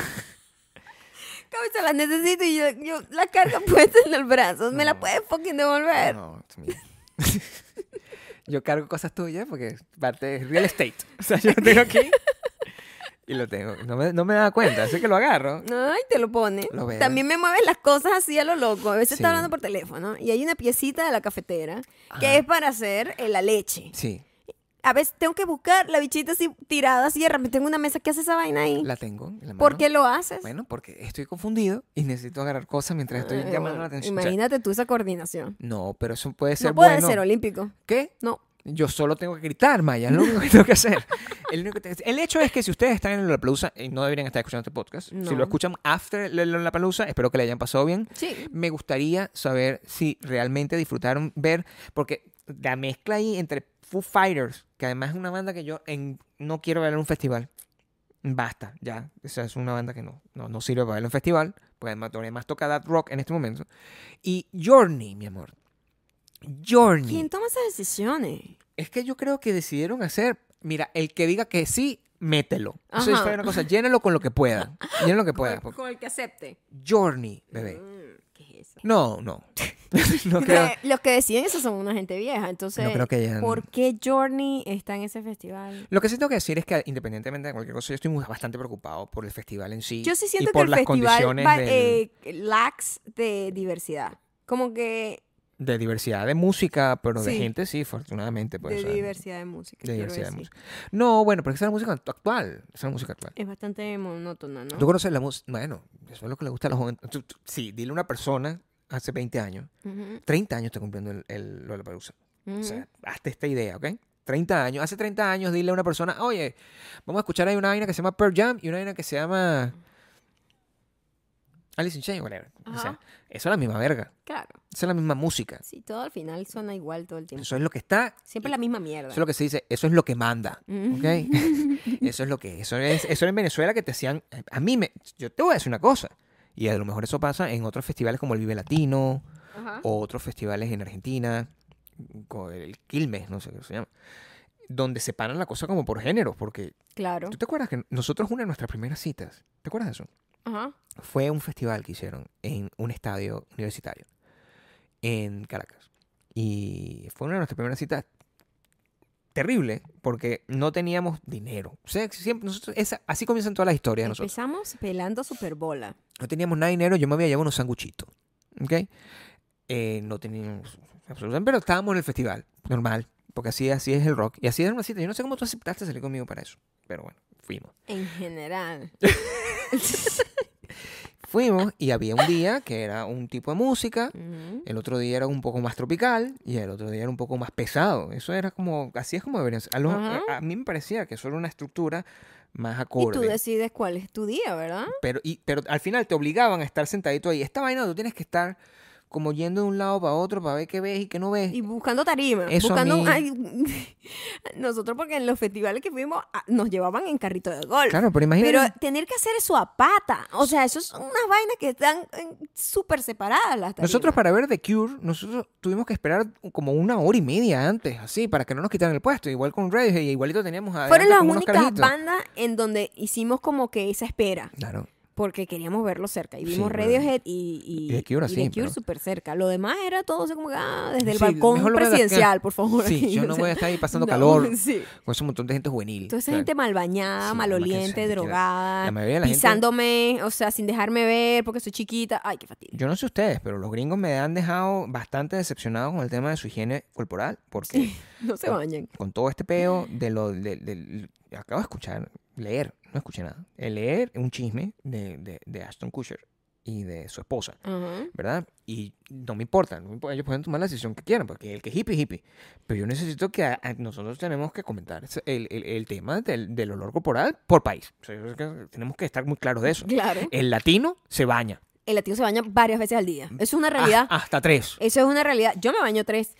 Speaker 1: Cabeza, la necesito y yo, yo la carga puesta en el brazo. ¿Me la
Speaker 2: No.
Speaker 1: puedes fucking devolver?
Speaker 2: No, es mío. yo cargo cosas tuyas porque es parte de real estate. O sea, yo lo tengo aquí y lo tengo. No me, no me daba cuenta, así que lo agarro.
Speaker 1: Ay, te lo pone.
Speaker 2: Lo veo.
Speaker 1: También me mueves las cosas así a lo loco. A veces
Speaker 2: Sí.
Speaker 1: está hablando por teléfono y hay una piecita de la cafetera
Speaker 2: Ajá.
Speaker 1: que es para hacer eh, la leche.
Speaker 2: Sí,
Speaker 1: A veces tengo que buscar la bichita así tirada así de repente tengo una mesa que hace esa vaina ahí.
Speaker 2: la tengo. en la
Speaker 1: ¿Por
Speaker 2: mano.
Speaker 1: qué lo haces?
Speaker 2: Bueno, porque estoy confundido y necesito agarrar cosas mientras estoy
Speaker 1: Ay,
Speaker 2: llamando
Speaker 1: bueno,
Speaker 2: la atención. O sea,
Speaker 1: Imagínate tú esa coordinación.
Speaker 2: no, pero eso puede ser
Speaker 1: No puede
Speaker 2: bueno.
Speaker 1: ser olímpico.
Speaker 2: ¿Qué?
Speaker 1: No.
Speaker 2: Yo solo tengo que gritar, Maya, es lo único que tengo que hacer. El, único que te- el hecho es que si ustedes están en Lollapalooza y no deberían estar escuchando este podcast, si
Speaker 1: No.
Speaker 2: lo escuchan after Lollapalooza, espero que le hayan pasado bien.
Speaker 1: Sí.
Speaker 2: me gustaría saber si realmente disfrutaron ver, porque la mezcla ahí entre Foo Fighters, que además es una banda que yo en- no quiero ver en un festival. Basta, ya. Esa es una banda que no, no, no sirve para ver en un festival, porque además, además toca That Rock en este momento. Y Journey, mi amor. Journey.
Speaker 1: ¿Quién toma esas decisiones?
Speaker 2: Es que yo creo que decidieron hacer, mira, el que diga que sí, mételo. Eso
Speaker 1: Ajá.
Speaker 2: fue una cosa, llénalo con lo que pueda. Llénalo lo que pueda.
Speaker 1: Con, con el que acepte.
Speaker 2: Journey, bebé.
Speaker 1: Mm, ¿Qué es eso?
Speaker 2: No, no. no creo.
Speaker 1: Eh, Los que deciden eso son una gente vieja. Entonces,
Speaker 2: No creo que hayan-
Speaker 1: ¿por qué Journey está en ese festival?
Speaker 2: Lo que sí tengo que decir es que independientemente de cualquier cosa, yo estoy muy- bastante preocupado por el festival en sí.
Speaker 1: Yo sí
Speaker 2: y
Speaker 1: siento que
Speaker 2: por
Speaker 1: el
Speaker 2: las
Speaker 1: festival
Speaker 2: condiciones
Speaker 1: va,
Speaker 2: del-
Speaker 1: eh, lax de diversidad. Como que
Speaker 2: de diversidad de música, pero de
Speaker 1: Sí.
Speaker 2: gente sí, afortunadamente. Pues,
Speaker 1: de
Speaker 2: o sea,
Speaker 1: diversidad de música.
Speaker 2: de
Speaker 1: quiero
Speaker 2: diversidad de
Speaker 1: decir.
Speaker 2: música. No, bueno, porque esa es la música actual. Esa es la música actual.
Speaker 1: Es bastante monótona, ¿no?
Speaker 2: Tú conoces la música. Bueno, eso es lo que le gusta a la joven. tú- tú- sí, dile a una persona hace 20 años,
Speaker 1: Ujú,
Speaker 2: 30 años está cumpliendo el, el Lollapalooza. O
Speaker 1: ujú.
Speaker 2: sea, hazte esta idea, ¿ok? 30 años. Hace 30 años dile a una persona, oye, vamos a escuchar ahí una vaina que se llama Pearl Jam y una vaina que se llama Alice in Chains, whatever. O sea,
Speaker 1: Ajá.
Speaker 2: eso es la misma verga.
Speaker 1: Claro.
Speaker 2: Esa es la misma música.
Speaker 1: Sí, todo al final suena igual todo el tiempo.
Speaker 2: Eso es lo que está.
Speaker 1: Siempre la misma mierda.
Speaker 2: Eso es lo que se dice. Eso es lo que manda.
Speaker 1: Mm.
Speaker 2: ¿Ok? eso es lo que. Eso es. Eso en Venezuela que te hacían. A mí me. Yo te voy a decir una cosa. Y a lo mejor eso pasa en otros festivales como el Vive Latino
Speaker 1: Ajá.
Speaker 2: o otros festivales en Argentina, con el Quilmes, no sé qué se llama, donde separan la cosa como por géneros, porque
Speaker 1: Claro.
Speaker 2: tú te acuerdas que nosotros una de nuestras primeras citas, ¿te acuerdas de eso?
Speaker 1: Ajá.
Speaker 2: Fue un festival que hicieron en un estadio universitario en Caracas. Y fue una de nuestras primeras citas terrible porque no teníamos dinero. O sea, siempre, nosotros, esa- así comienzan todas las historias de nosotros.
Speaker 1: Empezamos pelando Superbola.
Speaker 2: No teníamos nada de dinero, yo me había llevado unos sanguchitos. ¿Ok? Eh, no teníamos absolutamente, pero estábamos en el festival, normal, porque así, así es el rock. Y así era una cita. Yo no sé cómo tú aceptaste salir conmigo para eso, pero bueno, fuimos.
Speaker 1: En general.
Speaker 2: Fuimos y había un día que era un tipo de música,
Speaker 1: Ujú.
Speaker 2: el otro día era un poco más tropical y el otro día era un poco más pesado. Eso era como, así es como debería ser. A, lo-
Speaker 1: Ajá.
Speaker 2: a- a mí me parecía que eso era una estructura más
Speaker 1: Y
Speaker 2: acorde.
Speaker 1: tú decides cuál es tu día, ¿verdad?
Speaker 2: Pero, y, pero al final te obligaban a estar sentadito ahí. Esta vaina tú tienes que estar como yendo de un lado para otro para ver qué ves y qué no ves.
Speaker 1: Y buscando tarima.
Speaker 2: Eso a
Speaker 1: buscando
Speaker 2: mí-
Speaker 1: ay, Nosotros porque en los festivales que fuimos ah, nos llevaban en carrito de golf.
Speaker 2: Claro, pero imagínate.
Speaker 1: Pero tener que hacer eso a pata. O sea, eso son unas vainas que están eh, súper separadas las tarimas.
Speaker 2: nosotros para ver The Cure, nosotros tuvimos que esperar como una hora y media antes, así, para que no nos quitaran el puesto. Igual con Radiohead, igualito teníamos a
Speaker 1: Fueron las únicas bandas en donde hicimos como que esa espera.
Speaker 2: Claro.
Speaker 1: Porque queríamos verlo cerca. Y
Speaker 2: Sí,
Speaker 1: vimos
Speaker 2: pero-
Speaker 1: Radiohead y, y,
Speaker 2: y The
Speaker 1: y
Speaker 2: Cure así,
Speaker 1: Cure
Speaker 2: pero-
Speaker 1: súper cerca. Lo demás era todo así como que, ah, desde el
Speaker 2: Sí, mejor
Speaker 1: balcón
Speaker 2: lo veo de acá.
Speaker 1: presidencial, por favor.
Speaker 2: Sí,
Speaker 1: aquí,
Speaker 2: yo
Speaker 1: o
Speaker 2: no
Speaker 1: sea,
Speaker 2: voy a estar ahí pasando
Speaker 1: no,
Speaker 2: calor
Speaker 1: Sí.
Speaker 2: con ese montón de gente juvenil.
Speaker 1: Toda esa
Speaker 2: Claro.
Speaker 1: gente malbañada,
Speaker 2: Sí, además que
Speaker 1: maloliente,
Speaker 2: sí, que la-
Speaker 1: drogada,
Speaker 2: la mayoría de la gente-
Speaker 1: pisándome, o sea, sin dejarme ver porque soy chiquita. Ay, qué fastidio.
Speaker 2: Yo no sé ustedes, pero los gringos me han dejado bastante decepcionado con el tema de su higiene corporal, porque
Speaker 1: No se bañen.
Speaker 2: con todo este peo de lo de- del- acabo de escuchar leer no escuché nada Eh, leer un chisme de, de- de Ashton Kutcher y de su esposa
Speaker 1: Ajá.
Speaker 2: verdad y no me importa no me importa, ellos pueden tomar la decisión que quieran porque el que es hippie hippie pero yo necesito que a- a- nosotros tenemos que comentar ese- el, el- el tema del, del olor corporal por país O sea, yo creo que tenemos que estar muy claros de eso
Speaker 1: Claro.
Speaker 2: el latino se baña
Speaker 1: El latino se baña varias veces al día. Eso es una
Speaker 2: Ah,
Speaker 1: realidad.
Speaker 2: hasta tres
Speaker 1: Eso es una realidad. Yo me baño tres.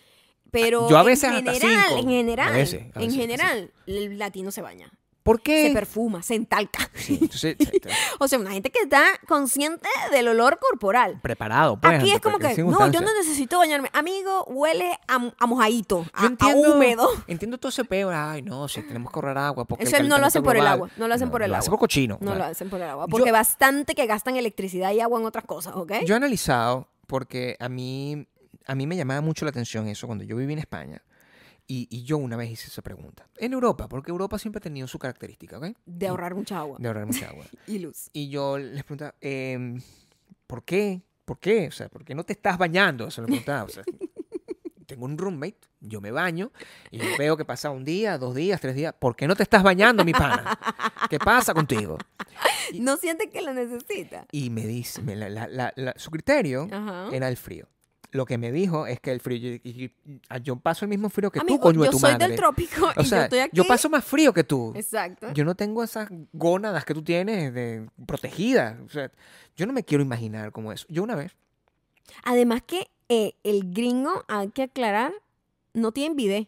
Speaker 1: Pero
Speaker 2: Ah, Yo a veces
Speaker 1: en
Speaker 2: hasta
Speaker 1: general,
Speaker 2: cinco.
Speaker 1: en general,
Speaker 2: A veces, a veces,
Speaker 1: en general, el latino se baña,
Speaker 2: ¿por qué?
Speaker 1: se perfuma, se entalca.
Speaker 2: Sí, entonces, t- t-
Speaker 1: O sea, una gente que está consciente del olor corporal.
Speaker 2: preparado pues,
Speaker 1: Aquí
Speaker 2: ante
Speaker 1: es como que,
Speaker 2: cualquier
Speaker 1: no, yo
Speaker 2: circunstancia.
Speaker 1: no necesito bañarme. Amigo, huele a, a mojadito, a,
Speaker 2: Yo
Speaker 1: a húmedo.
Speaker 2: Entiendo todo ese peo. Ay, no, si tenemos que ahorrar agua. Porque
Speaker 1: Eso
Speaker 2: el
Speaker 1: no lo hacen
Speaker 2: calentamiento
Speaker 1: por el
Speaker 2: global.
Speaker 1: agua, no lo hacen por el
Speaker 2: Lo
Speaker 1: agua.
Speaker 2: hacen por cochino.
Speaker 1: No
Speaker 2: claro.
Speaker 1: lo hacen por el agua, porque bastante que gastan electricidad y agua en otras cosas, ¿ok?
Speaker 2: Yo he analizado porque a mí, a mí me llamaba mucho la atención eso cuando yo viví en España. Y, y yo una vez hice esa pregunta. En Europa, porque Europa siempre ha tenido su característica, ¿ok?
Speaker 1: de ahorrar mucha agua
Speaker 2: De ahorrar mucha agua.
Speaker 1: y luz.
Speaker 2: Y yo les preguntaba, em, ¿por qué? ¿Por qué? O sea, ¿por qué no te estás bañando? Se lo preguntaba. O sea, tengo un roommate, yo me baño y yo veo que pasa un día, dos días, tres días. ¿Por qué no te estás bañando, mi pana? ¿Qué pasa contigo? Y-
Speaker 1: No siente que la necesita.
Speaker 2: Y me dice, me la- la- la- la- su criterio
Speaker 1: Ajá.
Speaker 2: era el frío. Lo que me dijo es que el frío, y- y- y- ah, yo paso el mismo frío que
Speaker 1: Amigo,
Speaker 2: tú, coño de
Speaker 1: yo
Speaker 2: tu
Speaker 1: soy
Speaker 2: madre.
Speaker 1: del trópico
Speaker 2: o
Speaker 1: y yo
Speaker 2: sea,
Speaker 1: estoy aquí.
Speaker 2: paso más frío que tú.
Speaker 1: Exacto.
Speaker 2: Yo no tengo esas gónadas que tú tienes de protegidas. O sea, yo no me quiero imaginar como eso. Yo una vez.
Speaker 1: Además que eh, el gringo, hay que aclarar, no tiene bidet.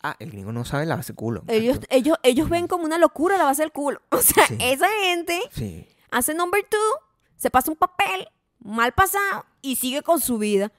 Speaker 2: Ah, el gringo no sabe lavarse el culo.
Speaker 1: Ellos,
Speaker 2: muchacho.
Speaker 1: ellos, ellos ven como una locura la base del culo. O sea,
Speaker 2: Sí.
Speaker 1: esa gente
Speaker 2: Sí.
Speaker 1: hace number two, se pasa un papel mal pasado y sigue con su vida.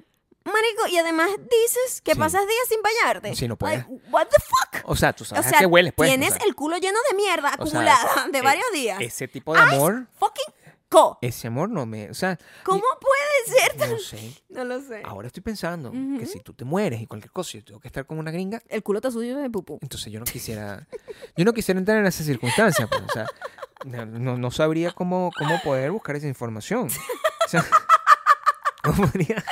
Speaker 1: Marico, y además dices que
Speaker 2: Sí.
Speaker 1: pasas días sin bañarte.
Speaker 2: Sí, no puedes.
Speaker 1: Like, what the fuck?
Speaker 2: O sea, tú sabes
Speaker 1: o
Speaker 2: a
Speaker 1: sea,
Speaker 2: qué hueles, pues. o
Speaker 1: tienes
Speaker 2: sea,
Speaker 1: el culo lleno de mierda
Speaker 2: o sea,
Speaker 1: acumulada de
Speaker 2: eh,
Speaker 1: varios días.
Speaker 2: Ese tipo de amor,
Speaker 1: Fucking co.
Speaker 2: ese amor no me. O sea.
Speaker 1: ¿Cómo puede ser?
Speaker 2: No sé.
Speaker 1: No lo sé.
Speaker 2: Ahora estoy pensando
Speaker 1: Ujú.
Speaker 2: que si tú te mueres y cualquier cosa, yo tengo que estar con una gringa.
Speaker 1: El culo te suyo de pupú.
Speaker 2: Entonces yo no quisiera. Yo no quisiera entrar en esas circunstancias. pues, o sea, no, no- no sabría cómo, cómo poder buscar esa información. O sea, ¿cómo podría?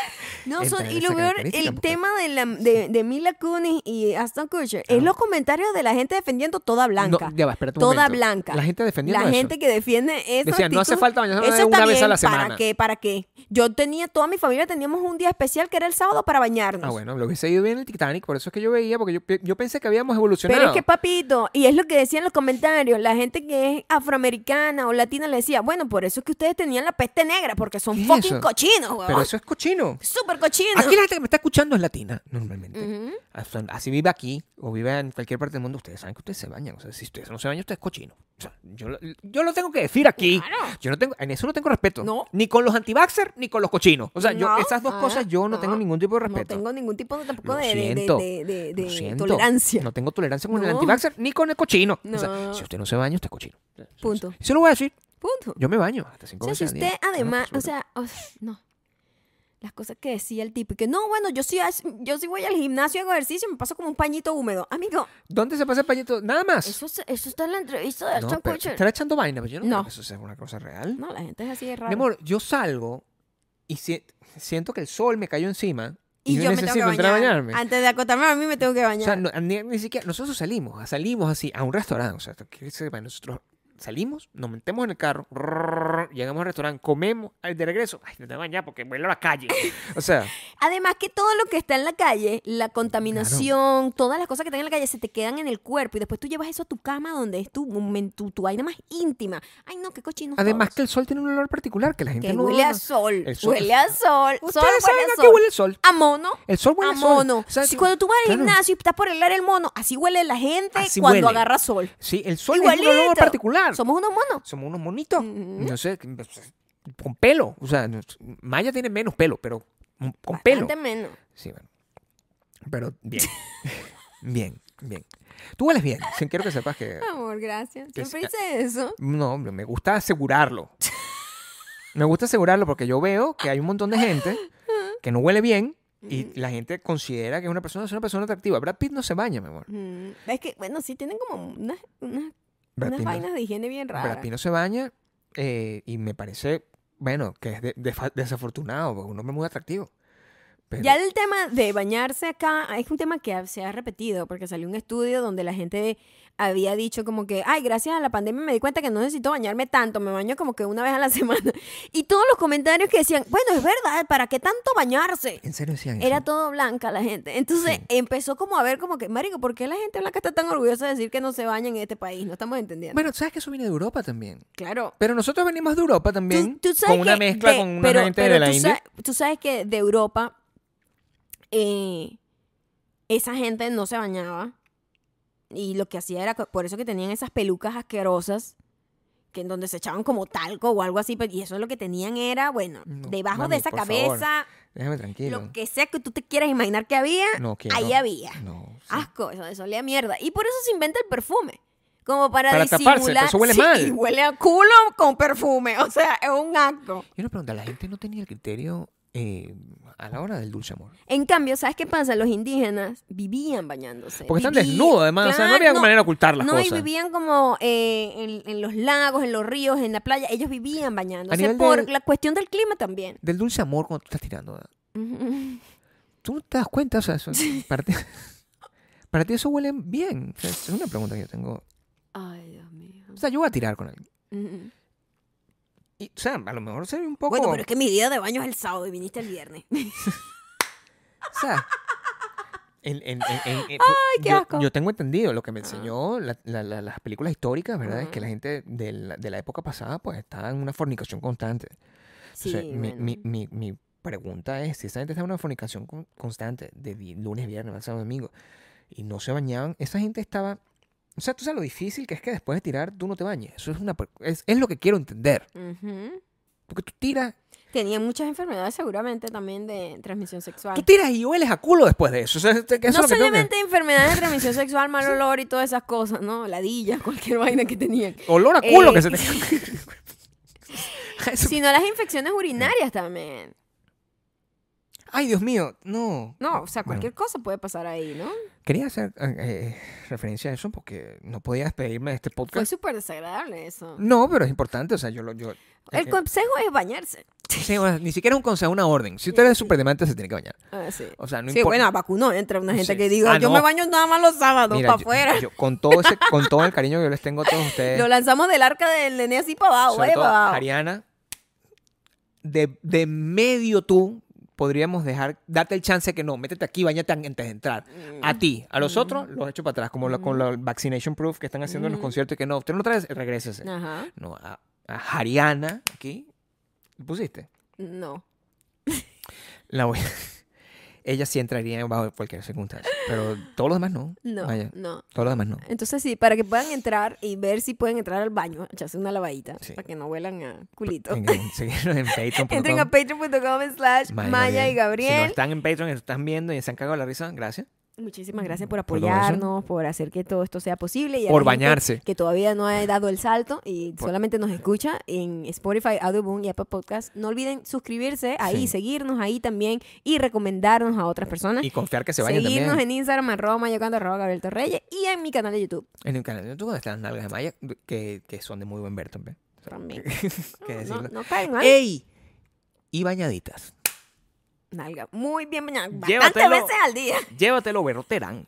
Speaker 1: No,
Speaker 2: Entra
Speaker 1: son,
Speaker 2: en
Speaker 1: y
Speaker 2: esa
Speaker 1: lo peor,
Speaker 2: característica,
Speaker 1: el
Speaker 2: porque-
Speaker 1: tema de, la, de, de Mila Kunis y Aston Kutcher es
Speaker 2: Ah.
Speaker 1: los comentarios de la gente defendiendo toda blanca.
Speaker 2: No, ya va, espérate un
Speaker 1: toda
Speaker 2: momento.
Speaker 1: blanca.
Speaker 2: La gente defendiendo
Speaker 1: La
Speaker 2: eso.
Speaker 1: gente que defiende esa
Speaker 2: Decía, no hace
Speaker 1: actitud,
Speaker 2: falta bañarse
Speaker 1: eso
Speaker 2: una
Speaker 1: está
Speaker 2: vez a la
Speaker 1: bien, ¿Para
Speaker 2: semana.
Speaker 1: qué? ¿Para qué? Yo tenía, toda mi familia teníamos un día especial que era el sábado para bañarnos.
Speaker 2: Ah, bueno, lo hubiese ido bien el Titanic, por eso es que yo veía, porque yo, pe- yo pensé que habíamos evolucionado.
Speaker 1: Pero es que papito, y es lo que decían los comentarios, la gente que es afroamericana o latina le decía, bueno, por eso es que ustedes tenían la peste negra, porque son
Speaker 2: ¿Qué es
Speaker 1: fucking
Speaker 2: eso?
Speaker 1: cochinos,
Speaker 2: Pero
Speaker 1: weón.
Speaker 2: eso es cochino.
Speaker 1: Súper cochinos.
Speaker 2: Aquí la gente que me está escuchando es latina, normalmente.
Speaker 1: Ujú.
Speaker 2: O sea, Así vive aquí o vive en cualquier parte del mundo, ustedes saben que ustedes se bañan. O sea, si ustedes no se bañan, ustedes es cochino. O sea, yo, lo- yo lo tengo que decir aquí.
Speaker 1: Claro.
Speaker 2: Yo no tengo, en eso no tengo respeto.
Speaker 1: No.
Speaker 2: Ni con los antivaxxer ni con los cochinos. O sea,
Speaker 1: No,
Speaker 2: yo, esas dos
Speaker 1: ah,
Speaker 2: cosas yo no,
Speaker 1: no,
Speaker 2: tengo ningún tipo de
Speaker 1: No
Speaker 2: respeto.
Speaker 1: tengo ningún tipo de, tampoco
Speaker 2: Lo
Speaker 1: de, de- de-
Speaker 2: siento,
Speaker 1: de- de-
Speaker 2: Lo
Speaker 1: de
Speaker 2: siento.
Speaker 1: tolerancia.
Speaker 2: No tengo tolerancia con el
Speaker 1: No.
Speaker 2: antivaxxer ni con el cochino. O sea,
Speaker 1: No.
Speaker 2: si usted no se baña, usted es cochino.
Speaker 1: Punto.
Speaker 2: Eso lo voy a decir.
Speaker 1: Punto.
Speaker 2: Yo me baño hasta cinco
Speaker 1: O sea, si
Speaker 2: veces al
Speaker 1: usted
Speaker 2: día.
Speaker 1: además,
Speaker 2: Una
Speaker 1: o
Speaker 2: basura.
Speaker 1: sea, o sea, no. las cosas que decía el tipo. Y que no, bueno, yo sí, as- yo sí voy al gimnasio, hago ejercicio, me paso como un pañito húmedo. Amigo,
Speaker 2: ¿Dónde se pasa el pañito? Nada más.
Speaker 1: eso, se- eso está en la entrevista de
Speaker 2: no,
Speaker 1: Ashton
Speaker 2: pero
Speaker 1: Kutcher.
Speaker 2: estará echando vaina, pero yo no,
Speaker 1: No.
Speaker 2: creo que eso sea una cosa real.
Speaker 1: No, la gente es así de rara.
Speaker 2: Mi amor, yo salgo y si- siento que el sol me cayó encima y,
Speaker 1: y yo me tengo
Speaker 2: necesito
Speaker 1: que
Speaker 2: entrar a
Speaker 1: bañar.
Speaker 2: bañarme.
Speaker 1: Antes de acotarme a mí me tengo que
Speaker 2: O
Speaker 1: bañar.
Speaker 2: sea, no- ni, ni siquiera, nosotros salimos, salimos así a un restaurante. O sea, que sepa, nosotros salimos, nos metemos en el carro, rrrr, llegamos al restaurante, comemos, ay, de regreso, ay, me tengo que bañar porque vuelo a la calle. O sea,
Speaker 1: Además que todo lo que está en la calle, la contaminación, todas las cosas que están en la calle se te quedan en el cuerpo y después tú llevas eso a tu cama donde es tu, momen- tu, tu vaina más íntima. Ay, no, qué cochino.
Speaker 2: además que el sol tiene un olor particular que la gente
Speaker 1: que
Speaker 2: no
Speaker 1: huele a
Speaker 2: no-
Speaker 1: sol,
Speaker 2: El sol-
Speaker 1: huele a sol.
Speaker 2: Ustedes
Speaker 1: sol
Speaker 2: saben
Speaker 1: huele a
Speaker 2: a
Speaker 1: sol.
Speaker 2: qué huele el sol.
Speaker 1: A mono.
Speaker 2: El sol huele
Speaker 1: A
Speaker 2: a sol.
Speaker 1: mono.
Speaker 2: O sea,
Speaker 1: si
Speaker 2: tú-
Speaker 1: cuando tú vas al
Speaker 2: claro.
Speaker 1: gimnasio y estás por el aire el mono, así huele la gente
Speaker 2: Así
Speaker 1: cuando
Speaker 2: huele.
Speaker 1: agarra sol.
Speaker 2: Sí, el sol
Speaker 1: Igualito.
Speaker 2: es un olor particular.
Speaker 1: Somos unos monos.
Speaker 2: Somos unos monitos.
Speaker 1: Ujú.
Speaker 2: No sé, pues, con pelo. O sea, Maya tiene menos pelo, pero
Speaker 1: Ah,
Speaker 2: con pelo. Eh.
Speaker 1: Bastante menos.
Speaker 2: Sí, bueno. Pero bien. bien, bien. Tú hueles bien. sí, Quiero que sepas que.
Speaker 1: Amor, gracias.
Speaker 2: Que
Speaker 1: Siempre
Speaker 2: sea-
Speaker 1: hice eso.
Speaker 2: No, hombre, me gusta asegurarlo. Me gusta asegurarlo porque yo veo que hay un montón de gente que no huele bien y la gente considera que es una persona, es una persona atractiva. Brad Pitt no se baña, mi amor.
Speaker 1: Mm, Es que, bueno, sí tienen como unas, unas
Speaker 2: Brad
Speaker 1: unas
Speaker 2: Pitt no-
Speaker 1: vainas de higiene bien
Speaker 2: Brad
Speaker 1: raras.
Speaker 2: Pitt no se baña eh, y me parece, bueno, que es de- defa- desafortunado, porque un hombre muy atractivo. Pero-
Speaker 1: Ya el tema de bañarse acá ah, es un tema que ha- se ha repetido, porque salió un estudio donde la gente había dicho como que, ay, gracias a la pandemia me di cuenta que no necesito bañarme tanto, me baño como que una vez a la semana. Y todos los comentarios que decían, bueno, es verdad, ¿para qué tanto bañarse?
Speaker 2: en serio decían eso?
Speaker 1: Era todo blanca la gente. Entonces
Speaker 2: Sí.
Speaker 1: empezó como a ver como que, marico, ¿por qué la gente blanca está tan orgullosa de decir que no se baña en este país? No estamos entendiendo.
Speaker 2: Bueno, sabes que eso viene de Europa también.
Speaker 1: claro.
Speaker 2: Pero nosotros venimos de Europa también.
Speaker 1: Tú- tú sabes
Speaker 2: con una
Speaker 1: que
Speaker 2: mezcla
Speaker 1: de-
Speaker 2: con una
Speaker 1: pero-
Speaker 2: gente
Speaker 1: pero
Speaker 2: de la
Speaker 1: tú
Speaker 2: India.
Speaker 1: sa- tú sabes que de Europa, eh, esa gente no se bañaba. Y lo que hacía era, co- por eso que tenían esas pelucas asquerosas, que en donde se echaban como talco o algo así. pe- Y eso lo que tenían era, bueno,
Speaker 2: No,
Speaker 1: debajo
Speaker 2: mami,
Speaker 1: de esa
Speaker 2: por favor,
Speaker 1: cabeza,
Speaker 2: Déjame tranquilo.
Speaker 1: lo que sea que tú te quieras imaginar que había,
Speaker 2: No quiero.
Speaker 1: ahí había. Ah.
Speaker 2: No. sí.
Speaker 1: Asco, eso, eso olía a mierda. Y por eso se inventa el perfume. Como para,
Speaker 2: Para
Speaker 1: disimular.
Speaker 2: taparse, pero eso huele
Speaker 1: Sí,
Speaker 2: mal.
Speaker 1: Y huele a culo con perfume. O sea, es un asco.
Speaker 2: Y una pregunta, ¿la gente no tenía el criterio eh, a la hora del dulce amor?
Speaker 1: En cambio, ¿sabes qué pasa? Los indígenas vivían bañándose.
Speaker 2: Porque están
Speaker 1: Viví-
Speaker 2: desnudos, además. o sea, no
Speaker 1: Claro,
Speaker 2: había manera de ocultar las
Speaker 1: no, y
Speaker 2: cosas.
Speaker 1: vivían como eh, en, en los lagos, en los ríos, en la playa. Ellos vivían bañándose
Speaker 2: nivel
Speaker 1: por
Speaker 2: de-
Speaker 1: la cuestión del clima también.
Speaker 2: Del dulce amor cuando tú estás tirando. ¿eh?
Speaker 1: Ujú.
Speaker 2: ¿Tú no te das cuenta? O sea, eso- para, ti, para ti eso huele bien. O sea, es una pregunta que yo tengo.
Speaker 1: Ay, Dios mío.
Speaker 2: O sea, yo voy a tirar con alguien.
Speaker 1: Ujú.
Speaker 2: Y, o sea, a lo mejor se ve un poco...
Speaker 1: Bueno, pero es que mi día de baño es el sábado y viniste el viernes.
Speaker 2: O sea, en- en- en- en- en-
Speaker 1: qué
Speaker 2: yo,
Speaker 1: asco.
Speaker 2: yo tengo entendido lo que me enseñó la- la- la- las películas históricas, ¿verdad? Es que
Speaker 1: Ajá.
Speaker 2: la gente de la, de la época pasada, pues, estaba en una fornicación constante.
Speaker 1: Sí,
Speaker 2: o sea, mi, mi-
Speaker 1: bueno.
Speaker 2: mi- mi pregunta es, si esa gente estaba en una fornicación con- constante, de di- lunes, viernes, sábado, domingo, y no se bañaban, esa gente estaba... O sea, tú sabes lo difícil que es que después de tirar tú no te bañes. Eso es, una, per- es, es lo que quiero entender.
Speaker 1: Ujú.
Speaker 2: Porque tú tiras,
Speaker 1: Tenían muchas enfermedades seguramente también de transmisión sexual.
Speaker 2: tú tiras y hueles a culo después de eso. O sea, eso es
Speaker 1: no
Speaker 2: lo que tengo que-
Speaker 1: solamente enfermedades de transmisión sexual, mal olor y todas esas cosas, ¿no? Ladilla, cualquier vaina que tenían.
Speaker 2: Olor a culo
Speaker 1: Eh,
Speaker 2: que se te... Eso-
Speaker 1: Sino las infecciones urinarias también.
Speaker 2: Ay, Dios mío, no.
Speaker 1: No, o sea,
Speaker 2: Bueno,
Speaker 1: cualquier cosa puede pasar ahí, ¿no?
Speaker 2: quería hacer eh, eh, referencia a eso porque no podía despedirme de este
Speaker 1: Fue
Speaker 2: podcast.
Speaker 1: súper desagradable eso.
Speaker 2: No, pero es importante, o sea, yo lo... Yo,
Speaker 1: El
Speaker 2: eh,
Speaker 1: consejo es bañarse.
Speaker 2: sí, bueno, ni siquiera es un consejo, una orden. Si usted es súper demandante, se tiene que bañar.
Speaker 1: Ah, sí.
Speaker 2: O sea, no
Speaker 1: sí,
Speaker 2: importa.
Speaker 1: bueno, vacunó entre una gente
Speaker 2: Sí.
Speaker 1: que diga,
Speaker 2: Ah,
Speaker 1: yo
Speaker 2: no.
Speaker 1: me baño nada más los sábados
Speaker 2: Mira,
Speaker 1: para
Speaker 2: yo-
Speaker 1: afuera.
Speaker 2: yo- con, todo ese, con todo el cariño que yo les tengo a todos ustedes,
Speaker 1: Lo lanzamos del arca del nene así para abajo,
Speaker 2: sobre
Speaker 1: vaya
Speaker 2: todo,
Speaker 1: para abajo.
Speaker 2: Ariana, de, de medio tú podríamos dejar, darte el chance que no, métete aquí, bañate an- antes de entrar.
Speaker 1: Mm.
Speaker 2: A ti, a los otros los echo para atrás, como lo- con los vaccination proof que están haciendo en los
Speaker 1: Ujú.
Speaker 2: conciertos y que no, usted no lo traes, regrésese.
Speaker 1: Ajá,
Speaker 2: No, a, a Ariana, aquí, pusiste.
Speaker 1: no.
Speaker 2: La voy. Ella sí entraría bajo cualquier circunstancia, pero todos los demás no.
Speaker 1: No,
Speaker 2: Vaya,
Speaker 1: no.
Speaker 2: todos los demás no.
Speaker 1: Entonces sí, para que puedan entrar y ver si pueden entrar al baño, echarse una lavadita,
Speaker 2: Sí. Pues,
Speaker 1: para que no huelan a culito.
Speaker 2: En- en- Seguirnos en Patreon.
Speaker 1: Entren a patreon.com slash Maya y
Speaker 2: Si no
Speaker 1: Gabriel.
Speaker 2: están en Patreon y nos están viendo y se han cagado la risa, gracias.
Speaker 1: Muchísimas gracias por
Speaker 2: Por todo eso.
Speaker 1: apoyarnos, por hacer que todo esto sea posible. Y a
Speaker 2: Por
Speaker 1: la gente
Speaker 2: bañarse.
Speaker 1: Que todavía no ha dado el salto y
Speaker 2: Por-
Speaker 1: solamente nos escucha en Spotify, Audioboom y Apple Podcast. No olviden suscribirse ahí,
Speaker 2: Sí.
Speaker 1: seguirnos ahí también y recomendarnos a otras personas.
Speaker 2: Y confiar que se vayan
Speaker 1: seguirnos
Speaker 2: también.
Speaker 1: en Instagram, arroba mayocando, arroba Gabriel Torreyes y en mi canal de YouTube
Speaker 2: En el canal de YouTube están las nalgas de Maya, que, que son de muy buen ver también.
Speaker 1: también.
Speaker 2: que
Speaker 1: Ah, no,
Speaker 2: decirlo. Eh,
Speaker 1: no caen mal.
Speaker 2: ¡Ey! Y bañaditas.
Speaker 1: Nalga, muy bien bañada. Bastantes
Speaker 2: Llévatelo.
Speaker 1: veces al día.
Speaker 2: Llévatelo, berroterán.